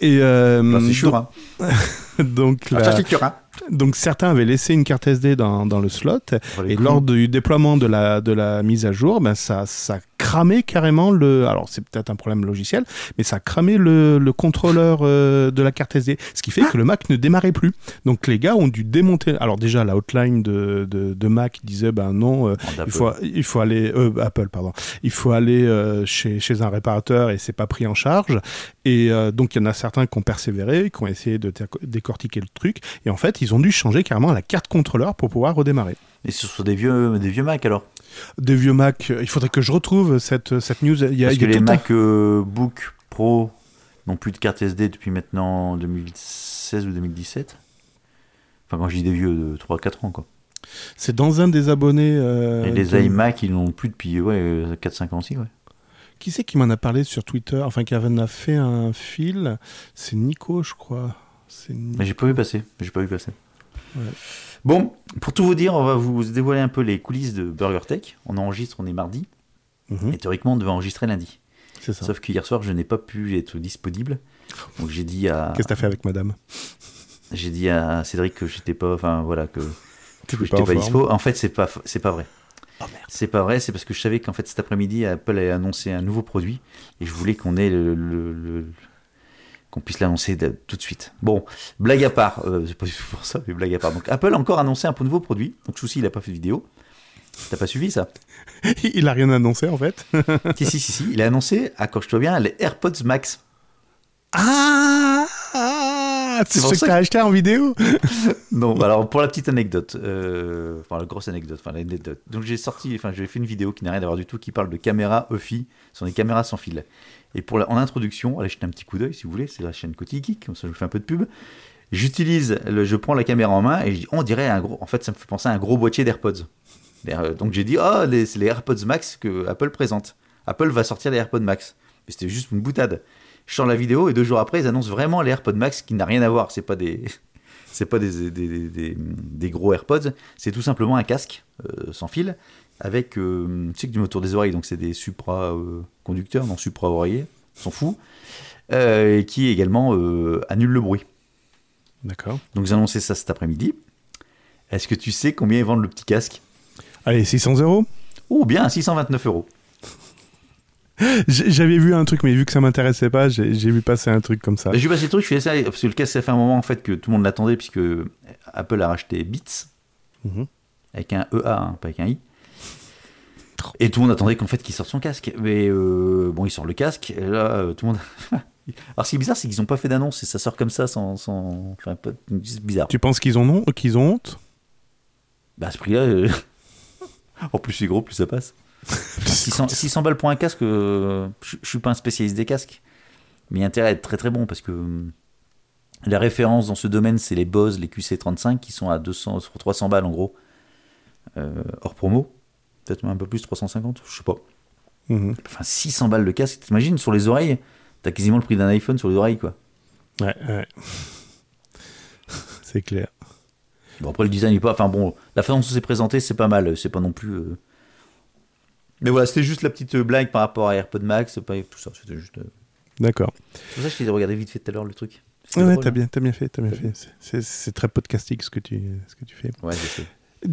[SPEAKER 3] Et euh,
[SPEAKER 4] Enfin, c'est sûr.
[SPEAKER 3] donc- bah,
[SPEAKER 4] Hein.
[SPEAKER 3] donc, la-
[SPEAKER 4] Ah, ça, c'est sûr, hein.
[SPEAKER 3] donc certains avaient laissé une carte SD dans, dans le slot et lors du déploiement de la, de la mise à jour, ben ça, ça cramait carrément le. Alors c'est peut-être un problème logiciel, mais ça cramait le, le contrôleur euh, de la carte SD, ce qui fait que le Mac ne démarrait plus. Donc les gars ont dû démonter. Alors déjà la hotline de, de, de Mac disait ben non, euh, il faut, il faut aller euh, Apple pardon il faut aller euh, chez, chez un réparateur et c'est pas pris en charge et euh, donc il y en a certains qui ont persévéré qui ont essayé de déco- décortiquer le truc et en fait ils ont dû changer carrément la carte contrôleur pour pouvoir redémarrer
[SPEAKER 4] Et ce sont des vieux, des vieux Mac alors
[SPEAKER 3] des vieux Mac euh, il faudrait que je retrouve cette, euh, cette news il y a,
[SPEAKER 4] Parce
[SPEAKER 3] il y
[SPEAKER 4] que
[SPEAKER 3] a
[SPEAKER 4] les
[SPEAKER 3] tout un-
[SPEAKER 4] Mac euh, Book Pro n'ont plus de carte SD depuis maintenant 2016 ou 2017. Enfin, quand je dis des vieux, de 3-4 ans quoi.
[SPEAKER 3] c'est dans un des abonnés euh,
[SPEAKER 4] Et les
[SPEAKER 3] de-
[SPEAKER 4] iMac, ils n'ont plus depuis ouais, euh, 4-5 ans aussi, ouais.
[SPEAKER 3] qui c'est qui m'en a parlé sur Twitter enfin qui en a fait un fil c'est Nico je crois c'est Nico.
[SPEAKER 4] Mais j'ai pas vu passer. J'ai pas vu passer.
[SPEAKER 3] Ouais.
[SPEAKER 4] Bon, pour tout vous dire, on va vous dévoiler un peu les coulisses de Burger Tech. On enregistre, on est mardi.
[SPEAKER 3] Mhm,
[SPEAKER 4] Et théoriquement, on devait enregistrer lundi.
[SPEAKER 3] c'est ça
[SPEAKER 4] Sauf que hier soir, je n'ai pas pu être disponible. Donc j'ai dit à,
[SPEAKER 3] qu'est-ce que t'as fait avec madame
[SPEAKER 4] j'ai dit à Cédric que j'étais pas, enfin voilà que
[SPEAKER 3] T'étais
[SPEAKER 4] que
[SPEAKER 3] pas
[SPEAKER 4] j'étais
[SPEAKER 3] en
[SPEAKER 4] pas
[SPEAKER 3] forme.
[SPEAKER 4] dispo. En fait, c'est pas, c'est pas vrai. C'est pas vrai, c'est parce que je savais qu'en fait cet après-midi Apple allait annoncer un nouveau produit et je voulais qu'on ait le, le- le- qu'on puisse l'annoncer de- tout de suite. Bon, blague à part, euh, c'est pas du tout pour ça, mais blague à part. Donc Apple a encore annoncé un nouveau produit. Donc Souci, il a pas fait de vidéo. T'as pas suivi ça
[SPEAKER 3] il a rien annoncé en fait
[SPEAKER 4] Si si si si. Il a annoncé, accroche-toi bien, les AirPods Max.
[SPEAKER 3] Ah, ah, C'est
[SPEAKER 4] C'est pour
[SPEAKER 3] ce que
[SPEAKER 4] ça
[SPEAKER 3] t'as acheté en vidéo
[SPEAKER 4] Non, bah alors pour la petite anecdote, euh, enfin la grosse anecdote, enfin l'anecdote. Donc j'ai sorti, enfin j'ai fait une vidéo qui n'a rien à voir du tout, qui parle de caméras EFI, ce sont des caméras sans fil. Et pour la- en introduction, allez jeter un petit coup d'œil si vous voulez, c'est la chaîne Coty Geek, comme ça je vous fais un peu de pub. J'utilise, le, je prends la caméra en main et je dis, on dirait un gros, en fait ça me fait penser à un gros boîtier d'AirPods. Mais, euh, Donc j'ai dit, ah les- c'est les AirPods Max que Apple présente. Apple va sortir les AirPods Max. Mais c'était juste une boutade. Je sors la vidéo et deux jours après, ils annoncent vraiment les AirPods Max qui n'a rien à voir. C'est pas des, c'est pas des, des, des- des- des gros AirPods, c'est tout simplement un casque euh, sans fil avec, euh, tu sais que tu mets autour des oreilles, donc c'est des supra-conducteurs, non supra-oreillers, on s'en fout, euh, et qui également euh, annule le bruit.
[SPEAKER 3] D'accord.
[SPEAKER 4] Donc ils ont annoncé ça cet après-midi. Est-ce que tu sais combien ils vendent le petit casque
[SPEAKER 3] Allez, 600 euros.
[SPEAKER 4] Oh bien, 629 euros.
[SPEAKER 3] J- J'avais vu un truc, mais vu que ça m'intéressait pas, j'ai j'ai vu passer un truc comme ça.
[SPEAKER 4] Mais Bah, j'ai passé le truc, je suis laissé, parce que le casque, ça fait un moment en fait que tout le monde l'attendait, puisque Apple a racheté Beats,
[SPEAKER 3] Mhm.
[SPEAKER 4] avec un EA, hein, pas avec un I. Et tout le monde attendait qu'en fait qu'il sorte son casque. Mais euh, bon, il sort le casque, et là, euh, tout le monde. Alors, ce qui est bizarre, c'est qu'ils n'ont pas fait d'annonce, et ça sort comme ça sans. sans... Enfin, pas- c'est bizarre.
[SPEAKER 3] Tu penses qu'ils ont, non- qu'ils ont honte
[SPEAKER 4] Bah, à ce prix-là. euh, en plus, c'est gros, plus ça passe. 600, 600 balles pour un casque, euh, je je suis pas un spécialiste des casques, mais il y a intérêt à être très très bon parce que hum, la référence dans ce domaine, c'est les Bose, les QC35 qui sont à 200, sur 300 balles en gros, Euh, hors promo, peut-être même un peu plus, 350, je sais pas.
[SPEAKER 3] Mhm.
[SPEAKER 4] Enfin, 600 balles de casque, t'imagines, sur les oreilles, t'as quasiment le prix d'un iPhone sur les oreilles quoi.
[SPEAKER 3] Ouais, ouais. C'est clair.
[SPEAKER 4] Bon, après le design est pas, enfin bon, la façon dont c'est présenté, c'est pas mal, c'est pas non plus. euh. Mais voilà, c'était juste la petite blague par rapport à AirPod Max, c'est pas tout ça, c'était juste. euh,
[SPEAKER 3] D'accord.
[SPEAKER 4] C'est pour ça que je t'ai regardé vite fait tout à l'heure le truc. C'était
[SPEAKER 3] Ouais, ouais,
[SPEAKER 4] drôle,
[SPEAKER 3] t'as
[SPEAKER 4] hein.
[SPEAKER 3] bien, t'as bien fait, t'as bien fait. C'est- C'est c'est très podcastique ce que tu, ce que tu fais.
[SPEAKER 4] Ouais, je sais.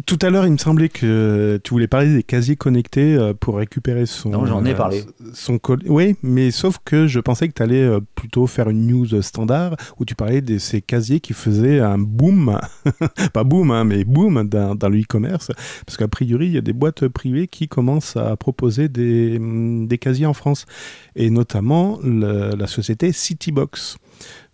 [SPEAKER 3] Tout à l'heure, il me semblait que tu voulais parler des casiers connectés euh, pour récupérer son.
[SPEAKER 4] Non, j'en ai
[SPEAKER 3] euh,
[SPEAKER 4] parlé.
[SPEAKER 3] Son col- Oui, mais sauf que je pensais que tu allais euh, plutôt faire une news standard où tu parlais de ces casiers qui faisaient un boom, pas boom, hein, mais boom dans, dans le e-commerce. Parce qu'a priori, il y a des boîtes privées qui commencent à proposer des, hum, des casiers en France. Et notamment le- la société Citybox.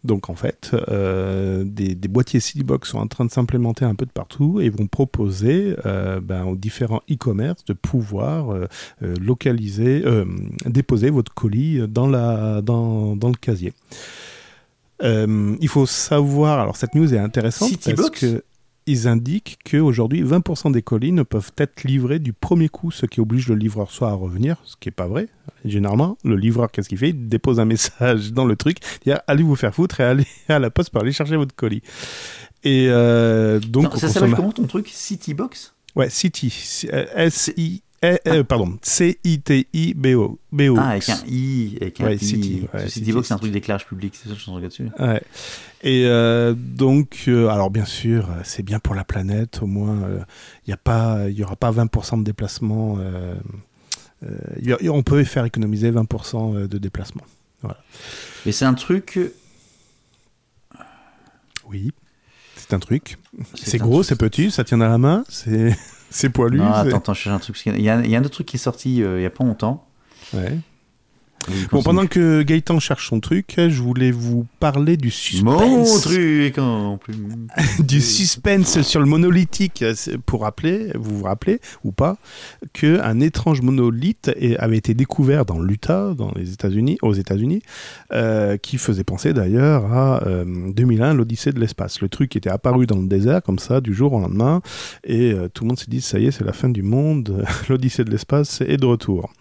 [SPEAKER 3] Donc en fait, euh, des, des boîtiers Citybox sont en train de s'implémenter un peu de partout et vont proposer euh, ben, aux différents e-commerce de pouvoir euh, euh, localiser, euh, déposer votre colis dans, la, dans, dans le casier. Euh, il faut savoir, alors cette news est intéressante parce
[SPEAKER 4] Citybox
[SPEAKER 3] que ils indiquent qu'aujourd'hui 20% des colis ne peuvent être livrés du premier coup, ce qui oblige le livreur soit à revenir, ce qui n'est pas vrai. Généralement, le livreur, qu'est-ce qu'il fait Il dépose un message dans le truc dire allez vous faire foutre et allez à la poste pour aller chercher votre colis. Et euh, donc,
[SPEAKER 4] Non,
[SPEAKER 3] au
[SPEAKER 4] ça s'appelle
[SPEAKER 3] consomma-
[SPEAKER 4] comment ton truc Citybox
[SPEAKER 3] Ouais, City. C- euh, S-I. eh, euh, pardon, C-I-T-I-B-O. B-O.
[SPEAKER 4] Ah, avec un I. Avec un
[SPEAKER 3] Oh. Ouais,
[SPEAKER 4] I.
[SPEAKER 3] City, ouais,
[SPEAKER 4] Ce
[SPEAKER 3] City,
[SPEAKER 4] Citybox, c'est un
[SPEAKER 3] City.
[SPEAKER 4] truc d'éclairage public, c'est ça, je change là-dessus.
[SPEAKER 3] Ouais. Et euh, donc, euh, alors bien sûr, euh, c'est bien pour la planète. Au moins, il n'y y aura pas 20% de déplacement. euh, euh, y a- on peut faire économiser 20% euh, de déplacement.
[SPEAKER 4] Mais c'est un truc. euh,
[SPEAKER 3] Oui. C'est un truc. C'est
[SPEAKER 4] un
[SPEAKER 3] gros,
[SPEAKER 4] truc-
[SPEAKER 3] c'est petit, ça tient à la main, c'est c'est poilu.
[SPEAKER 4] Non,
[SPEAKER 3] c'est-
[SPEAKER 4] attends, attends, je cherche un truc. parce qu'il y a- Il y, a, un- il y a un autre truc qui est sorti euh, il y a pas longtemps.
[SPEAKER 3] Ouais.
[SPEAKER 4] Vas-y,
[SPEAKER 3] Bon,
[SPEAKER 4] continue.
[SPEAKER 3] pendant que Gaëtan cherche son truc, je voulais vous parler du
[SPEAKER 4] Mon
[SPEAKER 3] suspense.
[SPEAKER 4] truc en plus.
[SPEAKER 3] du suspense sur le monolithique, c'est pour rappeler, vous vous rappelez ou pas, qu'un étrange monolithe est- avait été découvert dans l'Utah, dans les États-Unis, aux États-Unis, euh, qui faisait penser d'ailleurs à euh, 2001, l'Odyssée de l'espace. Le truc était apparu dans le désert comme ça, du jour au lendemain, et euh, tout le monde s'est dit ça y est, c'est la fin du monde, l'Odyssée de l'espace est de retour.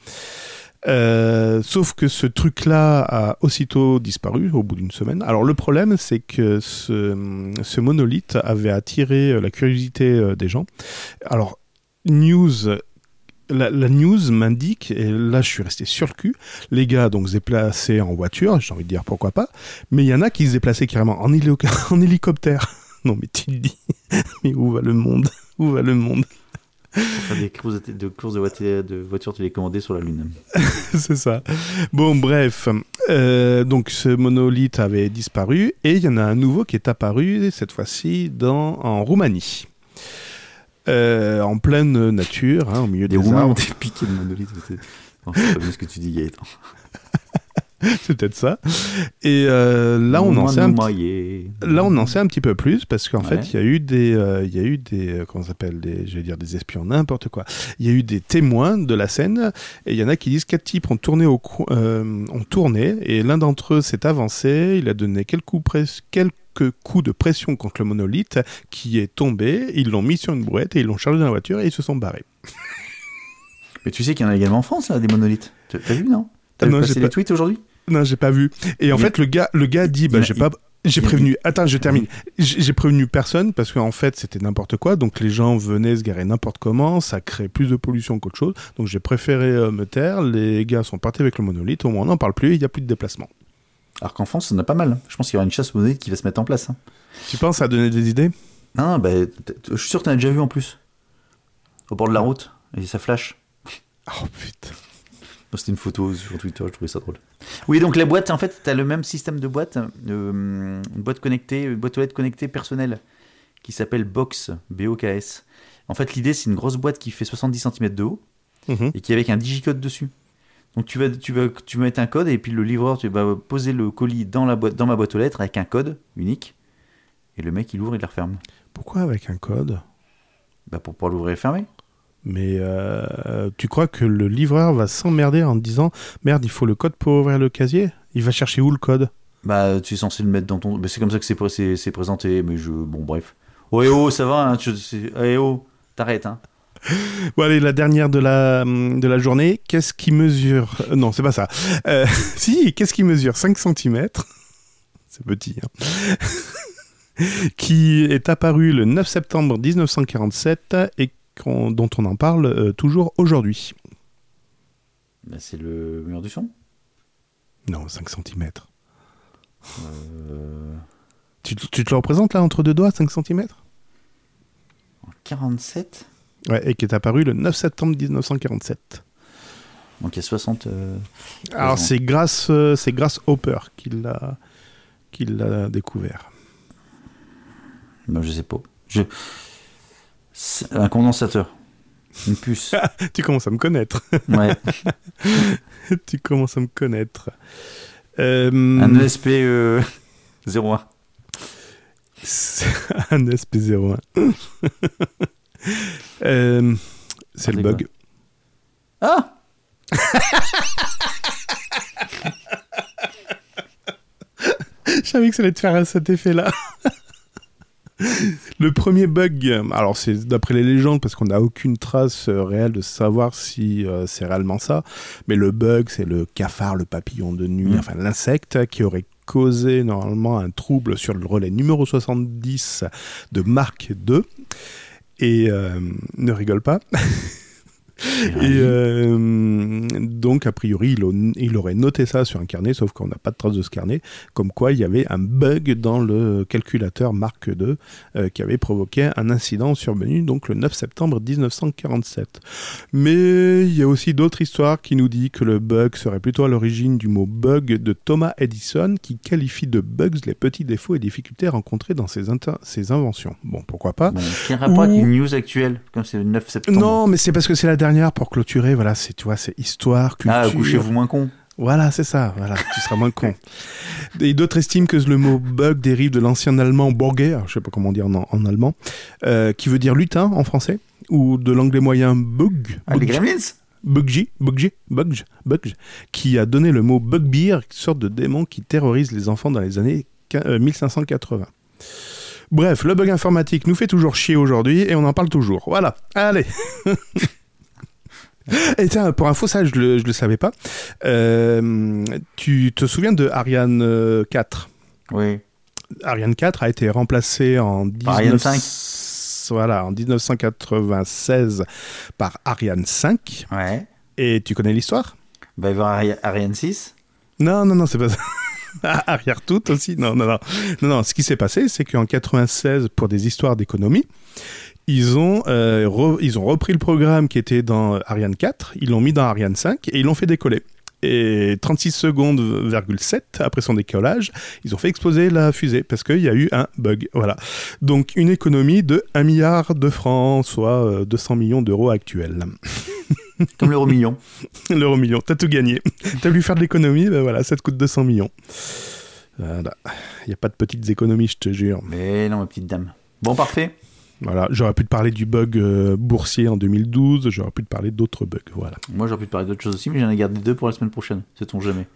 [SPEAKER 3] Euh, sauf que ce truc-là a aussitôt disparu au bout d'une semaine. Alors le problème, c'est que ce, ce monolithe avait attiré euh, la curiosité euh, des gens. Alors news. La, la news m'indique, et là je suis resté sur le cul, les gars donc se déplaçaient en voiture, j'ai envie de dire pourquoi pas, mais il y en a qui se déplaçaient carrément en, hélo- en hélicoptère. Non mais tu te dis, mais où va le monde Où va le monde
[SPEAKER 4] Faire des courses de, de, courses de, voitures- de voitures télécommandées sur la Lune.
[SPEAKER 3] C'est ça. Bon, bref. Euh, donc, ce monolithe avait disparu et il y en a un nouveau qui est apparu, cette fois-ci, dans, en Roumanie. Euh, en pleine nature, hein, au milieu
[SPEAKER 4] Des
[SPEAKER 3] des,
[SPEAKER 4] Roumains ont
[SPEAKER 3] arbres.
[SPEAKER 4] des piquets de monolithes. c'est- Non, c'est pas bien ce que tu dis, Gaëtan.
[SPEAKER 3] C'est peut-être ça. Et euh, là, on en sait un petit
[SPEAKER 4] petit
[SPEAKER 3] Là, on en sait un petit peu plus parce qu'en
[SPEAKER 4] Ouais.
[SPEAKER 3] fait, il y a eu des, euh, il y a eu des, euh, comment ça s'appelle, des, je vais dire des espions, n'importe quoi. Il y a eu des témoins de la scène et il y en a qui disent quatre types ont tourné au, cou- euh, ont tourné et l'un d'entre eux s'est avancé, il a donné quelques coups, pres- quelques coups de pression contre le monolithe qui est tombé, ils l'ont mis sur une brouette et ils l'ont chargé dans la voiture et ils se sont barrés.
[SPEAKER 4] Mais tu sais qu'il y en a également en France, là, des monolithes. T'as t'as vu, non T'as
[SPEAKER 3] Ah
[SPEAKER 4] vu
[SPEAKER 3] non,
[SPEAKER 4] passer
[SPEAKER 3] j'ai
[SPEAKER 4] les
[SPEAKER 3] pas-
[SPEAKER 4] tweets aujourd'hui
[SPEAKER 3] Non, j'ai pas vu. Et en
[SPEAKER 4] Il y a-
[SPEAKER 3] fait, le gars, le gars dit,
[SPEAKER 4] il y
[SPEAKER 3] bah,
[SPEAKER 4] a-
[SPEAKER 3] j'ai pas, j'ai
[SPEAKER 4] il y a-
[SPEAKER 3] prévenu. Attends, je termine. J'ai j'ai prévenu personne parce qu'en fait, c'était n'importe quoi. Donc, les gens venaient se garer n'importe comment. Ça crée plus de pollution qu'autre chose. Donc, j'ai préféré euh, me taire. Les gars sont partis avec le monolithe. Au moins, on n'en parle plus. Il n'y a plus de déplacement.
[SPEAKER 4] Alors qu'en France, on a pas mal. Je pense qu'il y aura une chasse aux monolithes qui va se mettre en place. hein.
[SPEAKER 3] Tu penses à donner des idées
[SPEAKER 4] Non, non, bah, t- t- je suis sûr que t'en as déjà vu en plus. Au bord de la route, et ça flash.
[SPEAKER 3] Oh putain.
[SPEAKER 4] Non, C'était une photo sur Twitter, je trouvais ça drôle. Oui, donc la boîte, en fait, t'as le même système de boîte, euh, une boîte connectée, une boîte aux lettres connectée personnelle, qui s'appelle Box, B-O-K-S. En fait, l'idée, c'est une grosse boîte qui fait 70 cm de haut,
[SPEAKER 3] Mhm.
[SPEAKER 4] et qui est avec un digicode dessus. Donc tu vas, tu vas, tu vas mettre un code et puis le livreur tu vas poser le colis dans la boîte, dans ma boîte aux lettres avec un code unique. Et le mec il ouvre et il la referme.
[SPEAKER 3] Pourquoi avec un code
[SPEAKER 4] Bah pour pouvoir l'ouvrir et le fermer.
[SPEAKER 3] Mais euh, tu crois que le livreur va s'emmerder en disant merde, il faut le code pour ouvrir le casier Il va chercher où le code
[SPEAKER 4] Bah tu es censé le mettre dans ton. Bah, c'est comme ça que c'est, pré- c'est, c'est présenté. Mais je, bon bref. Oh eh oh ça va. Hein, tu- c'est- eh oh t'arrêtes hein.
[SPEAKER 3] Bon, allez, la dernière de la, hum, de la journée. Qu'est-ce qui mesure Euh, Non, c'est pas ça. Euh, si, qu'est-ce qui mesure 5 cm C'est petit, hein. Qui est apparu le 9 septembre 1947 et qu'on- dont on en parle euh, toujours aujourd'hui.
[SPEAKER 4] Bah, c'est le mur du son.
[SPEAKER 3] Non, 5 cm.
[SPEAKER 4] Euh,
[SPEAKER 3] Tu, te- tu te le représentes là entre deux doigts, 5 cm
[SPEAKER 4] en 47
[SPEAKER 3] Ouais, et qui est apparu le 9 septembre 1947.
[SPEAKER 4] Donc il y a 60. euh,
[SPEAKER 3] Alors
[SPEAKER 4] Heureusement.
[SPEAKER 3] c'est grâce, euh, c'est grâce Hopper qu'il l'a qu'il l'a découvert.
[SPEAKER 4] Non, bah, je sais pas. Je... C'est Un condensateur. Une puce.
[SPEAKER 3] tu commences à me connaître.
[SPEAKER 4] Ouais.
[SPEAKER 3] tu commences à me connaître. Euh,
[SPEAKER 4] Un ESP euh, 01.
[SPEAKER 3] C'est un SP01. Euh, c'est le
[SPEAKER 4] Attendez,
[SPEAKER 3] bug.
[SPEAKER 4] Ah
[SPEAKER 3] Je savais que ça allait te faire cet effet-là. le premier bug, euh, alors c'est d'après les légendes, parce qu'on n'a aucune trace euh, réelle de savoir si euh, c'est réellement ça, mais le bug, c'est le cafard, le papillon de nuit,
[SPEAKER 4] Mm.
[SPEAKER 3] enfin l'insecte qui aurait causé normalement un trouble sur le relais numéro 70 de Mark II. Et euh, ne rigole pas, Et euh, donc, a priori, il, au- il aurait noté ça sur un carnet, sauf qu'on n'a pas de trace de ce carnet, comme quoi il y avait un bug dans le calculateur Mark II euh, qui avait provoqué un incident survenu donc le 9 septembre 1947. Mais il y a aussi d'autres histoires qui nous disent que le bug serait plutôt à l'origine du mot bug de Thomas Edison, qui qualifie de bugs les petits défauts et difficultés rencontrés dans ses, inter- ses inventions. Bon, pourquoi pas
[SPEAKER 4] Bon, quel rapport
[SPEAKER 3] Ou-
[SPEAKER 4] avec une news actuelle Comme c'est le 9 septembre.
[SPEAKER 3] non, mais c'est parce que c'est la dernière pour clôturer. Voilà, c'est tu vois, c'est histoire, culture.
[SPEAKER 4] Ah, couchez-vous moins con.
[SPEAKER 3] Voilà, c'est ça. Voilà, tu seras moins con. Et d'autres estiment que le mot bug dérive de l'ancien allemand burger, je sais pas comment dire en, en allemand, euh, qui veut dire lutin en français, ou de l'anglais moyen bug,
[SPEAKER 4] Ah, les
[SPEAKER 3] buggy,
[SPEAKER 4] Gremlins
[SPEAKER 3] buggy, buggy, buggy, buggy, qui a donné le mot bugbear, une sorte de démon qui terrorise les enfants dans les années quin- euh, 1580. Bref, le bug informatique nous fait toujours chier aujourd'hui et on en parle toujours. Voilà, allez. Et tiens, pour info, ça, je le, je le savais pas. Euh, tu te souviens de Ariane euh, 4
[SPEAKER 4] Oui.
[SPEAKER 3] Ariane 4 a été remplacée en, 19...
[SPEAKER 4] Par Ariane
[SPEAKER 3] 5. Voilà, en 1996 par Ariane 5.
[SPEAKER 4] Ouais.
[SPEAKER 3] Et tu connais l'histoire
[SPEAKER 4] Va y avoir Ari- Ariane 6.
[SPEAKER 3] Non, non, non, c'est pas ça. Ah, Arrière toute aussi Non, non, non. Non, non, ce qui s'est passé, c'est qu'en 96, pour des histoires d'économie, ils ont, euh, re- ils ont repris le programme qui était dans euh, Ariane 4, ils l'ont mis dans Ariane 5 et ils l'ont fait décoller. Et 36 secondes, 7 après son décollage, ils ont fait exploser la fusée parce qu'il y a eu un bug. Voilà. Donc une économie de 1 milliard de francs, soit euh, 200 millions d'euros actuels.
[SPEAKER 4] Comme l'euro million.
[SPEAKER 3] L'euro million, t'as tout gagné. T'as voulu faire de l'économie, ben voilà, ça te coûte 200 millions. Voilà. Il n'y a pas de petites économies, je te jure.
[SPEAKER 4] Mais non, ma petite dame. Bon, parfait.
[SPEAKER 3] Voilà, j'aurais pu te parler du bug euh, boursier en 2012, j'aurais pu te parler d'autres bugs, voilà.
[SPEAKER 4] Moi, j'aurais pu te parler d'autres choses aussi, mais j'en ai gardé deux pour la semaine prochaine. Sait-on jamais.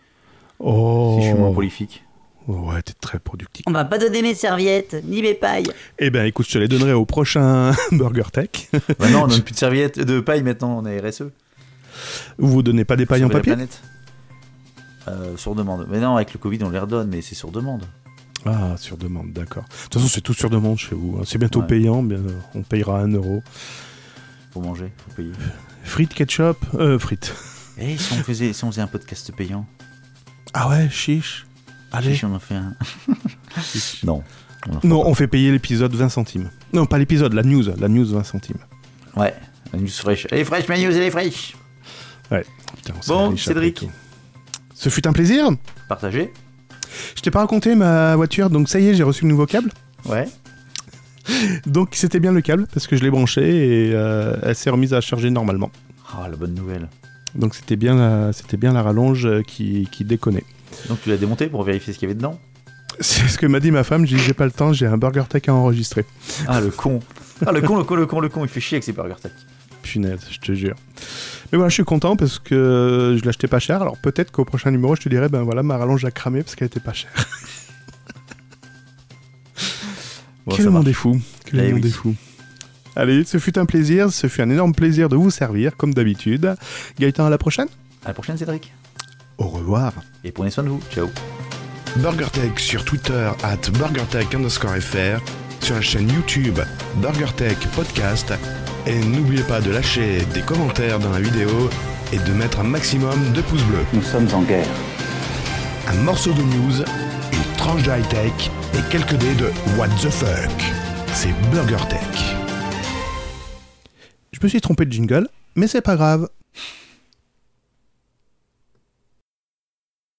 [SPEAKER 3] Oh,
[SPEAKER 4] Si je suis moins prolifique.
[SPEAKER 3] Oh, ouais, t'es très productif.
[SPEAKER 6] On m'a pas donné mes serviettes, ni mes pailles.
[SPEAKER 3] Eh ben, écoute, je te les donnerai au prochain Burger Tech.
[SPEAKER 4] Bah non, on donne plus de serviettes, de paille maintenant, on est RSE.
[SPEAKER 3] Vous donnez pas des pailles en
[SPEAKER 4] Sauver E. la
[SPEAKER 3] papier
[SPEAKER 4] planète. Euh, sur demande. Mais non, avec le Covid, on les redonne, mais c'est sur demande.
[SPEAKER 3] Ah, sur demande, d'accord. De toute façon, c'est tout sur demande chez vous. hein. C'est bientôt
[SPEAKER 4] Ouais.
[SPEAKER 3] payant, bien, on payera 1 euro.
[SPEAKER 4] Faut manger, faut payer.
[SPEAKER 3] Frites, ketchup, euh, frites.
[SPEAKER 4] Eh, si on faisait, si on faisait un podcast payant,
[SPEAKER 3] Ah ouais, chiche. Allez,
[SPEAKER 4] si on en fait un. non. On en fait
[SPEAKER 3] Non,
[SPEAKER 4] pas.
[SPEAKER 3] on fait payer l'épisode 20 centimes. Non, pas l'épisode, la news, la news 20 centimes.
[SPEAKER 4] Ouais. La news fraîche. Elle est fraîche, ma news, elle est fraîche.
[SPEAKER 3] Putain, on s'est
[SPEAKER 4] Bon,
[SPEAKER 3] riche
[SPEAKER 4] Cédric.
[SPEAKER 3] après tout. Ce fut un plaisir.
[SPEAKER 4] Partagez.
[SPEAKER 3] Je t'ai pas raconté ma voiture, donc ça y est, j'ai reçu le nouveau câble.
[SPEAKER 4] Ouais.
[SPEAKER 3] Donc c'était bien le câble parce que je l'ai branché et euh, elle s'est remise à charger normalement.
[SPEAKER 4] Ah, la bonne nouvelle.
[SPEAKER 3] Donc c'était bien, la- c'était bien la rallonge euh, qui, qui déconnait.
[SPEAKER 4] Donc tu l'as démonté pour vérifier ce qu'il y avait dedans
[SPEAKER 3] C'est ce que m'a dit ma femme. J'ai dit, j'ai pas le temps, j'ai un burger tech à enregistrer.
[SPEAKER 4] Ah, le con. Ah, le con, le con, le con, le con. Il fait chier avec ses burger tech.
[SPEAKER 3] Punaise, je te jure. Mais voilà, je suis content parce que je l'achetais pas cher. Alors peut-être qu'au prochain numéro, je te dirai, ben voilà, ma rallonge a cramé parce qu'elle était pas chère.
[SPEAKER 4] Bon,
[SPEAKER 3] Quel
[SPEAKER 4] ça
[SPEAKER 3] monde
[SPEAKER 4] marche.
[SPEAKER 3] est fou. Quel
[SPEAKER 4] Eh
[SPEAKER 3] monde
[SPEAKER 4] oui.
[SPEAKER 3] est fou. Allez, ce fut un plaisir, ce fut un énorme plaisir de vous servir, comme d'habitude. Gaëtan, à la prochaine.
[SPEAKER 4] À la prochaine, Cédric.
[SPEAKER 3] Au revoir.
[SPEAKER 4] Et prenez soin de vous. Ciao.
[SPEAKER 1] BurgerTech sur Twitter at BurgerTech underscore FR, sur la chaîne YouTube BurgerTech Podcast. Et n'oubliez pas de lâcher des commentaires dans la vidéo et de mettre un maximum de pouces bleus.
[SPEAKER 5] Nous sommes en guerre.
[SPEAKER 1] un morceau de news, une tranche de high-tech et quelques dés de What the fuck. C'est Burger Tech.
[SPEAKER 3] Je me suis trompé de jingle, mais c'est pas grave.